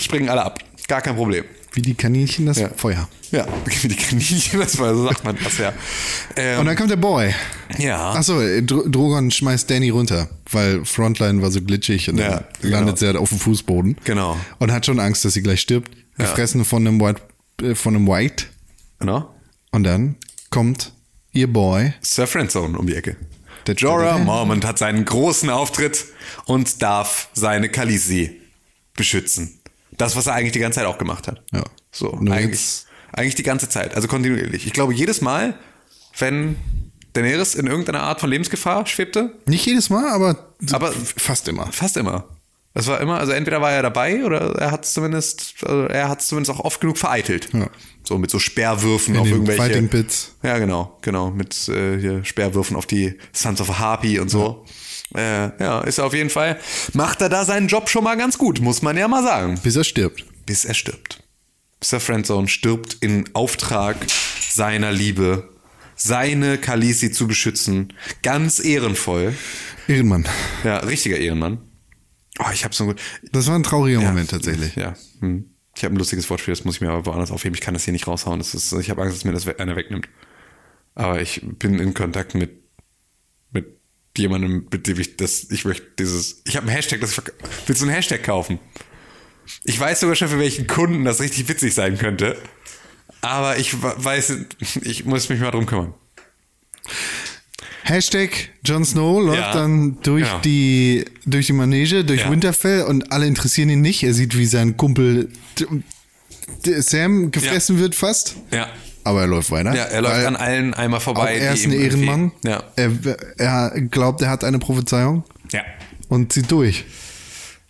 Speaker 2: Springen alle ab. Gar kein Problem.
Speaker 3: Wie die Kaninchen das
Speaker 2: Ja.
Speaker 3: Feuer.
Speaker 2: Ja, <laughs> die Kaninchen, das war, so sagt man das ja. Ähm,
Speaker 3: Und dann Also kommt der Boy.
Speaker 2: ja.
Speaker 3: Achso, Dr Drogon schmeißt Danny runter, weil Frontline war so glitschig und
Speaker 2: Ja,
Speaker 3: dann landet sie halt auf dem Fußboden.
Speaker 2: Genau.
Speaker 3: Und hat schon Angst, dass sie gleich stirbt. Gefressen von einem White. Äh, von einem White.
Speaker 2: Genau.
Speaker 3: Und dann kommt ihr Boy.
Speaker 2: Sir Friendzone um die Ecke.
Speaker 3: Der
Speaker 2: Jorah
Speaker 3: Jorah.
Speaker 2: Mormont hat seinen großen Auftritt und darf seine Khaleesi beschützen. Das, was er eigentlich die ganze Zeit auch gemacht hat.
Speaker 3: Ja.
Speaker 2: So,
Speaker 3: Nur
Speaker 2: eigentlich,
Speaker 3: jetzt-
Speaker 2: eigentlich die ganze Zeit, also kontinuierlich. Ich glaube, jedes Mal, wenn Daenerys in irgendeiner Art von Lebensgefahr schwebte,
Speaker 3: Nicht jedes Mal, aber,
Speaker 2: Aber-
Speaker 3: fast immer.
Speaker 2: fast immer. Das war immer, also entweder war er dabei oder er hat es zumindest, also er hat zumindest auch oft genug vereitelt.
Speaker 3: Ja.
Speaker 2: So mit so Speerwürfen
Speaker 3: In
Speaker 2: auf
Speaker 3: den
Speaker 2: irgendwelche.
Speaker 3: Fighting Pits.
Speaker 2: Ja, genau, genau. Mit äh, hier Speerwürfen auf die Sons of Harpy und so. Ja. Äh, ja, ist er auf jeden Fall. Macht er da seinen Job schon mal ganz gut, muss man ja mal sagen.
Speaker 3: Bis er stirbt.
Speaker 2: Bis er stirbt. Mr. Friendzone stirbt in Auftrag seiner Liebe, seine Khaleesi zu beschützen. Ganz ehrenvoll.
Speaker 3: Ehrenmann.
Speaker 2: Ja, richtiger Ehrenmann. Oh, ich habe so ein gut.
Speaker 3: Das war ein trauriger
Speaker 2: Ja.
Speaker 3: Moment tatsächlich.
Speaker 2: Ja. Hm. Ich habe ein lustiges Wort für das muss ich mir aber woanders aufheben. Ich kann das hier nicht raushauen. Das ist, ich habe Angst, dass mir das we- einer wegnimmt. Aber ich bin in Kontakt mit, mit jemandem, mit dem ich das, ich möchte dieses, ich habe einen Hashtag, das ich verk- willst du einen Hashtag kaufen? Ich weiß sogar schon, für welchen Kunden das richtig witzig sein könnte. Aber ich wa- weiß, ich muss mich mal drum kümmern.
Speaker 3: Hashtag Jon Snow läuft
Speaker 2: Ja,
Speaker 3: dann durch
Speaker 2: genau.
Speaker 3: die durch die Manege, durch
Speaker 2: Ja.
Speaker 3: Winterfell und alle interessieren ihn nicht. Er sieht, wie sein Kumpel d- d- Sam gefressen wird fast.
Speaker 2: Ja.
Speaker 3: Aber er läuft weiter.
Speaker 2: Ja, er läuft
Speaker 3: Weil
Speaker 2: an allen einmal
Speaker 3: auch
Speaker 2: vorbei.
Speaker 3: er
Speaker 2: die
Speaker 3: ist ein
Speaker 2: ihm irgendwie-
Speaker 3: Ehrenmann.
Speaker 2: Ja.
Speaker 3: Er, er glaubt, er hat eine Prophezeiung
Speaker 2: Ja.
Speaker 3: und zieht durch.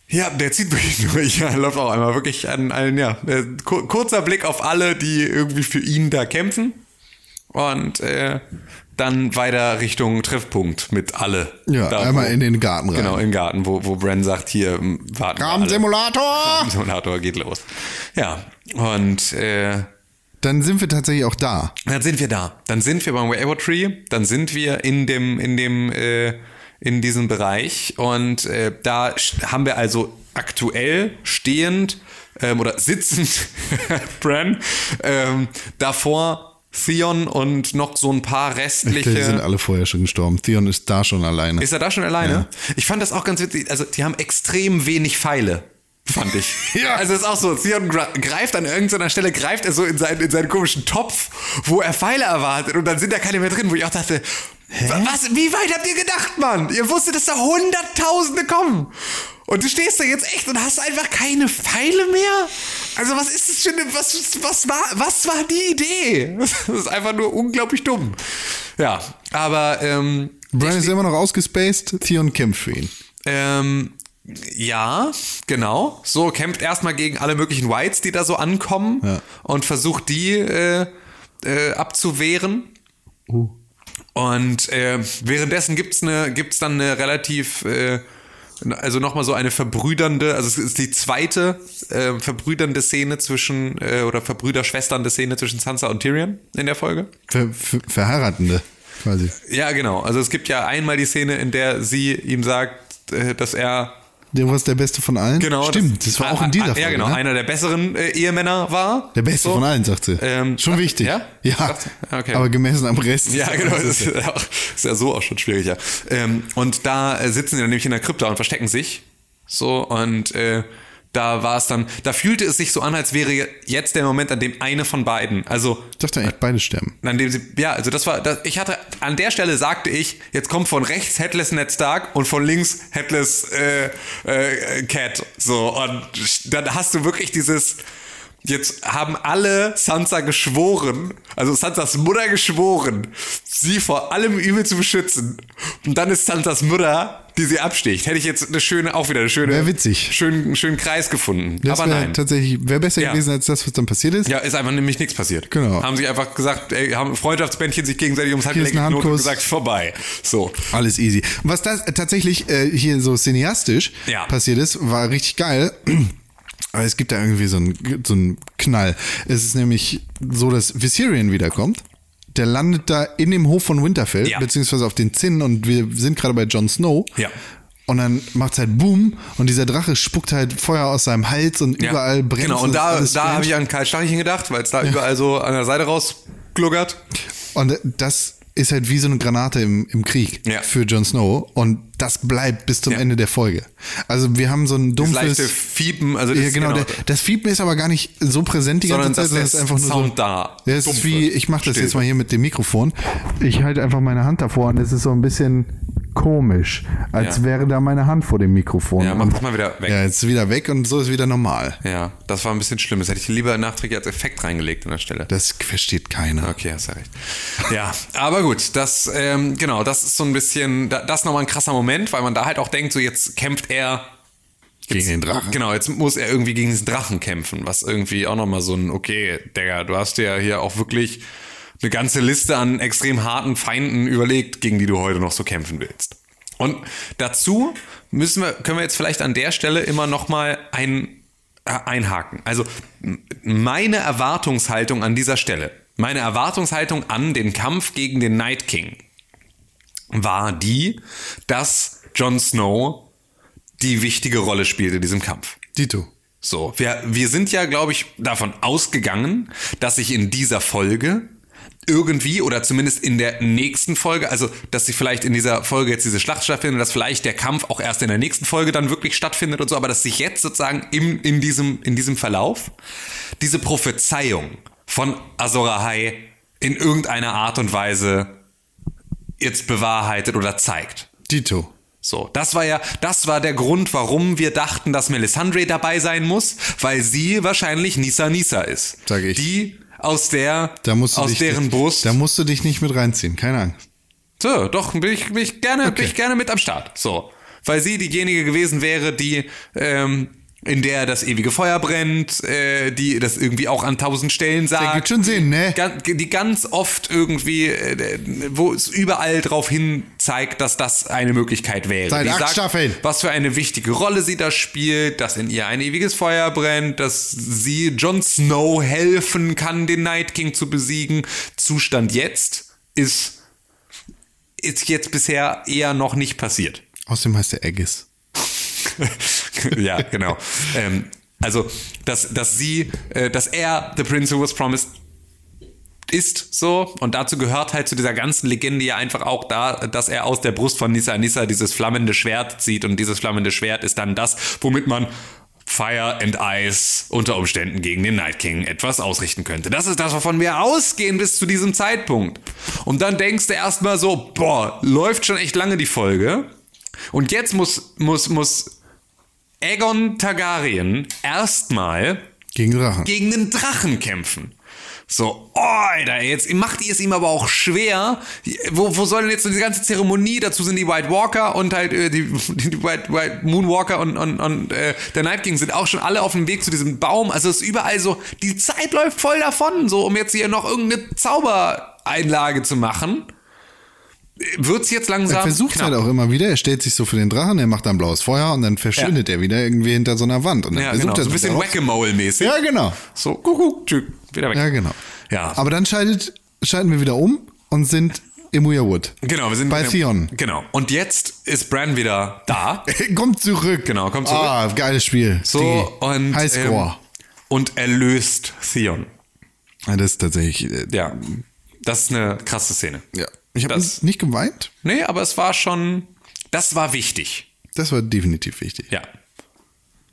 Speaker 2: Ja, der zieht wirklich <laughs> durch. Ja, er läuft auch einmal wirklich an allen, ja. Äh, kur- Kurzer Blick auf alle, die irgendwie für ihn da kämpfen. Und äh, dann weiter Richtung Treffpunkt mit alle.
Speaker 3: Ja,
Speaker 2: Da,
Speaker 3: einmal
Speaker 2: wo-
Speaker 3: in den Garten rein.
Speaker 2: Genau, im Garten, wo, wo Bran sagt, hier, m, warten wir alle.
Speaker 3: Simulator!
Speaker 2: <laughs> Simulator geht los. Ja, und äh,
Speaker 3: Dann sind wir tatsächlich auch da.
Speaker 2: dann sind wir da. Dann sind wir beim Wherever Tree. Dann sind wir in dem, in dem, äh, in diesem Bereich. Und äh, da sch- haben wir also aktuell stehend ähm, oder sitzend <laughs> Bran ähm, davor Theon und noch so ein paar
Speaker 3: Ich glaube, die sind
Speaker 2: restliche.
Speaker 3: alle vorher schon gestorben. Theon ist da schon alleine.
Speaker 2: Ist er da schon alleine? Ich fand das auch ganz witzig. Also, die haben extrem wenig Pfeile. Fand ich.
Speaker 3: Ja.
Speaker 2: Also es ist auch so, Theon gra- greift an irgendeiner Stelle, greift er so in seinen, in seinen komischen Topf, wo er Pfeile erwartet und dann sind da keine mehr drin, wo ich auch dachte, wa- was, wie weit habt ihr gedacht, Mann? Ihr wusstet, dass da Hunderttausende kommen. Und du stehst da jetzt echt und hast einfach keine Pfeile mehr? Also was ist das für eine, was, was, war, was war die Idee? <laughs> Das ist einfach nur unglaublich dumm. Ja, aber ähm,
Speaker 3: Bran ist immer noch ausgespaced. Theon kämpft für ihn.
Speaker 2: ähm, ja, genau. So kämpft erstmal gegen alle möglichen Whites, die da so ankommen
Speaker 3: Ja.
Speaker 2: und versucht die äh, äh, abzuwehren. Und äh, währenddessen gibt's ne, gibt's dann eine relativ, äh, also nochmal so eine verbrüdernde, also es ist die zweite äh, verbrüdernde Szene zwischen, äh, oder verbrüderschwesternde Szene zwischen Sansa und Tyrion in der Folge.
Speaker 3: Ver, ver, Verheiratende quasi.
Speaker 2: Ja, genau. Also es gibt ja einmal die Szene, in der sie ihm sagt, äh, dass er
Speaker 3: Der war der Beste von allen.
Speaker 2: Genau.
Speaker 3: Stimmt, das, war auch in dieser
Speaker 2: Ah, ah,
Speaker 3: Folge.
Speaker 2: Ja, genau.
Speaker 3: ne?
Speaker 2: Einer der besseren äh, Ehemänner war.
Speaker 3: Der Beste
Speaker 2: So.
Speaker 3: von allen, sagt sie.
Speaker 2: Ähm,
Speaker 3: schon
Speaker 2: ach,
Speaker 3: wichtig.
Speaker 2: ja?
Speaker 3: Ja.
Speaker 2: Sagt sie? Okay.
Speaker 3: Aber gemessen am Rest.
Speaker 2: Ja, genau. Das ist ja, auch, ist ja so auch schon schwierig, ja. Ähm, und da äh, sitzen sie dann nämlich in der Krypta und verstecken sich. So, und äh, da war es dann, da fühlte es sich so an, als wäre jetzt der Moment, an dem eine von beiden, also
Speaker 3: Ich dachte eigentlich, beide sterben.
Speaker 2: an dem sie, ja, also das war, das, ich hatte, an der Stelle sagte ich, jetzt kommt von rechts Headless Ned Stark und von links Headless äh, äh, Cat. So, und dann hast du wirklich dieses, jetzt haben alle Sansa geschworen, also Sansas Mutter geschworen, sie vor allem Übel zu beschützen. Und dann ist Sansas Mutter, die sie absticht. Hätte ich jetzt eine schöne, auch wieder eine schöne,
Speaker 3: Wär witzig.
Speaker 2: Schönen, schönen Kreis gefunden.
Speaker 3: Das
Speaker 2: Aber
Speaker 3: wäre
Speaker 2: nein.
Speaker 3: tatsächlich wäre besser
Speaker 2: Ja.
Speaker 3: gewesen als das, was dann passiert ist.
Speaker 2: Ja, ist einfach nämlich nichts passiert.
Speaker 3: Genau.
Speaker 2: Haben sich einfach gesagt, ey, haben Freundschaftsbändchen sich gegenseitig ums
Speaker 3: Hier
Speaker 2: Handgelenk
Speaker 3: ist ein
Speaker 2: geknotet und
Speaker 3: Handkuss.
Speaker 2: gesagt, vorbei. So.
Speaker 3: Alles easy. Was das äh, tatsächlich äh, hier so cineastisch
Speaker 2: Ja.
Speaker 3: passiert ist, war richtig geil. <clears throat> Aber es gibt da irgendwie so einen, so einen Knall. Es ist nämlich so, dass Viserion wiederkommt. Der landet da in dem Hof von Winterfell,
Speaker 2: Ja.
Speaker 3: beziehungsweise auf den Zinnen und wir sind gerade bei Jon Snow.
Speaker 2: Ja.
Speaker 3: Und dann macht es halt Boom und dieser Drache spuckt halt Feuer aus seinem Hals und
Speaker 2: Ja.
Speaker 3: überall brennt
Speaker 2: Genau, und
Speaker 3: es
Speaker 2: da,
Speaker 3: alles
Speaker 2: da
Speaker 3: brennt.
Speaker 2: habe ich an Karl Stachelchen gedacht, weil es da überall so an der Seite rausgluckert.
Speaker 3: Und das ist halt wie so eine Granate im, im Krieg
Speaker 2: Ja.
Speaker 3: für Jon Snow. Und das bleibt bis zum
Speaker 2: Ja.
Speaker 3: Ende der Folge. Also wir haben so ein
Speaker 2: Das
Speaker 3: dumpfes.
Speaker 2: leichte Fiepen, also das
Speaker 3: ja, genau. Der, das Fiepen ist aber gar nicht so präsent die
Speaker 2: Sondern
Speaker 3: ganze Zeit,
Speaker 2: dass
Speaker 3: sondern
Speaker 2: der
Speaker 3: es ist einfach nur so.
Speaker 2: Sound da
Speaker 3: Ja, es
Speaker 2: dumpf
Speaker 3: ist wie,
Speaker 2: wird.
Speaker 3: ich mache das
Speaker 2: Still
Speaker 3: jetzt mal hier mit dem Mikrofon. Ich halte einfach meine Hand davor und es ist so ein bisschen komisch, als
Speaker 2: Ja.
Speaker 3: wäre da meine Hand vor dem Mikrofon.
Speaker 2: ja, mach
Speaker 3: Und-
Speaker 2: das mal wieder weg.
Speaker 3: ja, jetzt ist wieder weg und so ist wieder normal.
Speaker 2: Ja. das war ein bisschen schlimm. Das hätte ich lieber nachträglich als Effekt reingelegt an der Stelle.
Speaker 3: Das versteht keiner.
Speaker 2: Okay, hast ja recht. Ja, aber gut, das, ähm, genau, das ist so ein bisschen, da, das ist nochmal ein krasser Moment, weil man da halt auch denkt, so jetzt kämpft er
Speaker 3: Gegen den Drachen.
Speaker 2: Genau, jetzt muss er irgendwie gegen diesen Drachen kämpfen, was irgendwie auch nochmal so ein, okay, Digga, du hast dir ja hier auch wirklich eine ganze Liste an extrem harten Feinden überlegt, gegen die du heute noch so kämpfen willst. Und dazu müssen wir, können wir jetzt vielleicht an der Stelle immer nochmal ein, äh, einhaken. Also m- meine Erwartungshaltung an dieser Stelle, meine Erwartungshaltung an den Kampf gegen den Night King war die, dass Jon Snow die wichtige Rolle spielt in diesem Kampf.
Speaker 3: Dito.
Speaker 2: So, wir, wir sind ja, glaube ich, davon ausgegangen, dass sich in dieser Folge irgendwie oder zumindest in der nächsten Folge, also dass sie vielleicht in dieser Folge jetzt diese Schlacht stattfindet, dass vielleicht der Kampf auch erst in der nächsten Folge dann wirklich stattfindet und so, aber dass sich jetzt sozusagen im, in, diesem, in diesem Verlauf diese Prophezeiung von Azorahai in irgendeiner Art und Weise jetzt bewahrheitet oder zeigt.
Speaker 3: Dito.
Speaker 2: So, das war ja, das war der Grund, warum wir dachten, dass Melisandre dabei sein muss, weil sie wahrscheinlich Nisa Nisa ist.
Speaker 3: Sag ich.
Speaker 2: Die aus der,
Speaker 3: Da musst du
Speaker 2: aus
Speaker 3: dich,
Speaker 2: deren Brust.
Speaker 3: Da musst du dich nicht mit reinziehen, keine Angst.
Speaker 2: So, doch, bin ich, bin ich gerne, bin
Speaker 3: Okay.
Speaker 2: ich gerne mit am Start. So. Weil sie diejenige gewesen wäre, die, ähm, in der das ewige Feuer brennt, äh, die das irgendwie auch an tausend Stellen sagt.
Speaker 3: Geht schon sehen, ne?
Speaker 2: Gan- die ganz oft irgendwie, äh, wo es überall drauf hin zeigt, dass das eine Möglichkeit wäre.
Speaker 3: Seit
Speaker 2: die
Speaker 3: acht Staffeln.
Speaker 2: was für eine wichtige Rolle sie da spielt, dass in ihr ein ewiges Feuer brennt, dass sie Jon Snow helfen kann, den Night King zu besiegen. Zustand jetzt ist, ist jetzt bisher eher noch nicht passiert. <laughs>
Speaker 3: Außerdem heißt der Eggis.
Speaker 2: ja, genau. ähm, also, dass, dass sie, äh, dass er The Prince Who Was Promised ist so und dazu gehört halt zu dieser ganzen Legende ja einfach auch da, dass er aus der Brust von Nissa Nissa dieses flammende Schwert zieht und dieses flammende Schwert ist dann das, womit man Fire and Ice unter Umständen gegen den Night King etwas ausrichten könnte. Das ist das, wovon wir ausgehen bis zu diesem Zeitpunkt. Und dann denkst du erstmal so, boah, läuft schon echt lange die Folge. Und jetzt muss, muss, muss Aegon Targaryen erstmal
Speaker 3: Gegen Drachen.
Speaker 2: gegen den Drachen kämpfen. So, oh, Alter, jetzt macht ihr es ihm aber auch schwer. Wo, wo soll denn jetzt so diese ganze Zeremonie? Dazu sind die White Walker und halt äh, die, <laughs> die White, White Moonwalker und, und, und äh, der Night King sind auch schon alle auf dem Weg zu diesem Baum. Also es ist überall so, die Zeit läuft voll davon, so um jetzt hier noch irgendeine Zaubereinlage zu machen. Wird es jetzt langsam.
Speaker 3: Er versucht
Speaker 2: knapp.
Speaker 3: halt auch immer wieder, er stellt sich so für den Drachen, er macht dann blaues Feuer und dann verschwindet er wieder irgendwie hinter so einer Wand. Und dann
Speaker 2: Ja,
Speaker 3: versucht
Speaker 2: genau.
Speaker 3: er
Speaker 2: So ein bisschen
Speaker 3: wieder
Speaker 2: Whack-a-Mole-mäßig.
Speaker 3: raus- Ja, genau.
Speaker 2: So, Kuckuck, tschüss, wieder weg.
Speaker 3: Ja, genau.
Speaker 2: Ja.
Speaker 3: Aber dann schaltet, schalten wir wieder um und sind im Wood.
Speaker 2: Genau, wir sind
Speaker 3: Bei Theon.
Speaker 2: Genau. Und jetzt ist Bran wieder da.
Speaker 3: <laughs> kommt zurück.
Speaker 2: Genau, kommt zurück.
Speaker 3: Ah, geiles Spiel.
Speaker 2: So
Speaker 3: Die
Speaker 2: und
Speaker 3: Highscore.
Speaker 2: ähm, und erlöst Theon.
Speaker 3: ja, das ist tatsächlich. Äh,
Speaker 2: Ja, das ist eine krasse Szene.
Speaker 3: ja. Ich habe
Speaker 2: Das-
Speaker 3: nicht, nicht geweint.
Speaker 2: Nee, aber es war schon, das war wichtig.
Speaker 3: Das war definitiv wichtig.
Speaker 2: Ja.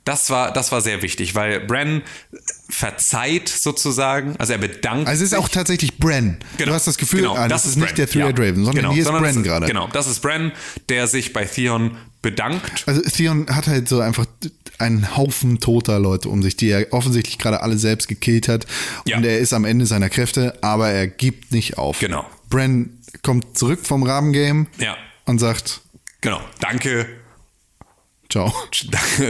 Speaker 2: Das war, das war sehr wichtig, weil Bran verzeiht sozusagen, also er bedankt
Speaker 3: Also es ist auch tatsächlich Bran.
Speaker 2: Genau.
Speaker 3: Du hast das Gefühl,
Speaker 2: Genau,
Speaker 3: ah, das, ist nicht
Speaker 2: Bran.
Speaker 3: der Three-Eyed
Speaker 2: Ja.
Speaker 3: Raven, sondern
Speaker 2: Genau,
Speaker 3: hier ist
Speaker 2: sondern das
Speaker 3: Bran gerade.
Speaker 2: Genau, das ist Bran, der sich bei Theon bedankt.
Speaker 3: Also Theon hat halt so einfach einen Haufen toter Leute um sich, die er offensichtlich gerade alle selbst gekillt hat.
Speaker 2: Ja.
Speaker 3: Und er ist am Ende seiner Kräfte, aber er gibt nicht auf.
Speaker 2: Genau.
Speaker 3: Bran kommt zurück vom Raben-Game
Speaker 2: Ja.
Speaker 3: und sagt,
Speaker 2: Genau, danke, <laughs>
Speaker 3: <laughs> ciao.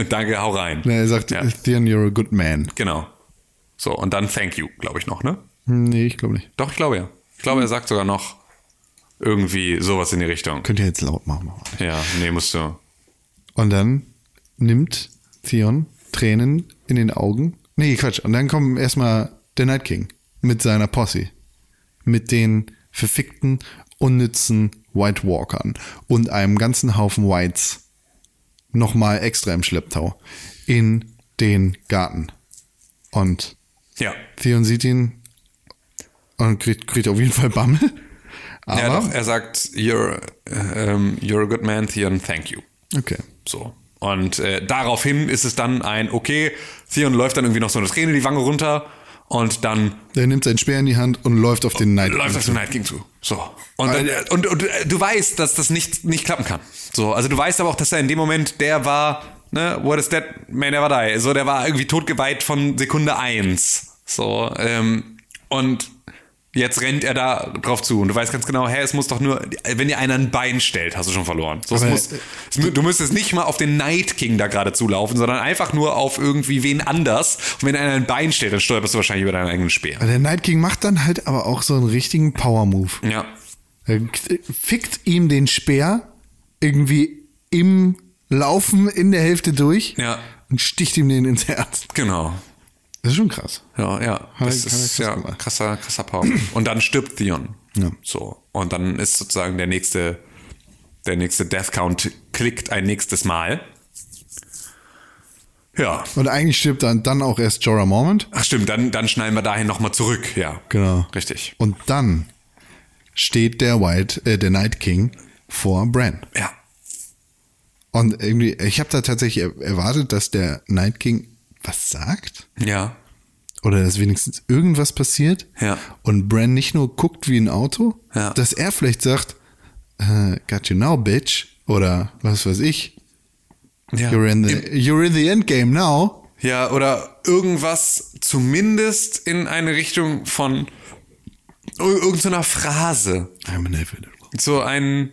Speaker 2: danke, hau rein.
Speaker 3: Nee, Er sagt,
Speaker 2: Ja.
Speaker 3: Theon, you're a good man.
Speaker 2: Genau. So, und dann Thank you, glaube ich noch, ne?
Speaker 3: Hm, Nee, ich glaube nicht.
Speaker 2: Doch, ich glaube ja. Ich glaube, er sagt sogar noch irgendwie sowas in die Richtung.
Speaker 3: Könnt ihr jetzt laut machen. aber-
Speaker 2: Ja, nee, musst du.
Speaker 3: Und dann nimmt Theon Tränen in den Augen. Nee, Quatsch. Und dann kommen erstmal der Night King mit seiner Posse. Mit den verfickten, unnützen White Walkern und einem ganzen Haufen Whites nochmal extra im Schlepptau in den Garten. Und
Speaker 2: Ja.
Speaker 3: Theon sieht ihn und kriegt, kriegt auf jeden Fall Bammel. Aber,
Speaker 2: ja, doch, er sagt, you're, äh, ähm, you're a good man, Theon, thank you.
Speaker 3: okay.
Speaker 2: So. Und äh, daraufhin ist es dann ein, okay, Theon läuft dann irgendwie noch so eine Träne die Wange runter und dann
Speaker 3: Er nimmt sein Speer in die Hand und läuft auf den Night
Speaker 2: läuft
Speaker 3: King
Speaker 2: das dem Night King zu. So. Und, dann, und, und äh, du weißt, dass das nicht, nicht klappen kann. So, also du weißt aber auch, dass er in dem Moment, der war, ne, what is that man never die. So, der war irgendwie totgeweiht von Sekunde 1. So, ähm, und jetzt rennt er da drauf zu und du weißt ganz genau, hä, es muss doch nur, wenn dir einer ein Bein stellt, hast du schon verloren. So, es
Speaker 3: Aber, äh,
Speaker 2: muss, es, mü- du müsstest nicht mal auf den Night King da gerade zulaufen, sondern einfach nur auf irgendwie wen anders. Und wenn einer ein Bein stellt, dann stolperst du wahrscheinlich über deinen eigenen Speer.
Speaker 3: Aber der Night King macht dann halt aber auch so einen richtigen Power-Move.
Speaker 2: Ja.
Speaker 3: Er k- fickt ihm den Speer irgendwie im Laufen in der Hälfte durch
Speaker 2: Ja.
Speaker 3: und sticht ihm den ins Herz.
Speaker 2: Genau.
Speaker 3: Das ist schon krass.
Speaker 2: Ja, ja.
Speaker 3: er-
Speaker 2: Das ist
Speaker 3: hat er krass
Speaker 2: ja
Speaker 3: gemacht.
Speaker 2: krasser, krasser Power. Und dann stirbt Theon.
Speaker 3: Ja.
Speaker 2: So. Und dann ist sozusagen der nächste, der nächste Death Count klickt ein nächstes Mal. Ja.
Speaker 3: Und eigentlich stirbt dann, dann auch erst Jorah Mormont.
Speaker 2: Ach stimmt, dann, dann schneiden wir dahin nochmal zurück, ja.
Speaker 3: Genau.
Speaker 2: Richtig.
Speaker 3: Und dann steht der White, äh, der Night King vor Bran.
Speaker 2: Ja.
Speaker 3: Und irgendwie, ich habe da tatsächlich er- erwartet, dass der Night King was sagt
Speaker 2: Ja.
Speaker 3: oder dass wenigstens irgendwas passiert
Speaker 2: Ja.
Speaker 3: und Bran nicht nur guckt wie ein Auto,
Speaker 2: Ja.
Speaker 3: dass er vielleicht sagt, äh, got you now, bitch, oder was weiß ich,
Speaker 2: ja.
Speaker 3: you're, in the, you're in the endgame now.
Speaker 2: Ja, oder irgendwas zumindest in eine Richtung von ir- irgendeiner Phrase.
Speaker 3: I'm inevitable.
Speaker 2: So ein.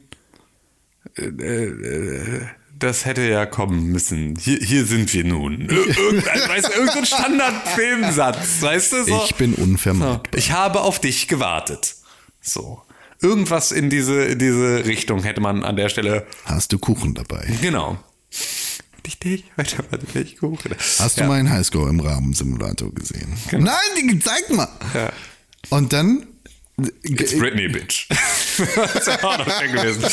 Speaker 2: Äh, äh, das hätte ja kommen müssen. Hier, hier sind wir nun. Ir- <laughs> Irgendein, weißt, du, irgendein Standard-Filmsatz, weißt du? So.
Speaker 3: Ich bin
Speaker 2: Oh. So,
Speaker 3: unvermeidbar.
Speaker 2: ich habe auf dich gewartet. So. Irgendwas in diese, in diese Richtung hätte man an der Stelle.
Speaker 3: Hast du Kuchen dabei?
Speaker 2: Genau. Dich, dich, weiter, weiter, dich, Kuchen.
Speaker 3: Hast du meinen Highscore im Rahmensimulator gesehen? Nein, die zeig mal.
Speaker 2: Genau. Ja.
Speaker 3: Und dann
Speaker 2: It's Britney, Bitch. <laughs> das wäre auch noch schön gewesen.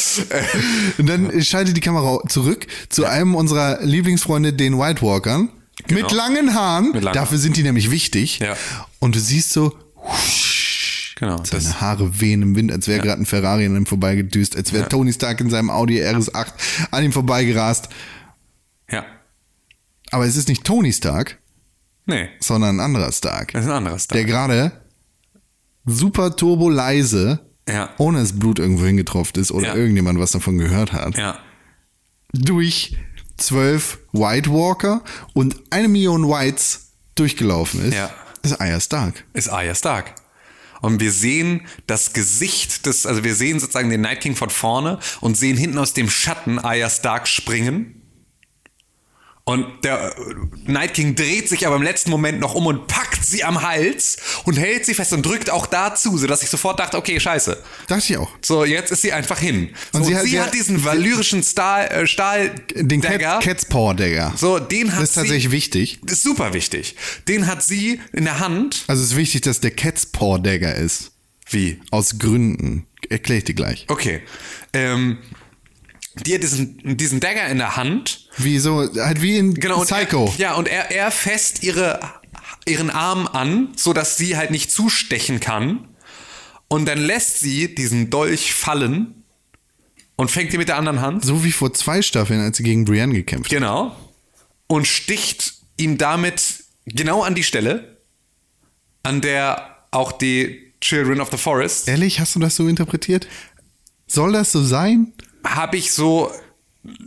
Speaker 3: Und dann schaltet die Kamera zurück zu einem unserer Lieblingsfreunde, den White Walkern. Mit langen Haaren.
Speaker 2: Genau. Mit langen
Speaker 3: Dafür sind die nämlich wichtig.
Speaker 2: Ja.
Speaker 3: Und du siehst so, husch,
Speaker 2: Genau,
Speaker 3: seine
Speaker 2: das-
Speaker 3: Haare wehen im Wind, als wäre gerade ein Ferrari an ihm vorbeigedüst, als wäre Tony Stark in seinem Audi RS8 an ihm vorbeigerast.
Speaker 2: Ja.
Speaker 3: Aber es ist nicht Tony Stark,
Speaker 2: Nee,
Speaker 3: sondern ein anderer Stark,
Speaker 2: das ist ein anderes
Speaker 3: der
Speaker 2: Tag.
Speaker 3: gerade super turbo leise,
Speaker 2: Ja.
Speaker 3: ohne dass Blut irgendwo hingetropft ist oder
Speaker 2: Ja.
Speaker 3: irgendjemand was davon gehört hat,
Speaker 2: Ja.
Speaker 3: durch zwölf White Walker und eine Million Whites durchgelaufen ist,
Speaker 2: Ja.
Speaker 3: ist Arya Stark.
Speaker 2: ist Arya Stark. Und wir sehen das Gesicht des, also wir sehen sozusagen den Night King von vorne und sehen hinten aus dem Schatten Arya Stark springen. Und der äh, Night King dreht sich aber im letzten Moment noch um und packt sie am Hals und hält sie fest und drückt auch dazu, sodass ich sofort dachte, okay, scheiße.
Speaker 3: Dachte ich auch.
Speaker 2: So, jetzt ist sie einfach hin. So,
Speaker 3: Und
Speaker 2: und
Speaker 3: sie
Speaker 2: sie,
Speaker 3: hat- sie hat-
Speaker 2: hat diesen valyrischen Stahl, äh, Stahl
Speaker 3: Den Cat, Cat's Paw Dagger.
Speaker 2: so, den hat
Speaker 3: das ist
Speaker 2: sie.
Speaker 3: tatsächlich wichtig.
Speaker 2: Das ist super wichtig. Den hat sie in der Hand.
Speaker 3: Also es ist wichtig, dass der Cat's Paw Dagger ist.
Speaker 2: Wie?
Speaker 3: Aus Gründen. Erkläre ich dir gleich.
Speaker 2: Okay. Ähm, die hat diesen, diesen Dagger in der Hand.
Speaker 3: Wie so, halt wie in
Speaker 2: Genau. Und
Speaker 3: Psycho.
Speaker 2: Er, ja, und er, er fest ihre, ihren Arm an, sodass sie halt nicht zustechen kann. Und dann lässt sie diesen Dolch fallen und fängt ihn mit der anderen Hand.
Speaker 3: So wie vor zwei Staffeln, als sie gegen Brienne gekämpft hat.
Speaker 2: Genau. Und sticht ihm damit genau an die Stelle, an der auch die Children of the Forest
Speaker 3: Ehrlich, hast du das so interpretiert? Soll das so sein?
Speaker 2: habe ich so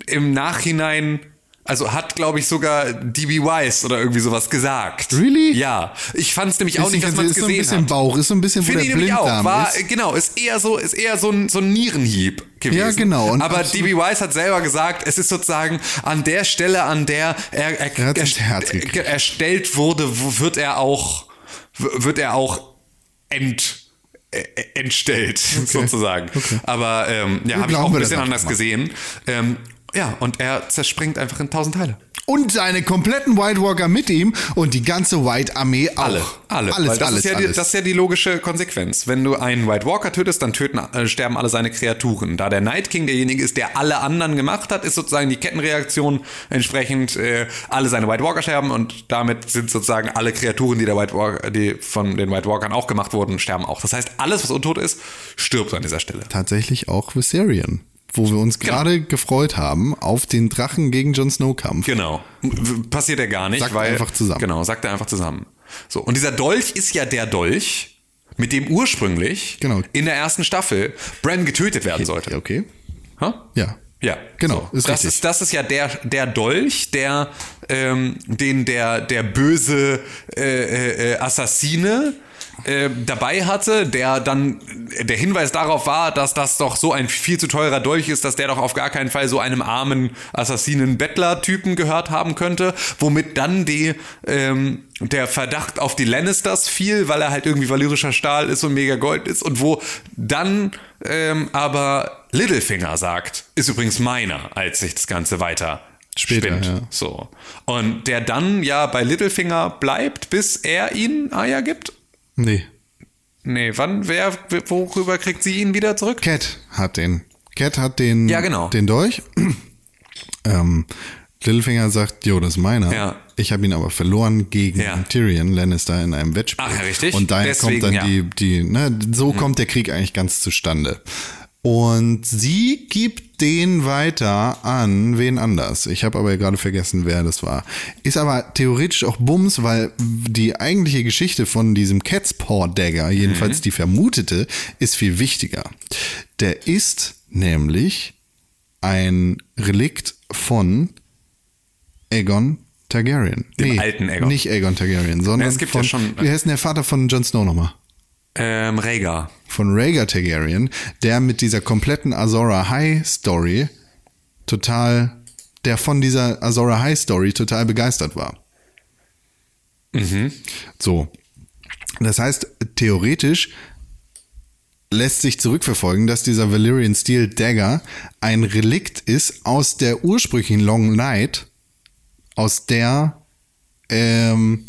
Speaker 2: im Nachhinein, also hat, glaube ich, sogar DB Wise oder irgendwie sowas gesagt.
Speaker 3: Really?
Speaker 2: Ja. Ich fand es nämlich auch
Speaker 3: Ist
Speaker 2: nicht, dass man es
Speaker 3: ist so ein
Speaker 2: gesehen
Speaker 3: bisschen
Speaker 2: hat.
Speaker 3: Bauch, ist so ein bisschen, wo
Speaker 2: Finde ich
Speaker 3: der
Speaker 2: nämlich auch.
Speaker 3: Blinddarm
Speaker 2: War,
Speaker 3: ist.
Speaker 2: Genau, ist eher so, ist eher so ein, so ein Nierenhieb gewesen.
Speaker 3: Ja, genau. Und
Speaker 2: Aber
Speaker 3: absolut-
Speaker 2: DB Wise hat selber gesagt, es ist sozusagen an der Stelle, an der er, er,
Speaker 3: Er hat's ins Herz
Speaker 2: er-
Speaker 3: gekriegt.
Speaker 2: erstellt wurde, wo- wird er auch, w- wird er auch ent, äh, entstellt, sozusagen. Aber ähm, ja, habe ich
Speaker 3: glauben
Speaker 2: auch ein
Speaker 3: wir das
Speaker 2: bisschen
Speaker 3: einfach
Speaker 2: anders
Speaker 3: mal.
Speaker 2: gesehen. Ähm, ja, und er zerspringt einfach in tausend Teile.
Speaker 3: Und seine kompletten White Walker mit ihm und die ganze White Armee auch.
Speaker 2: Alle, alle. Weil
Speaker 3: Alles,
Speaker 2: das,
Speaker 3: alles,
Speaker 2: ist ja
Speaker 3: alles.
Speaker 2: Die, das ist ja die logische Konsequenz. Wenn du einen White Walker tötest, dann töten, äh, sterben alle seine Kreaturen. Da der Night King derjenige ist, der alle anderen gemacht hat, ist sozusagen die Kettenreaktion entsprechend äh, alle seine White Walker sterben und damit sind sozusagen alle Kreaturen, die, der White Walker, die von den White Walkern auch gemacht wurden, sterben auch. Das heißt, alles, was untot ist, stirbt an dieser Stelle.
Speaker 3: Tatsächlich auch Viserion, wo wir uns
Speaker 2: Genau.
Speaker 3: gerade gefreut haben auf den Drachen gegen Jon Snow Kampf.
Speaker 2: Genau. W- Passiert ja gar nicht.
Speaker 3: Sagt
Speaker 2: weil,
Speaker 3: einfach zusammen.
Speaker 2: Genau, sagt er einfach zusammen. So, und dieser Dolch ist ja der Dolch, mit dem ursprünglich
Speaker 3: Genau.
Speaker 2: in der ersten Staffel Bran getötet werden sollte.
Speaker 3: Okay.
Speaker 2: Ha?
Speaker 3: Ja.
Speaker 2: Ja,
Speaker 3: Genau,
Speaker 2: So.
Speaker 3: ist
Speaker 2: das,
Speaker 3: richtig.
Speaker 2: ist, das ist ja der, der Dolch, der, ähm, den der, der böse äh, äh, äh, Assassine äh, dabei hatte, der dann der Hinweis darauf war, dass das doch so ein viel zu teurer Dolch ist, dass der doch auf gar keinen Fall so einem armen Assassinen-Bettler-Typen gehört haben könnte, womit dann die, ähm, der Verdacht auf die Lannisters fiel, weil er halt irgendwie valyrischer Stahl ist und mega Gold ist und wo dann ähm, aber Littlefinger sagt, ist übrigens meiner, als sich das Ganze weiter
Speaker 3: Später,
Speaker 2: spinnt.
Speaker 3: ja.
Speaker 2: So. Und der dann ja bei Littlefinger bleibt, bis er ihn Aya gibt.
Speaker 3: Nee.
Speaker 2: Nee, wann, wer, worüber kriegt sie ihn wieder zurück?
Speaker 3: Cat hat den. Cat hat den,
Speaker 2: Ja, genau.
Speaker 3: den Dolch. <clears throat> ähm, Littlefinger sagt, jo, das ist meiner.
Speaker 2: Ja.
Speaker 3: Ich habe ihn aber verloren gegen
Speaker 2: Ja.
Speaker 3: Tyrion Lannister in einem Wettspiel.
Speaker 2: Ach, ja, richtig.
Speaker 3: Und daher
Speaker 2: Deswegen,
Speaker 3: kommt dann
Speaker 2: ja. Hm.
Speaker 3: die, die ne, so kommt der Krieg eigentlich ganz zustande. Und sie gibt den weiter an wen anders. Ich habe aber gerade vergessen, wer das war. Ist aber theoretisch auch Bums, weil die eigentliche Geschichte von diesem Cat's Paw Dagger,
Speaker 2: Mhm.
Speaker 3: jedenfalls die vermutete, ist viel wichtiger. Der ist nämlich ein Relikt von Aegon Targaryen.
Speaker 2: Dem alten Aegon.
Speaker 3: Nicht Aegon Targaryen, sondern
Speaker 2: es gibt
Speaker 3: von,
Speaker 2: ja schon-
Speaker 3: wie heißt denn der Vater von Jon Snow nochmal?
Speaker 2: Ähm, Rhaegar.
Speaker 3: Von Rhaegar Targaryen, der mit dieser kompletten Azora High Story total, der von dieser Azora High Story total begeistert war.
Speaker 2: Mhm.
Speaker 3: So. Das heißt, theoretisch lässt sich zurückverfolgen, dass dieser Valyrian Steel Dagger ein Relikt ist aus der ursprünglichen Long Night, aus der ähm,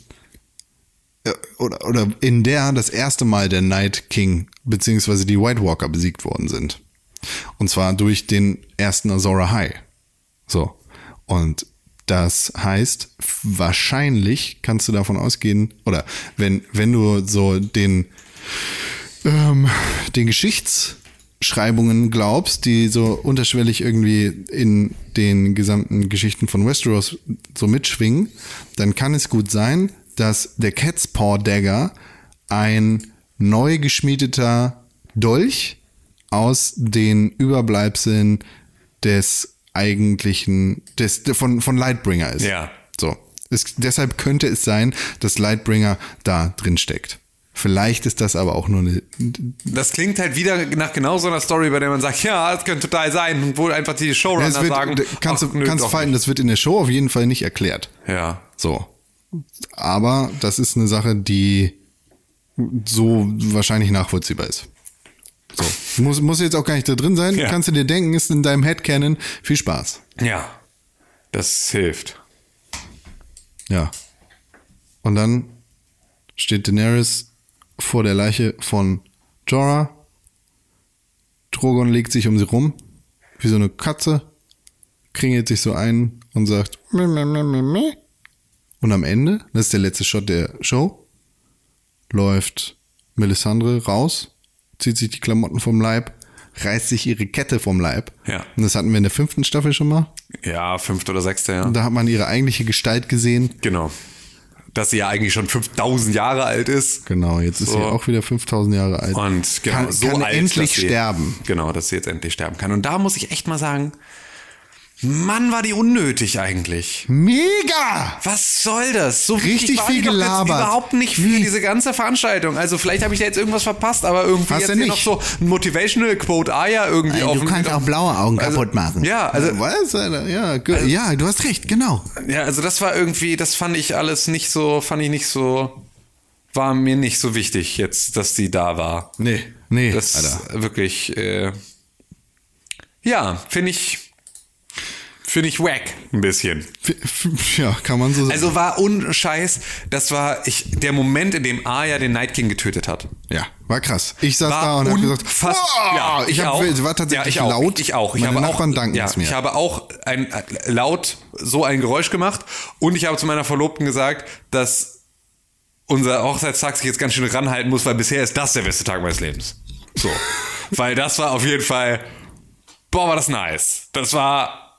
Speaker 3: äh, oder, oder in der das erste Mal der Night King beziehungsweise die White Walker besiegt worden sind. Und zwar durch den ersten Azora High. So. Und das heißt, f- wahrscheinlich kannst du davon ausgehen, oder wenn, wenn du so den, ähm, den Geschichtsschreibungen glaubst, die so unterschwellig irgendwie in den gesamten Geschichten von Westeros so mitschwingen, dann kann es gut sein, dass der Cat's Paw Dagger ein neu geschmiedeter Dolch aus den Überbleibseln des eigentlichen, des, von, von Lightbringer ist.
Speaker 2: Ja.
Speaker 3: So. Es, deshalb könnte es sein, dass Lightbringer da drin steckt. Vielleicht ist das aber auch nur eine.
Speaker 2: Das klingt halt wieder nach genau so einer Story, bei der man sagt, ja, das könnte total sein, und wo einfach die Showrunner
Speaker 3: Es wird, äh,
Speaker 2: sagen,
Speaker 3: kannst
Speaker 2: ach,
Speaker 3: du
Speaker 2: nö,
Speaker 3: kannst
Speaker 2: doch
Speaker 3: fallen, das wird in der Show auf jeden Fall nicht erklärt.
Speaker 2: nicht. Ja.
Speaker 3: So. Aber das ist eine Sache, die so wahrscheinlich nachvollziehbar ist. So. Muss, muss jetzt auch gar nicht da drin sein.
Speaker 2: Ja.
Speaker 3: Kannst du dir denken, ist in deinem Headcanon. Viel Spaß.
Speaker 2: Ja. Das hilft.
Speaker 3: Ja. Und dann steht Daenerys vor der Leiche von Jorah. Drogon legt sich um sie rum, wie so eine Katze, kringelt sich so ein und sagt meh, meh, meh, meh, meh. Und am Ende, das ist der letzte Shot der Show, läuft Melisandre raus, zieht sich die Klamotten vom Leib, reißt sich ihre Kette vom Leib.
Speaker 2: Ja.
Speaker 3: Und das hatten wir in der fünften Staffel schon mal.
Speaker 2: Ja, fünfte oder sechste, ja.
Speaker 3: Da hat man ihre eigentliche Gestalt gesehen.
Speaker 2: Genau. Dass sie ja eigentlich schon 5000 Jahre alt ist.
Speaker 3: Genau, jetzt ist
Speaker 2: So.
Speaker 3: sie auch wieder 5000 Jahre alt.
Speaker 2: Und genau,
Speaker 3: kann,
Speaker 2: so
Speaker 3: kann
Speaker 2: alt,
Speaker 3: endlich
Speaker 2: dass sie,
Speaker 3: sterben.
Speaker 2: Genau, dass sie jetzt endlich sterben kann. Und da muss ich echt mal sagen, Mann, war die unnötig eigentlich.
Speaker 3: Mega!
Speaker 2: Was soll das? So
Speaker 3: Richtig
Speaker 2: wichtig war
Speaker 3: viel
Speaker 2: die doch jetzt
Speaker 3: gelabert.
Speaker 2: Überhaupt nicht für diese ganze Veranstaltung. Also vielleicht habe ich da jetzt irgendwas verpasst, aber irgendwie
Speaker 3: Hast
Speaker 2: jetzt
Speaker 3: du
Speaker 2: hier noch
Speaker 3: nicht.
Speaker 2: so ein Motivational Quote Aya irgendwie auf dem-
Speaker 3: blaue Augen
Speaker 2: Also, ja, also-
Speaker 3: was? Alter? Ja, gut. ja, du hast recht, genau.
Speaker 2: Ja, also das war irgendwie, das fand ich alles nicht so, fand ich nicht so, war mir nicht so wichtig jetzt, dass die da war.
Speaker 3: Nee, nee,
Speaker 2: Das
Speaker 3: Alter.
Speaker 2: wirklich, äh, ja, finde ich, finde ich wack ein bisschen.
Speaker 3: F- f- Ja, kann man so sagen.
Speaker 2: Also war unscheiß, das war ich, der Moment, in dem Arya den Night King getötet hat.
Speaker 3: ja, war krass. Ich saß
Speaker 2: War
Speaker 3: da und hab gesagt,
Speaker 2: unfass-
Speaker 3: "Wow!"
Speaker 2: ja, ich,
Speaker 3: hab-
Speaker 2: auch.
Speaker 3: war
Speaker 2: ja,
Speaker 3: tatsächlich
Speaker 2: ich auch,
Speaker 3: laut.
Speaker 2: Ich auch. Ich
Speaker 3: Meine
Speaker 2: habe
Speaker 3: Nachbarn
Speaker 2: auch,
Speaker 3: danken
Speaker 2: ja,
Speaker 3: es mir.
Speaker 2: Ich habe auch ein, äh, laut so ein Geräusch gemacht und ich habe zu meiner Verlobten gesagt, dass unser Hochzeitstag sich jetzt ganz schön ranhalten muss, weil bisher ist das der beste Tag meines Lebens.
Speaker 3: <laughs>
Speaker 2: So. weil das war auf jeden Fall, boah, war das nice. Das war,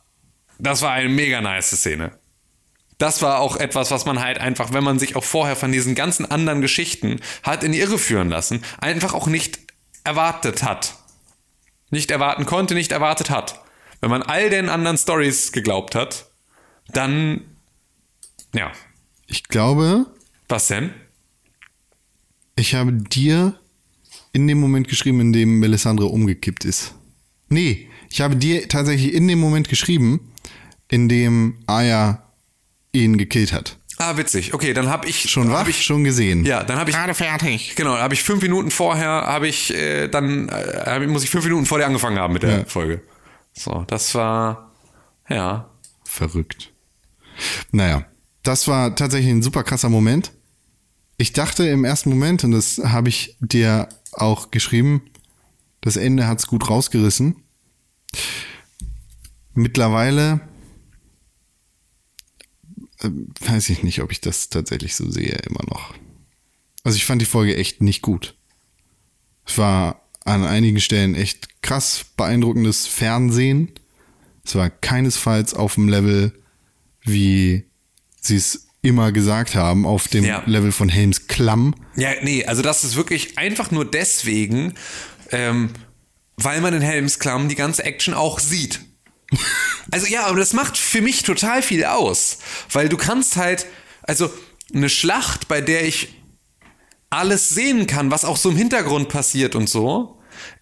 Speaker 2: das war eine mega nice Szene das war auch etwas, was man halt einfach, wenn man sich auch vorher von diesen ganzen anderen Geschichten hat in die Irre führen lassen, einfach auch nicht erwartet hat. Nicht erwarten konnte, nicht erwartet hat. Wenn man all den anderen Stories geglaubt hat, dann, ja,
Speaker 3: ich glaube,
Speaker 2: was denn?
Speaker 3: ich habe dir in dem Moment geschrieben, in dem Melisandre umgekippt ist. Nee, ich habe dir tatsächlich in dem Moment geschrieben, in dem Aya ihn gekillt hat.
Speaker 2: Ah, witzig. Okay, dann habe ich
Speaker 3: Schon wach, schon gesehen.
Speaker 2: Ja, dann habe ich gerade fertig. Genau, habe ich fünf Minuten vorher, habe ich äh, dann äh, hab ich- muss ich fünf Minuten vorher angefangen haben mit der
Speaker 3: Ja.
Speaker 2: Folge. So, das war ja
Speaker 3: Verrückt. Naja, das war tatsächlich ein super krasser Moment. Ich dachte im ersten Moment, und das habe ich dir auch geschrieben, das Ende hat's gut rausgerissen. Mittlerweile ähm, weiß ich nicht, ob ich das tatsächlich so sehe immer noch. Also ich fand die Folge echt nicht gut. Es war an einigen Stellen echt krass beeindruckendes Fernsehen. Es war keinesfalls auf dem Level, wie sie es immer gesagt haben, auf dem
Speaker 2: Ja.
Speaker 3: Level von Helms Klamm.
Speaker 2: Ja, nee, also das ist wirklich einfach nur deswegen, ähm, weil man in Helms Klamm die ganze Action auch
Speaker 3: <laughs>
Speaker 2: sieht. Also ja, aber das macht für mich total viel aus, weil du kannst halt, also eine Schlacht, bei der ich alles sehen kann, was auch so im Hintergrund passiert und so,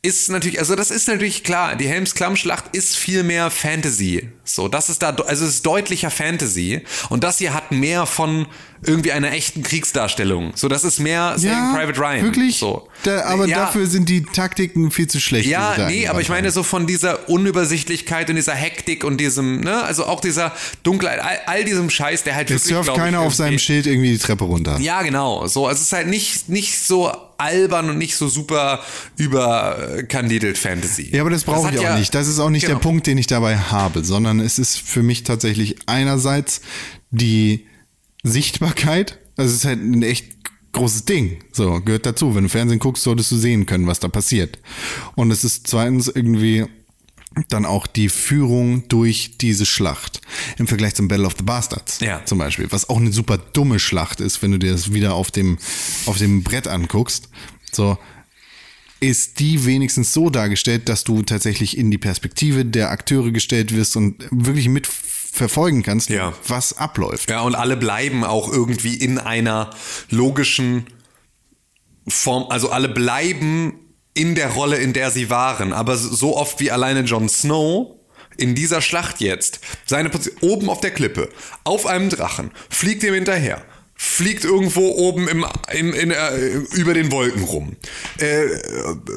Speaker 2: ist natürlich, also das ist natürlich klar, die Helms-Klamm-Schlacht ist viel mehr Fantasy. So, das ist da, also es ist deutlicher Fantasy. Und das hier hat mehr von irgendwie einer echten Kriegsdarstellung. So, das ist mehr Saving Private Ryan.
Speaker 3: wirklich.
Speaker 2: So.
Speaker 3: Da, aber
Speaker 2: Ja.
Speaker 3: dafür sind die Taktiken viel zu schlecht. die sie
Speaker 2: Ja,
Speaker 3: da
Speaker 2: nee, aber ich
Speaker 3: eingebaut
Speaker 2: meine so von dieser Unübersichtlichkeit und dieser Hektik und diesem, ne, also auch dieser Dunkelheit, all, all diesem Scheiß, der halt
Speaker 3: Es
Speaker 2: wirklich,
Speaker 3: surft
Speaker 2: glaub ich,
Speaker 3: keiner auf
Speaker 2: irgendwie-
Speaker 3: seinem Schild irgendwie die Treppe runter.
Speaker 2: Ja, genau. So, also es ist halt nicht, nicht so albern und nicht so super überkandidelt Fantasy.
Speaker 3: Ja, aber das brauche
Speaker 2: hat
Speaker 3: ich auch
Speaker 2: ja-
Speaker 3: nicht. Das ist auch nicht
Speaker 2: genau.
Speaker 3: der Punkt, den ich dabei habe, sondern es ist für mich tatsächlich einerseits die Sichtbarkeit. Das ist halt ein echt großes Ding. So, gehört dazu. Wenn du Fernsehen guckst, solltest du sehen können, was da passiert. Und es ist zweitens irgendwie dann auch die Führung durch diese Schlacht im Vergleich zum Battle of the Bastards
Speaker 2: Ja.
Speaker 3: zum Beispiel, was auch eine super dumme Schlacht ist, wenn du dir das wieder auf dem auf dem Brett anguckst. So, ist die wenigstens so dargestellt, dass du tatsächlich in die Perspektive der Akteure gestellt wirst und wirklich mitverfolgen kannst,
Speaker 2: Ja.
Speaker 3: was abläuft.
Speaker 2: Ja, und alle bleiben auch irgendwie in einer logischen Form, also alle bleiben in der Rolle, in der sie waren. Aber so oft wie alleine Jon Snow in dieser Schlacht jetzt, seine Position oben auf der Klippe, auf einem Drachen, fliegt ihm hinterher. Fliegt irgendwo oben im, im, in, äh, über den Wolken rum. Äh,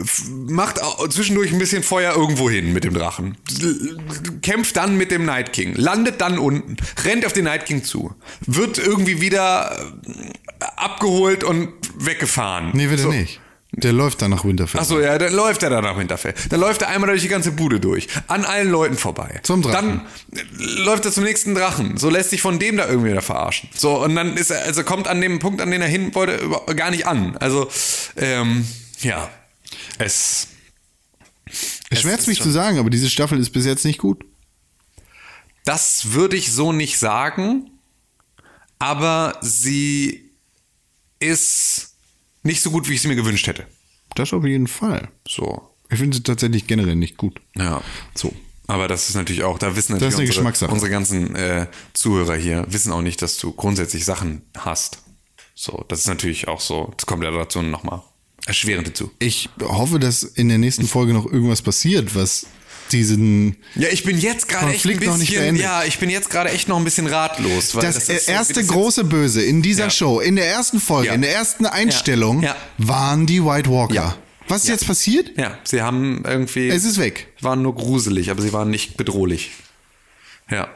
Speaker 2: f- macht au- zwischendurch ein bisschen Feuer irgendwo hin mit dem Drachen. L- Kämpft dann mit dem Night King. Landet dann unten. Rennt auf den Night King zu. Wird irgendwie wieder äh, abgeholt und weggefahren.
Speaker 3: Nee, wird
Speaker 2: so.
Speaker 3: er nicht. Der läuft dann nach Winterfell.
Speaker 2: Achso, ja, dann läuft er danach Winterfell. Dann läuft er einmal durch die ganze Bude durch. An allen Leuten vorbei.
Speaker 3: Zum Drachen.
Speaker 2: Dann äh, läuft er zum nächsten Drachen. So lässt sich von dem da irgendwie wieder verarschen. So, und dann ist er, also kommt an dem Punkt, an den er hin wollte, über- gar nicht an. Also, ähm, ja. Es.
Speaker 3: es
Speaker 2: es
Speaker 3: schmerzt
Speaker 2: ist
Speaker 3: mich
Speaker 2: schon-
Speaker 3: zu sagen, aber diese Staffel ist bis jetzt nicht gut.
Speaker 2: Das würde ich so nicht sagen, aber sie ist nicht so gut, wie ich sie mir gewünscht hätte.
Speaker 3: Das auf jeden Fall.
Speaker 2: So.
Speaker 3: Ich finde sie tatsächlich generell nicht gut.
Speaker 2: Ja.
Speaker 3: So.
Speaker 2: Aber das ist natürlich auch, da wissen
Speaker 3: Das ist
Speaker 2: natürlich
Speaker 3: eine
Speaker 2: unsere,
Speaker 3: Geschmackssache.
Speaker 2: unsere ganzen äh, Zuhörer hier, wissen auch nicht, dass du grundsätzlich Sachen hast. So, das ist natürlich auch so, das kommt der Relation nochmal erschwerend dazu.
Speaker 3: Ich hoffe, dass in der nächsten Folge noch irgendwas passiert, was diesen
Speaker 2: Ja, ich bin jetzt gerade echt ein
Speaker 3: Konflikt noch nicht
Speaker 2: bisschen,
Speaker 3: beendet.
Speaker 2: ja, ich bin jetzt gerade echt noch ein bisschen ratlos. Weil das,
Speaker 3: das,
Speaker 2: ist so, wie
Speaker 3: erste
Speaker 2: das jetzt-
Speaker 3: große Böse in dieser
Speaker 2: Ja.
Speaker 3: Show, in der ersten Folge,
Speaker 2: Ja.
Speaker 3: in der ersten Einstellung,
Speaker 2: Ja.
Speaker 3: waren die White Walker.
Speaker 2: Ja.
Speaker 3: Was ist
Speaker 2: Ja.
Speaker 3: jetzt passiert?
Speaker 2: Ja, sie haben irgendwie.
Speaker 3: Es ist weg.
Speaker 2: waren nur gruselig, aber sie waren nicht bedrohlich. Ja.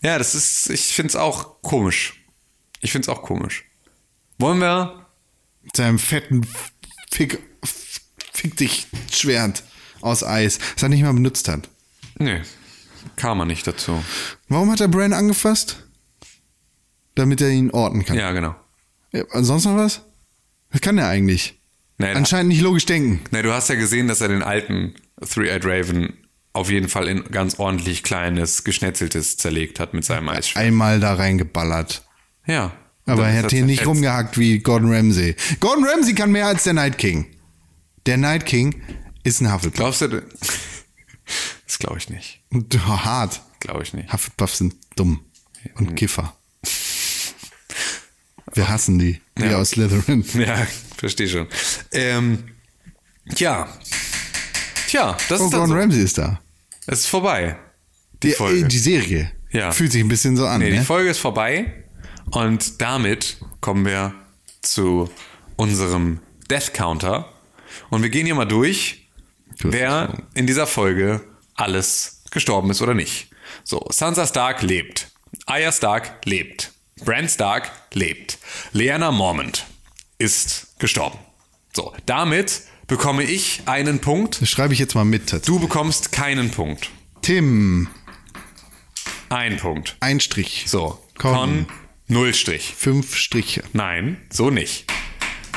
Speaker 2: Ja, das ist, ich find's auch komisch. Ich find's auch komisch. Wollen wir?
Speaker 3: Mit seinem fetten Fick, Fick dich Schwert aus Eis, das er nicht mal benutzt hat.
Speaker 2: Nee, kam man nicht dazu.
Speaker 3: Warum hat er Bran angefasst? Damit er ihn orten kann.
Speaker 2: Ja, genau.
Speaker 3: Ja, sonst noch was? Was kann er eigentlich?
Speaker 2: Nein,
Speaker 3: Anscheinend nicht logisch denken.
Speaker 2: Nee, du hast ja gesehen, dass er den alten Three-Eyed Raven auf jeden Fall in ganz ordentlich kleines, geschnetzeltes zerlegt hat mit seinem Eisschwert.
Speaker 3: Einmal da reingeballert.
Speaker 2: Ja.
Speaker 3: Aber
Speaker 2: Dann
Speaker 3: er
Speaker 2: ist
Speaker 3: hat hier nicht
Speaker 2: zerfetzt.
Speaker 3: rumgehackt wie Gordon Ramsay. Gordon Ramsay kann mehr als der Night King. Der Night King ist ein Hufflepuff.
Speaker 2: Glaubst du? du- <laughs> Das glaube ich nicht.
Speaker 3: Und <laughs> Hart.
Speaker 2: Glaube ich nicht.
Speaker 3: Hufflepuffs sind dumm. Und Kiffer. Wir hassen die. Wir
Speaker 2: Ja.
Speaker 3: aus Slytherin.
Speaker 2: Ja, verstehe schon. Ähm, tja. Tja, das
Speaker 3: Oh,
Speaker 2: ist dann
Speaker 3: Gordon
Speaker 2: so.
Speaker 3: Ramsay ist da.
Speaker 2: Es ist vorbei. Die
Speaker 3: Die,
Speaker 2: Folge.
Speaker 3: äh, die Serie.
Speaker 2: Ja.
Speaker 3: Fühlt sich ein bisschen so an.
Speaker 2: nee, die
Speaker 3: ne?
Speaker 2: Folge ist vorbei. Und damit kommen wir zu unserem Death Counter. Und wir gehen hier mal durch,
Speaker 3: Du hast
Speaker 2: wer in dieser Folge alles gestorben ist oder nicht. So, Sansa Stark lebt. Arya Stark lebt. Bran Stark lebt. Lyanna Mormont ist gestorben. So, damit bekomme ich einen Punkt.
Speaker 3: Das schreibe ich jetzt mal mit. dazu.
Speaker 2: Du bekommst keinen Punkt.
Speaker 3: Tim,
Speaker 2: Ein Punkt.
Speaker 3: ein Strich.
Speaker 2: So,
Speaker 3: Con.
Speaker 2: Con Null Strich.
Speaker 3: Fünf Striche.
Speaker 2: Nein, so nicht.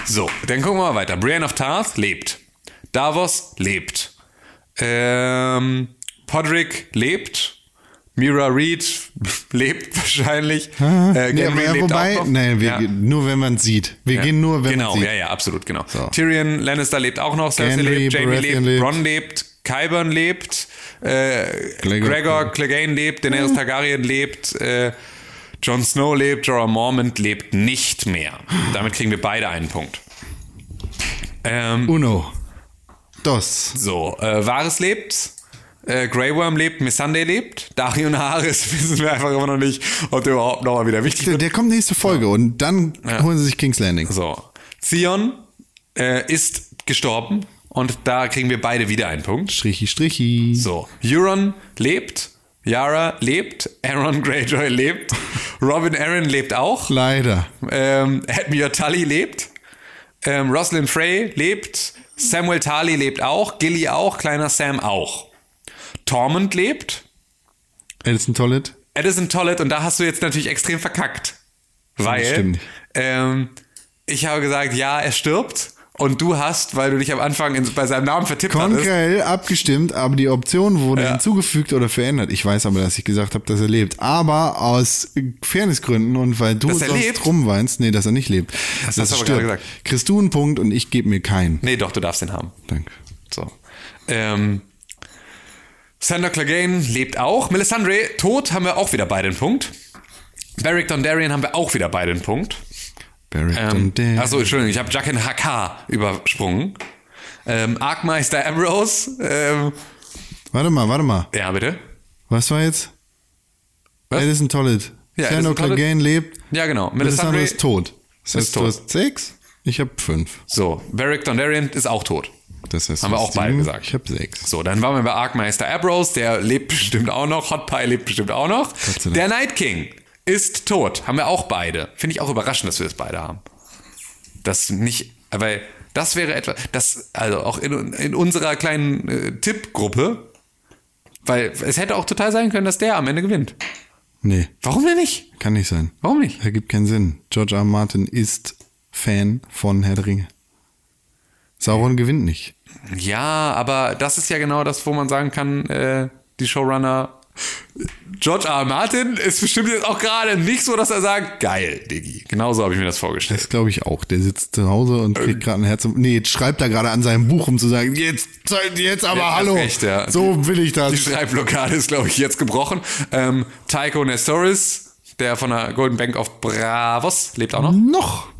Speaker 2: So, dann gucken wir mal weiter. Brienne of Tarth lebt. Davos lebt. Ähm, Podrick lebt. Mira Reed <laughs> lebt wahrscheinlich. Äh,
Speaker 3: Nee,
Speaker 2: Gendry
Speaker 3: aber wobei,
Speaker 2: noch.
Speaker 3: nein, wir
Speaker 2: Ja.
Speaker 3: ge- nur wenn man sieht. Wir gehen nur, wenn
Speaker 2: Genau,
Speaker 3: man sieht.
Speaker 2: ja, ja, absolut, genau. Tyrion Lannister lebt auch noch, Cersei
Speaker 3: Gendry,
Speaker 2: lebt, Jamie lebt,
Speaker 3: Baratheon lebt.
Speaker 2: Bronn lebt, Kyburn lebt, äh,
Speaker 3: Gregor- Mhm.
Speaker 2: Gregor, Clegane lebt, Daenerys Targaryen lebt, äh, Jon Snow lebt, Jorah Mormont lebt nicht mehr. Damit kriegen wir beide einen Punkt. Ähm,
Speaker 3: Uno. Dos.
Speaker 2: so, äh, Varys lebt, äh, Grey Worm lebt, Missandei lebt, Darion Harris <laughs> wissen wir einfach immer noch nicht, ob der überhaupt nochmal wieder wichtig
Speaker 3: Der, der kommt nächste Folge und dann holen sie sich King's Landing.
Speaker 2: So, Theon äh, ist gestorben und da kriegen wir beide wieder einen Punkt.
Speaker 3: Strichi, Strichi.
Speaker 2: So, Euron lebt, Yara lebt, Aaron <laughs> Greyjoy lebt, Robin Aaron lebt auch,
Speaker 3: Leider.
Speaker 2: ähm, Admiral Tully lebt, ähm, Rosalind Frey lebt, Samuel Tarly lebt auch, Gilly auch, kleiner Sam auch. Tormund lebt,
Speaker 3: Alison Tollett.
Speaker 2: Edison Tollett, und da hast du jetzt natürlich extrem verkackt. Weil
Speaker 3: stimmt.
Speaker 2: ähm, ich habe gesagt, ja, er stirbt. Und du hast, weil du dich am Anfang in, bei seinem Namen vertippt hattest.
Speaker 3: Konkrell abgestimmt, aber die Option wurde
Speaker 2: Ja.
Speaker 3: hinzugefügt oder verändert. Ich weiß aber, dass ich gesagt habe, dass er lebt. Aber aus Fairnessgründen und weil du
Speaker 2: Dass er
Speaker 3: sonst
Speaker 2: lebt?
Speaker 3: rumweinst, nee, dass er nicht lebt. Das
Speaker 2: hast du aber gerade gesagt.
Speaker 3: Kriegst du einen Punkt und ich gebe mir keinen.
Speaker 2: Nee, doch, du darfst ihn haben.
Speaker 3: Danke.
Speaker 2: So. Ähm, Sander Clegane lebt auch. Melisandre, tot, haben wir auch wieder beide einen Punkt. Beric Dondarrion haben wir auch wieder beide einen Punkt.
Speaker 3: Barrett
Speaker 2: Ähm,
Speaker 3: und Dan.
Speaker 2: achso, Entschuldigung, ich habe Jaqen Haka übersprungen. Ähm, Arkmeister Ambrose. Ähm,
Speaker 3: Warte mal, warte mal.
Speaker 2: ja, bitte.
Speaker 3: Was war jetzt?
Speaker 2: Was?
Speaker 3: Alison Tollett.
Speaker 2: Ja,
Speaker 3: Sandor
Speaker 2: Alison Tollett.
Speaker 3: Clegane lebt.
Speaker 2: Ja, genau.
Speaker 3: Melisandre ist tot. Das heißt,
Speaker 2: ist
Speaker 3: du
Speaker 2: tot.
Speaker 3: hast sechs. Ich habe fünf.
Speaker 2: So, Beric Dondarrion ist auch tot.
Speaker 3: Das heißt,
Speaker 2: Haben wir
Speaker 3: du hast
Speaker 2: auch beide
Speaker 3: sieben.
Speaker 2: gesagt.
Speaker 3: Ich habe sechs.
Speaker 2: So, dann waren wir bei Arkmeister Abrose, der lebt bestimmt auch noch. Hot Pie lebt bestimmt auch noch.
Speaker 3: sei Dank.
Speaker 2: Der Night King ist tot. Haben wir auch beide. Finde ich auch überraschend, dass wir es beide haben. Das nicht, weil das wäre etwas, das, also auch in, in unserer kleinen äh, Tippgruppe, weil es hätte auch total sein können, dass der am Ende gewinnt.
Speaker 3: Nee,
Speaker 2: Warum denn nicht?
Speaker 3: kann nicht sein.
Speaker 2: Warum nicht?
Speaker 3: Ergibt keinen Sinn. George R. R. Martin ist Fan von Herr der Ringe. Sauron gewinnt nicht.
Speaker 2: Ja, aber das ist ja genau das, wo man sagen kann, äh, die Showrunner. George R. R. Martin ist bestimmt jetzt auch gerade nicht so, dass er sagt, geil, Diggi. Genauso habe ich mir das vorgestellt.
Speaker 3: Das glaube ich auch. Der sitzt zu Hause und kriegt gerade ein Herz. Nee, jetzt schreibt er gerade an seinem Buch, um zu sagen, jetzt, jetzt aber
Speaker 2: Ja, hast
Speaker 3: hallo.
Speaker 2: recht, ja.
Speaker 3: So will ich
Speaker 2: Die
Speaker 3: das.
Speaker 2: Schreibblockade ist, glaube ich, jetzt gebrochen. Ähm, Tycho Nestoris, der von der Golden Bank of Bravos, lebt auch
Speaker 3: Mhm.
Speaker 2: noch.
Speaker 3: Noch.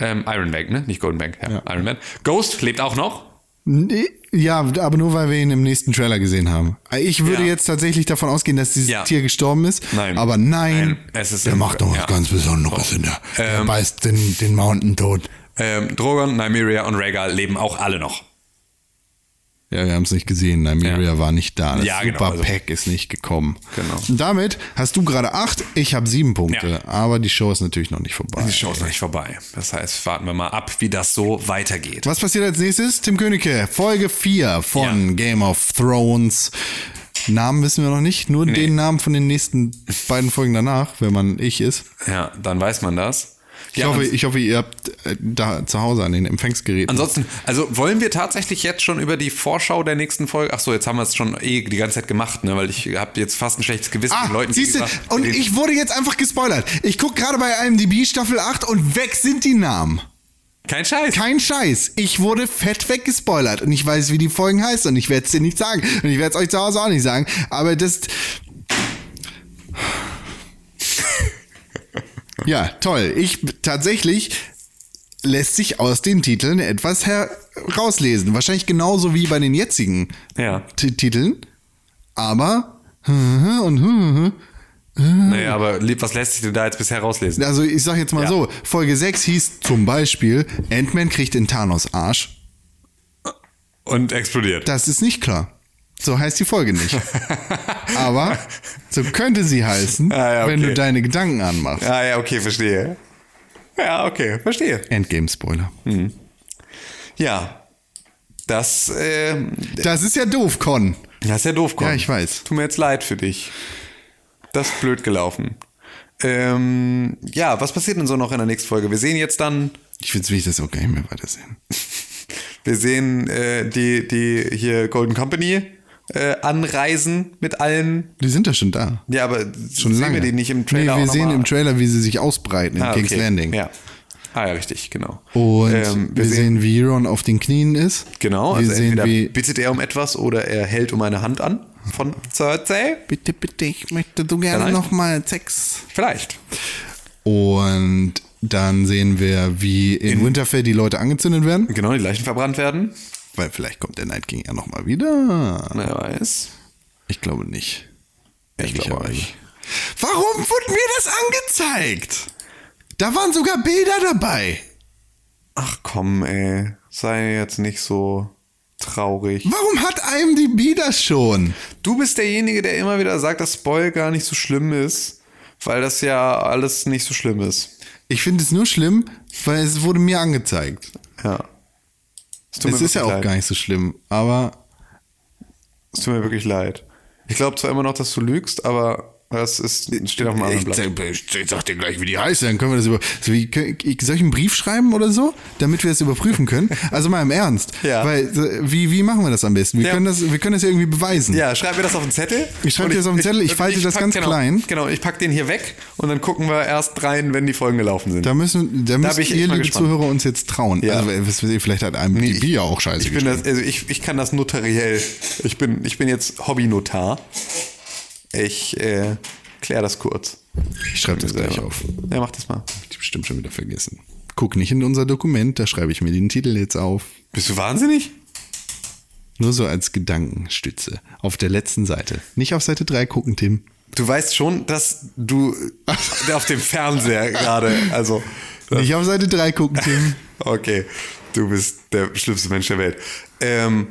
Speaker 2: Ähm, Iron Bank, ne? Nicht Golden Bank, ja, Iron Bank. Ghost lebt auch noch.
Speaker 3: Nee, ja, aber nur weil wir ihn im nächsten Trailer gesehen haben. Ich würde
Speaker 2: Ja.
Speaker 3: jetzt tatsächlich davon ausgehen, dass dieses
Speaker 2: Ja.
Speaker 3: Tier gestorben ist.
Speaker 2: Nein.
Speaker 3: Aber nein,
Speaker 2: Nein, es ist-
Speaker 3: der macht noch was
Speaker 2: ja.
Speaker 3: ganz Besonderes in der. der beißt den, den Mountain tot.
Speaker 2: Ähm, Drogon, Nymeria und Rhaegal leben auch alle noch.
Speaker 3: Ja, wir haben es nicht gesehen. Nymeria war nicht da. Das
Speaker 2: Ja, genau,
Speaker 3: Super
Speaker 2: also-
Speaker 3: Pack ist nicht gekommen.
Speaker 2: Genau.
Speaker 3: Und damit hast du gerade acht, ich habe sieben Punkte.
Speaker 2: Ja.
Speaker 3: Aber die Show ist natürlich noch nicht vorbei.
Speaker 2: Die Show ist noch nicht vorbei. Das heißt, warten wir mal ab, wie das so weitergeht.
Speaker 3: Was passiert als nächstes? Tim Königke, Folge 4 von
Speaker 2: Ja.
Speaker 3: Game of Thrones. Namen wissen wir noch nicht, nur den Namen von den nächsten beiden Folgen danach, wenn man ich ist.
Speaker 2: Ja, dann weiß man das.
Speaker 3: Ich, hoffe, ich hoffe, ihr habt äh, da zu Hause an den Empfangsgeräten.
Speaker 2: Ansonsten, also wollen wir tatsächlich jetzt schon über die Vorschau der nächsten Folge? Ach so, jetzt haben wir es schon eh die ganze Zeit gemacht, ne? Weil ich habe jetzt fast ein schlechtes Gewissen
Speaker 3: Ah,
Speaker 2: den Leuten.
Speaker 3: siehst du,
Speaker 2: gegenüber.
Speaker 3: und ich wurde jetzt einfach gespoilert. Ich gucke gerade bei IMDb Staffel 8 und weg sind die Namen.
Speaker 2: kein Scheiß.
Speaker 3: Kein Scheiß. Ich wurde fett weggespoilert und ich weiß, wie die Folgen heißen und ich werde es dir nicht sagen. Und ich werde es euch zu Hause auch nicht sagen. Aber
Speaker 2: <laughs>
Speaker 3: das. ja, toll. Ich tatsächlich lässt sich aus den Titeln etwas herauslesen. Wahrscheinlich genauso wie bei den jetzigen
Speaker 2: Ja.
Speaker 3: T Titeln. Aber. Und
Speaker 2: nee, aber lieb, was lässt sich denn da jetzt bisher rauslesen?
Speaker 3: also ich sag jetzt mal
Speaker 2: Ja.
Speaker 3: so, Folge 6 hieß zum Beispiel, Ant-Man kriegt in Thanos Arsch.
Speaker 2: Und explodiert.
Speaker 3: Das ist nicht klar. So heißt die Folge nicht.
Speaker 2: <laughs>
Speaker 3: Aber so könnte sie heißen,
Speaker 2: Ah, ja,
Speaker 3: wenn du
Speaker 2: okay.
Speaker 3: deine Gedanken anmachst.
Speaker 2: ah ja, okay, verstehe. Ja, okay, verstehe.
Speaker 3: Endgame-Spoiler.
Speaker 2: Ja. Das, ähm,
Speaker 3: Das ist ja doof, Con.
Speaker 2: das ist ja doof, Con.
Speaker 3: Ja, ich weiß.
Speaker 2: Tut mir jetzt leid für dich. Das ist blöd gelaufen. Ähm, ja, was passiert denn so noch in der nächsten Folge? Wir sehen jetzt dann, <laughs>
Speaker 3: Ich finde es wichtig, dass wir auch gar nicht mehr weitersehen.
Speaker 2: wir sehen äh, die, die hier Golden Company äh, anreisen mit allen.
Speaker 3: Die sind ja schon da.
Speaker 2: Ja, aber
Speaker 3: Schon
Speaker 2: sehen
Speaker 3: lange.
Speaker 2: wir die nicht im Trailer?
Speaker 3: Nee, wir
Speaker 2: auch
Speaker 3: sehen
Speaker 2: noch mal?
Speaker 3: im Trailer, wie sie sich ausbreiten in
Speaker 2: Ah,
Speaker 3: King's
Speaker 2: okay.
Speaker 3: Landing.
Speaker 2: Ja. Ah ja, richtig, genau.
Speaker 3: Und
Speaker 2: Ähm,
Speaker 3: wir, sehen, wie Euron auf den Knien ist.
Speaker 2: Genau,
Speaker 3: Wir
Speaker 2: also
Speaker 3: sehen,
Speaker 2: entweder
Speaker 3: wie.
Speaker 2: bittet er um etwas oder er hält um eine Hand an von Cersei.
Speaker 3: Bitte, bitte, ich möchte du gerne
Speaker 2: Vielleicht?
Speaker 3: nochmal Sex.
Speaker 2: Vielleicht.
Speaker 3: Und dann sehen wir, wie in, Winterfell die Leute angezündet werden.
Speaker 2: Genau, die Leichen verbrannt werden.
Speaker 3: Weil vielleicht kommt der Night King ja nochmal wieder.
Speaker 2: Wer weiß.
Speaker 3: Ich glaube nicht.
Speaker 2: Ich glaube auch
Speaker 3: Ehrlicherweise.
Speaker 2: nicht.
Speaker 3: Warum wurde mir das angezeigt? Da waren sogar Bilder dabei.
Speaker 2: Ach komm, ey. Sei jetzt nicht so traurig.
Speaker 3: Warum hat einem die Bilder schon?
Speaker 2: Du bist derjenige, der immer wieder sagt, dass Spoil gar nicht so schlimm ist, weil das ja alles nicht so schlimm ist.
Speaker 3: Ich finde es nur schlimm, weil es wurde mir angezeigt.
Speaker 2: Ja. Es tut
Speaker 3: Es
Speaker 2: mir
Speaker 3: ist
Speaker 2: wirklich
Speaker 3: ja auch
Speaker 2: leid.
Speaker 3: gar nicht so schlimm, aber
Speaker 2: Es tut mir wirklich leid. Ich glaube zwar immer noch, dass du lügst, aber das ist, steht auf einem anderen Blatt.
Speaker 3: ich, ich sag dir gleich, wie die heißt, dann können wir das über. So wie, ich- soll ich einen Brief schreiben oder so, damit wir das überprüfen können? Also mal im Ernst.
Speaker 2: Ja.
Speaker 3: Weil, äh, wie, wie machen wir das am besten? Wir,
Speaker 2: Ja.
Speaker 3: können, das, wir können das ja irgendwie beweisen.
Speaker 2: Ja, schreib mir das auf den Zettel.
Speaker 3: Ich schreib
Speaker 2: Und
Speaker 3: dir das auf den Zettel, ich falte das
Speaker 2: pack-
Speaker 3: ganz
Speaker 2: genau,
Speaker 3: klein.
Speaker 2: Genau, ich pack den hier weg und dann gucken wir erst rein, wenn die Folgen gelaufen sind.
Speaker 3: Da müssen, da müssen
Speaker 2: bin ich echt
Speaker 3: ihr,
Speaker 2: mal
Speaker 3: liebe
Speaker 2: gespannt.
Speaker 3: Zuhörer, uns jetzt trauen.
Speaker 2: Ja.
Speaker 3: Also, was weiß ich, vielleicht hat einem die
Speaker 2: ich-
Speaker 3: Bier auch scheiße
Speaker 2: ich bin das,
Speaker 3: geschmeckt.
Speaker 2: also ich, ich kann das notariell. Ich bin, ich bin jetzt Hobbynotar. Ich äh, kläre das kurz.
Speaker 3: Ich schreibe das gleich
Speaker 2: Selber.
Speaker 3: auf.
Speaker 2: Ja, mach das mal.
Speaker 3: Hab ich bestimmt schon wieder vergessen. Guck nicht in unser Dokument, da schreibe ich mir den Titel jetzt auf.
Speaker 2: Bist du wahnsinnig?
Speaker 3: Nur so als Gedankenstütze. Auf der letzten Seite. Nicht auf Seite 3 gucken, Tim.
Speaker 2: Du weißt schon, dass du auf dem Fernseher gerade, also.
Speaker 3: Nicht auf Seite 3 gucken,
Speaker 2: <laughs>
Speaker 3: Tim.
Speaker 2: Okay, du bist der schlimmste Mensch der Welt. Ähm,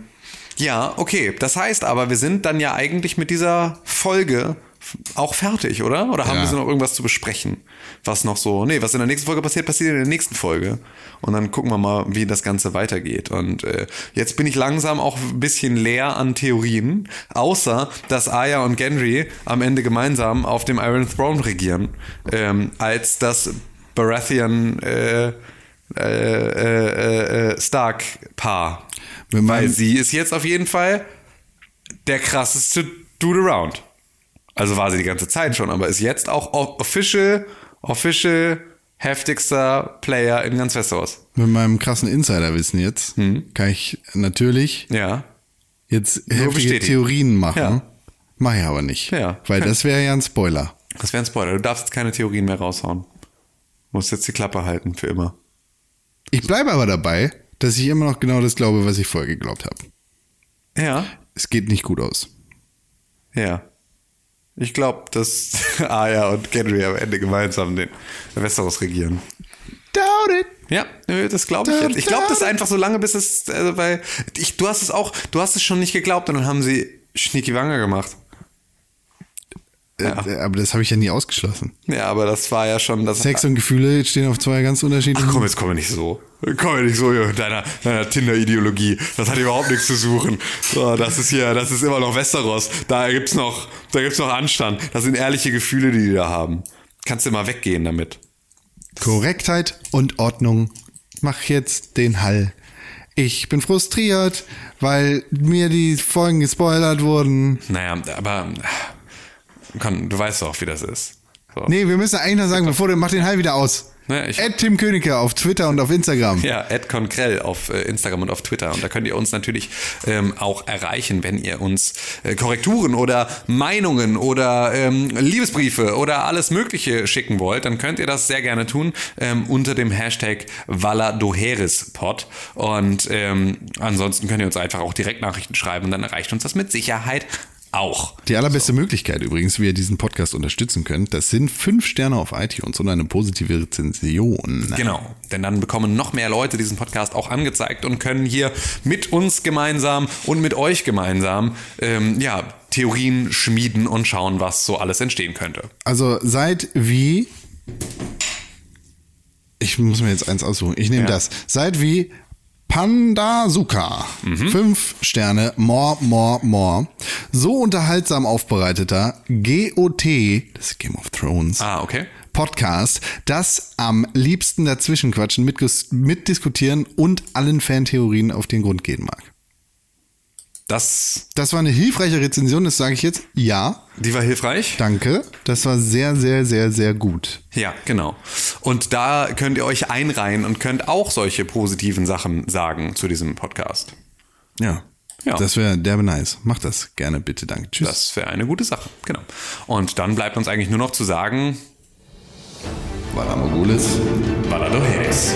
Speaker 2: ja, okay. Das heißt aber, wir sind dann ja eigentlich mit dieser Folge f- auch fertig, oder? Oder haben
Speaker 3: Ja.
Speaker 2: wir so noch irgendwas zu besprechen? Was noch so, nee, was in der nächsten Folge passiert, passiert in der nächsten Folge. Und dann gucken wir mal, wie das Ganze weitergeht. Und äh, jetzt bin ich langsam auch ein bisschen leer an Theorien, außer, dass Arya und Gendry am Ende gemeinsam auf dem Iron Throne regieren, ähm, als das Baratheon äh, äh, äh, äh, Stark-Paar.
Speaker 3: Wenn man-
Speaker 2: Weil sie ist jetzt auf jeden Fall der krasseste Dude around. Also war sie die ganze Zeit schon, aber ist jetzt auch o- official, official heftigster Player in ganz Westeros.
Speaker 3: Mit meinem krassen Insiderwissen jetzt
Speaker 2: Hm.
Speaker 3: kann ich natürlich
Speaker 2: Ja.
Speaker 3: jetzt heftige
Speaker 2: bestätigen.
Speaker 3: Theorien machen.
Speaker 2: Ja.
Speaker 3: Mach ich aber nicht.
Speaker 2: Ja.
Speaker 3: Weil das wäre ja ein Spoiler.
Speaker 2: Das wäre ein Spoiler. Du darfst jetzt keine Theorien mehr raushauen. Du musst jetzt die Klappe halten für immer.
Speaker 3: Ich bleibe aber dabei, dass ich immer noch genau das glaube, was ich vorher geglaubt habe.
Speaker 2: Ja.
Speaker 3: Es geht nicht gut aus.
Speaker 2: Ja. Ich glaube, dass <laughs> Arya und Gendry am Ende gemeinsam den Westeros regieren.
Speaker 3: Doubt it.
Speaker 2: Ja, nö, das glaube ich
Speaker 3: Da,
Speaker 2: jetzt. Ich glaube
Speaker 3: da,
Speaker 2: das
Speaker 3: da.
Speaker 2: einfach so lange, bis es, also weil ich, du hast es auch, du hast es schon nicht geglaubt und dann haben sie Schnicki Wanger gemacht.
Speaker 3: Äh, Aber das habe ich ja nie ausgeschlossen.
Speaker 2: Ja, aber das war ja schon das.
Speaker 3: Sex und Gefühle stehen auf zwei ganz unterschiedlichen.
Speaker 2: Ach komm, jetzt kommen wir nicht so. Kommen wir nicht so hier mit deiner, deiner Tinder-Ideologie. Das hat überhaupt nichts zu suchen. So, das ist hier, das ist immer noch Westeros. Da gibt's noch, da gibt's noch Anstand. Das sind ehrliche Gefühle, die die da haben. Kannst du mal weggehen damit.
Speaker 3: Korrektheit und Ordnung. Mach jetzt den Hall. Ich bin frustriert, weil mir die Folgen gespoilert wurden.
Speaker 2: Naja, aber komm, du weißt doch, wie das ist. So.
Speaker 3: Nee, wir müssen eigentlich noch sagen, bevor du mach den Hall wieder aus.
Speaker 2: Ne, ich-
Speaker 3: Ed Tim Königke auf Twitter und auf Instagram.
Speaker 2: Ja, @conkrell auf äh, Instagram und auf Twitter. Und da könnt ihr uns natürlich ähm, auch erreichen, wenn ihr uns äh, Korrekturen oder Meinungen oder ähm, Liebesbriefe oder alles Mögliche schicken wollt, dann könnt ihr das sehr gerne tun ähm, unter dem Hashtag VallaDoherispod. Und ähm, ansonsten könnt ihr uns einfach auch Direktnachrichten schreiben und dann erreicht uns das mit Sicherheit auch.
Speaker 3: Die allerbeste Möglichkeit übrigens, wie ihr diesen Podcast unterstützen könnt, das sind fünf Sterne auf iTunes und eine positive Rezension.
Speaker 2: Genau, denn dann bekommen noch mehr Leute diesen Podcast auch angezeigt und können hier mit uns gemeinsam und mit euch gemeinsam ähm, ja, Theorien schmieden und schauen, was so alles entstehen könnte.
Speaker 3: Also seid wie. Ich muss mir jetzt eins aussuchen. Ich nehme
Speaker 2: Ja.
Speaker 3: das. Seid wie Pandasuka.
Speaker 2: Mhm.
Speaker 3: Fünf Sterne, more, more, more. So unterhaltsam aufbereiteter GOT, das ist Game of Thrones,
Speaker 2: Ah, okay.
Speaker 3: Podcast, das am liebsten dazwischenquatschen, mitges- mitdiskutieren und allen Fantheorien auf den Grund gehen mag.
Speaker 2: Das,
Speaker 3: Das war eine hilfreiche Rezension, das sage ich jetzt. Ja,
Speaker 2: die war hilfreich.
Speaker 3: danke. Das war sehr, sehr, sehr, sehr gut.
Speaker 2: Ja, genau. Und da könnt ihr euch einreihen und könnt auch solche positiven Sachen sagen zu diesem Podcast.
Speaker 3: Ja.
Speaker 2: Ja.
Speaker 3: Das wäre derbe nice. Macht das gerne, bitte. Danke. Tschüss.
Speaker 2: Das wäre eine gute Sache. Genau. Und dann bleibt uns eigentlich nur noch zu sagen,
Speaker 3: war Ramagulis.
Speaker 2: Ballado Hicks.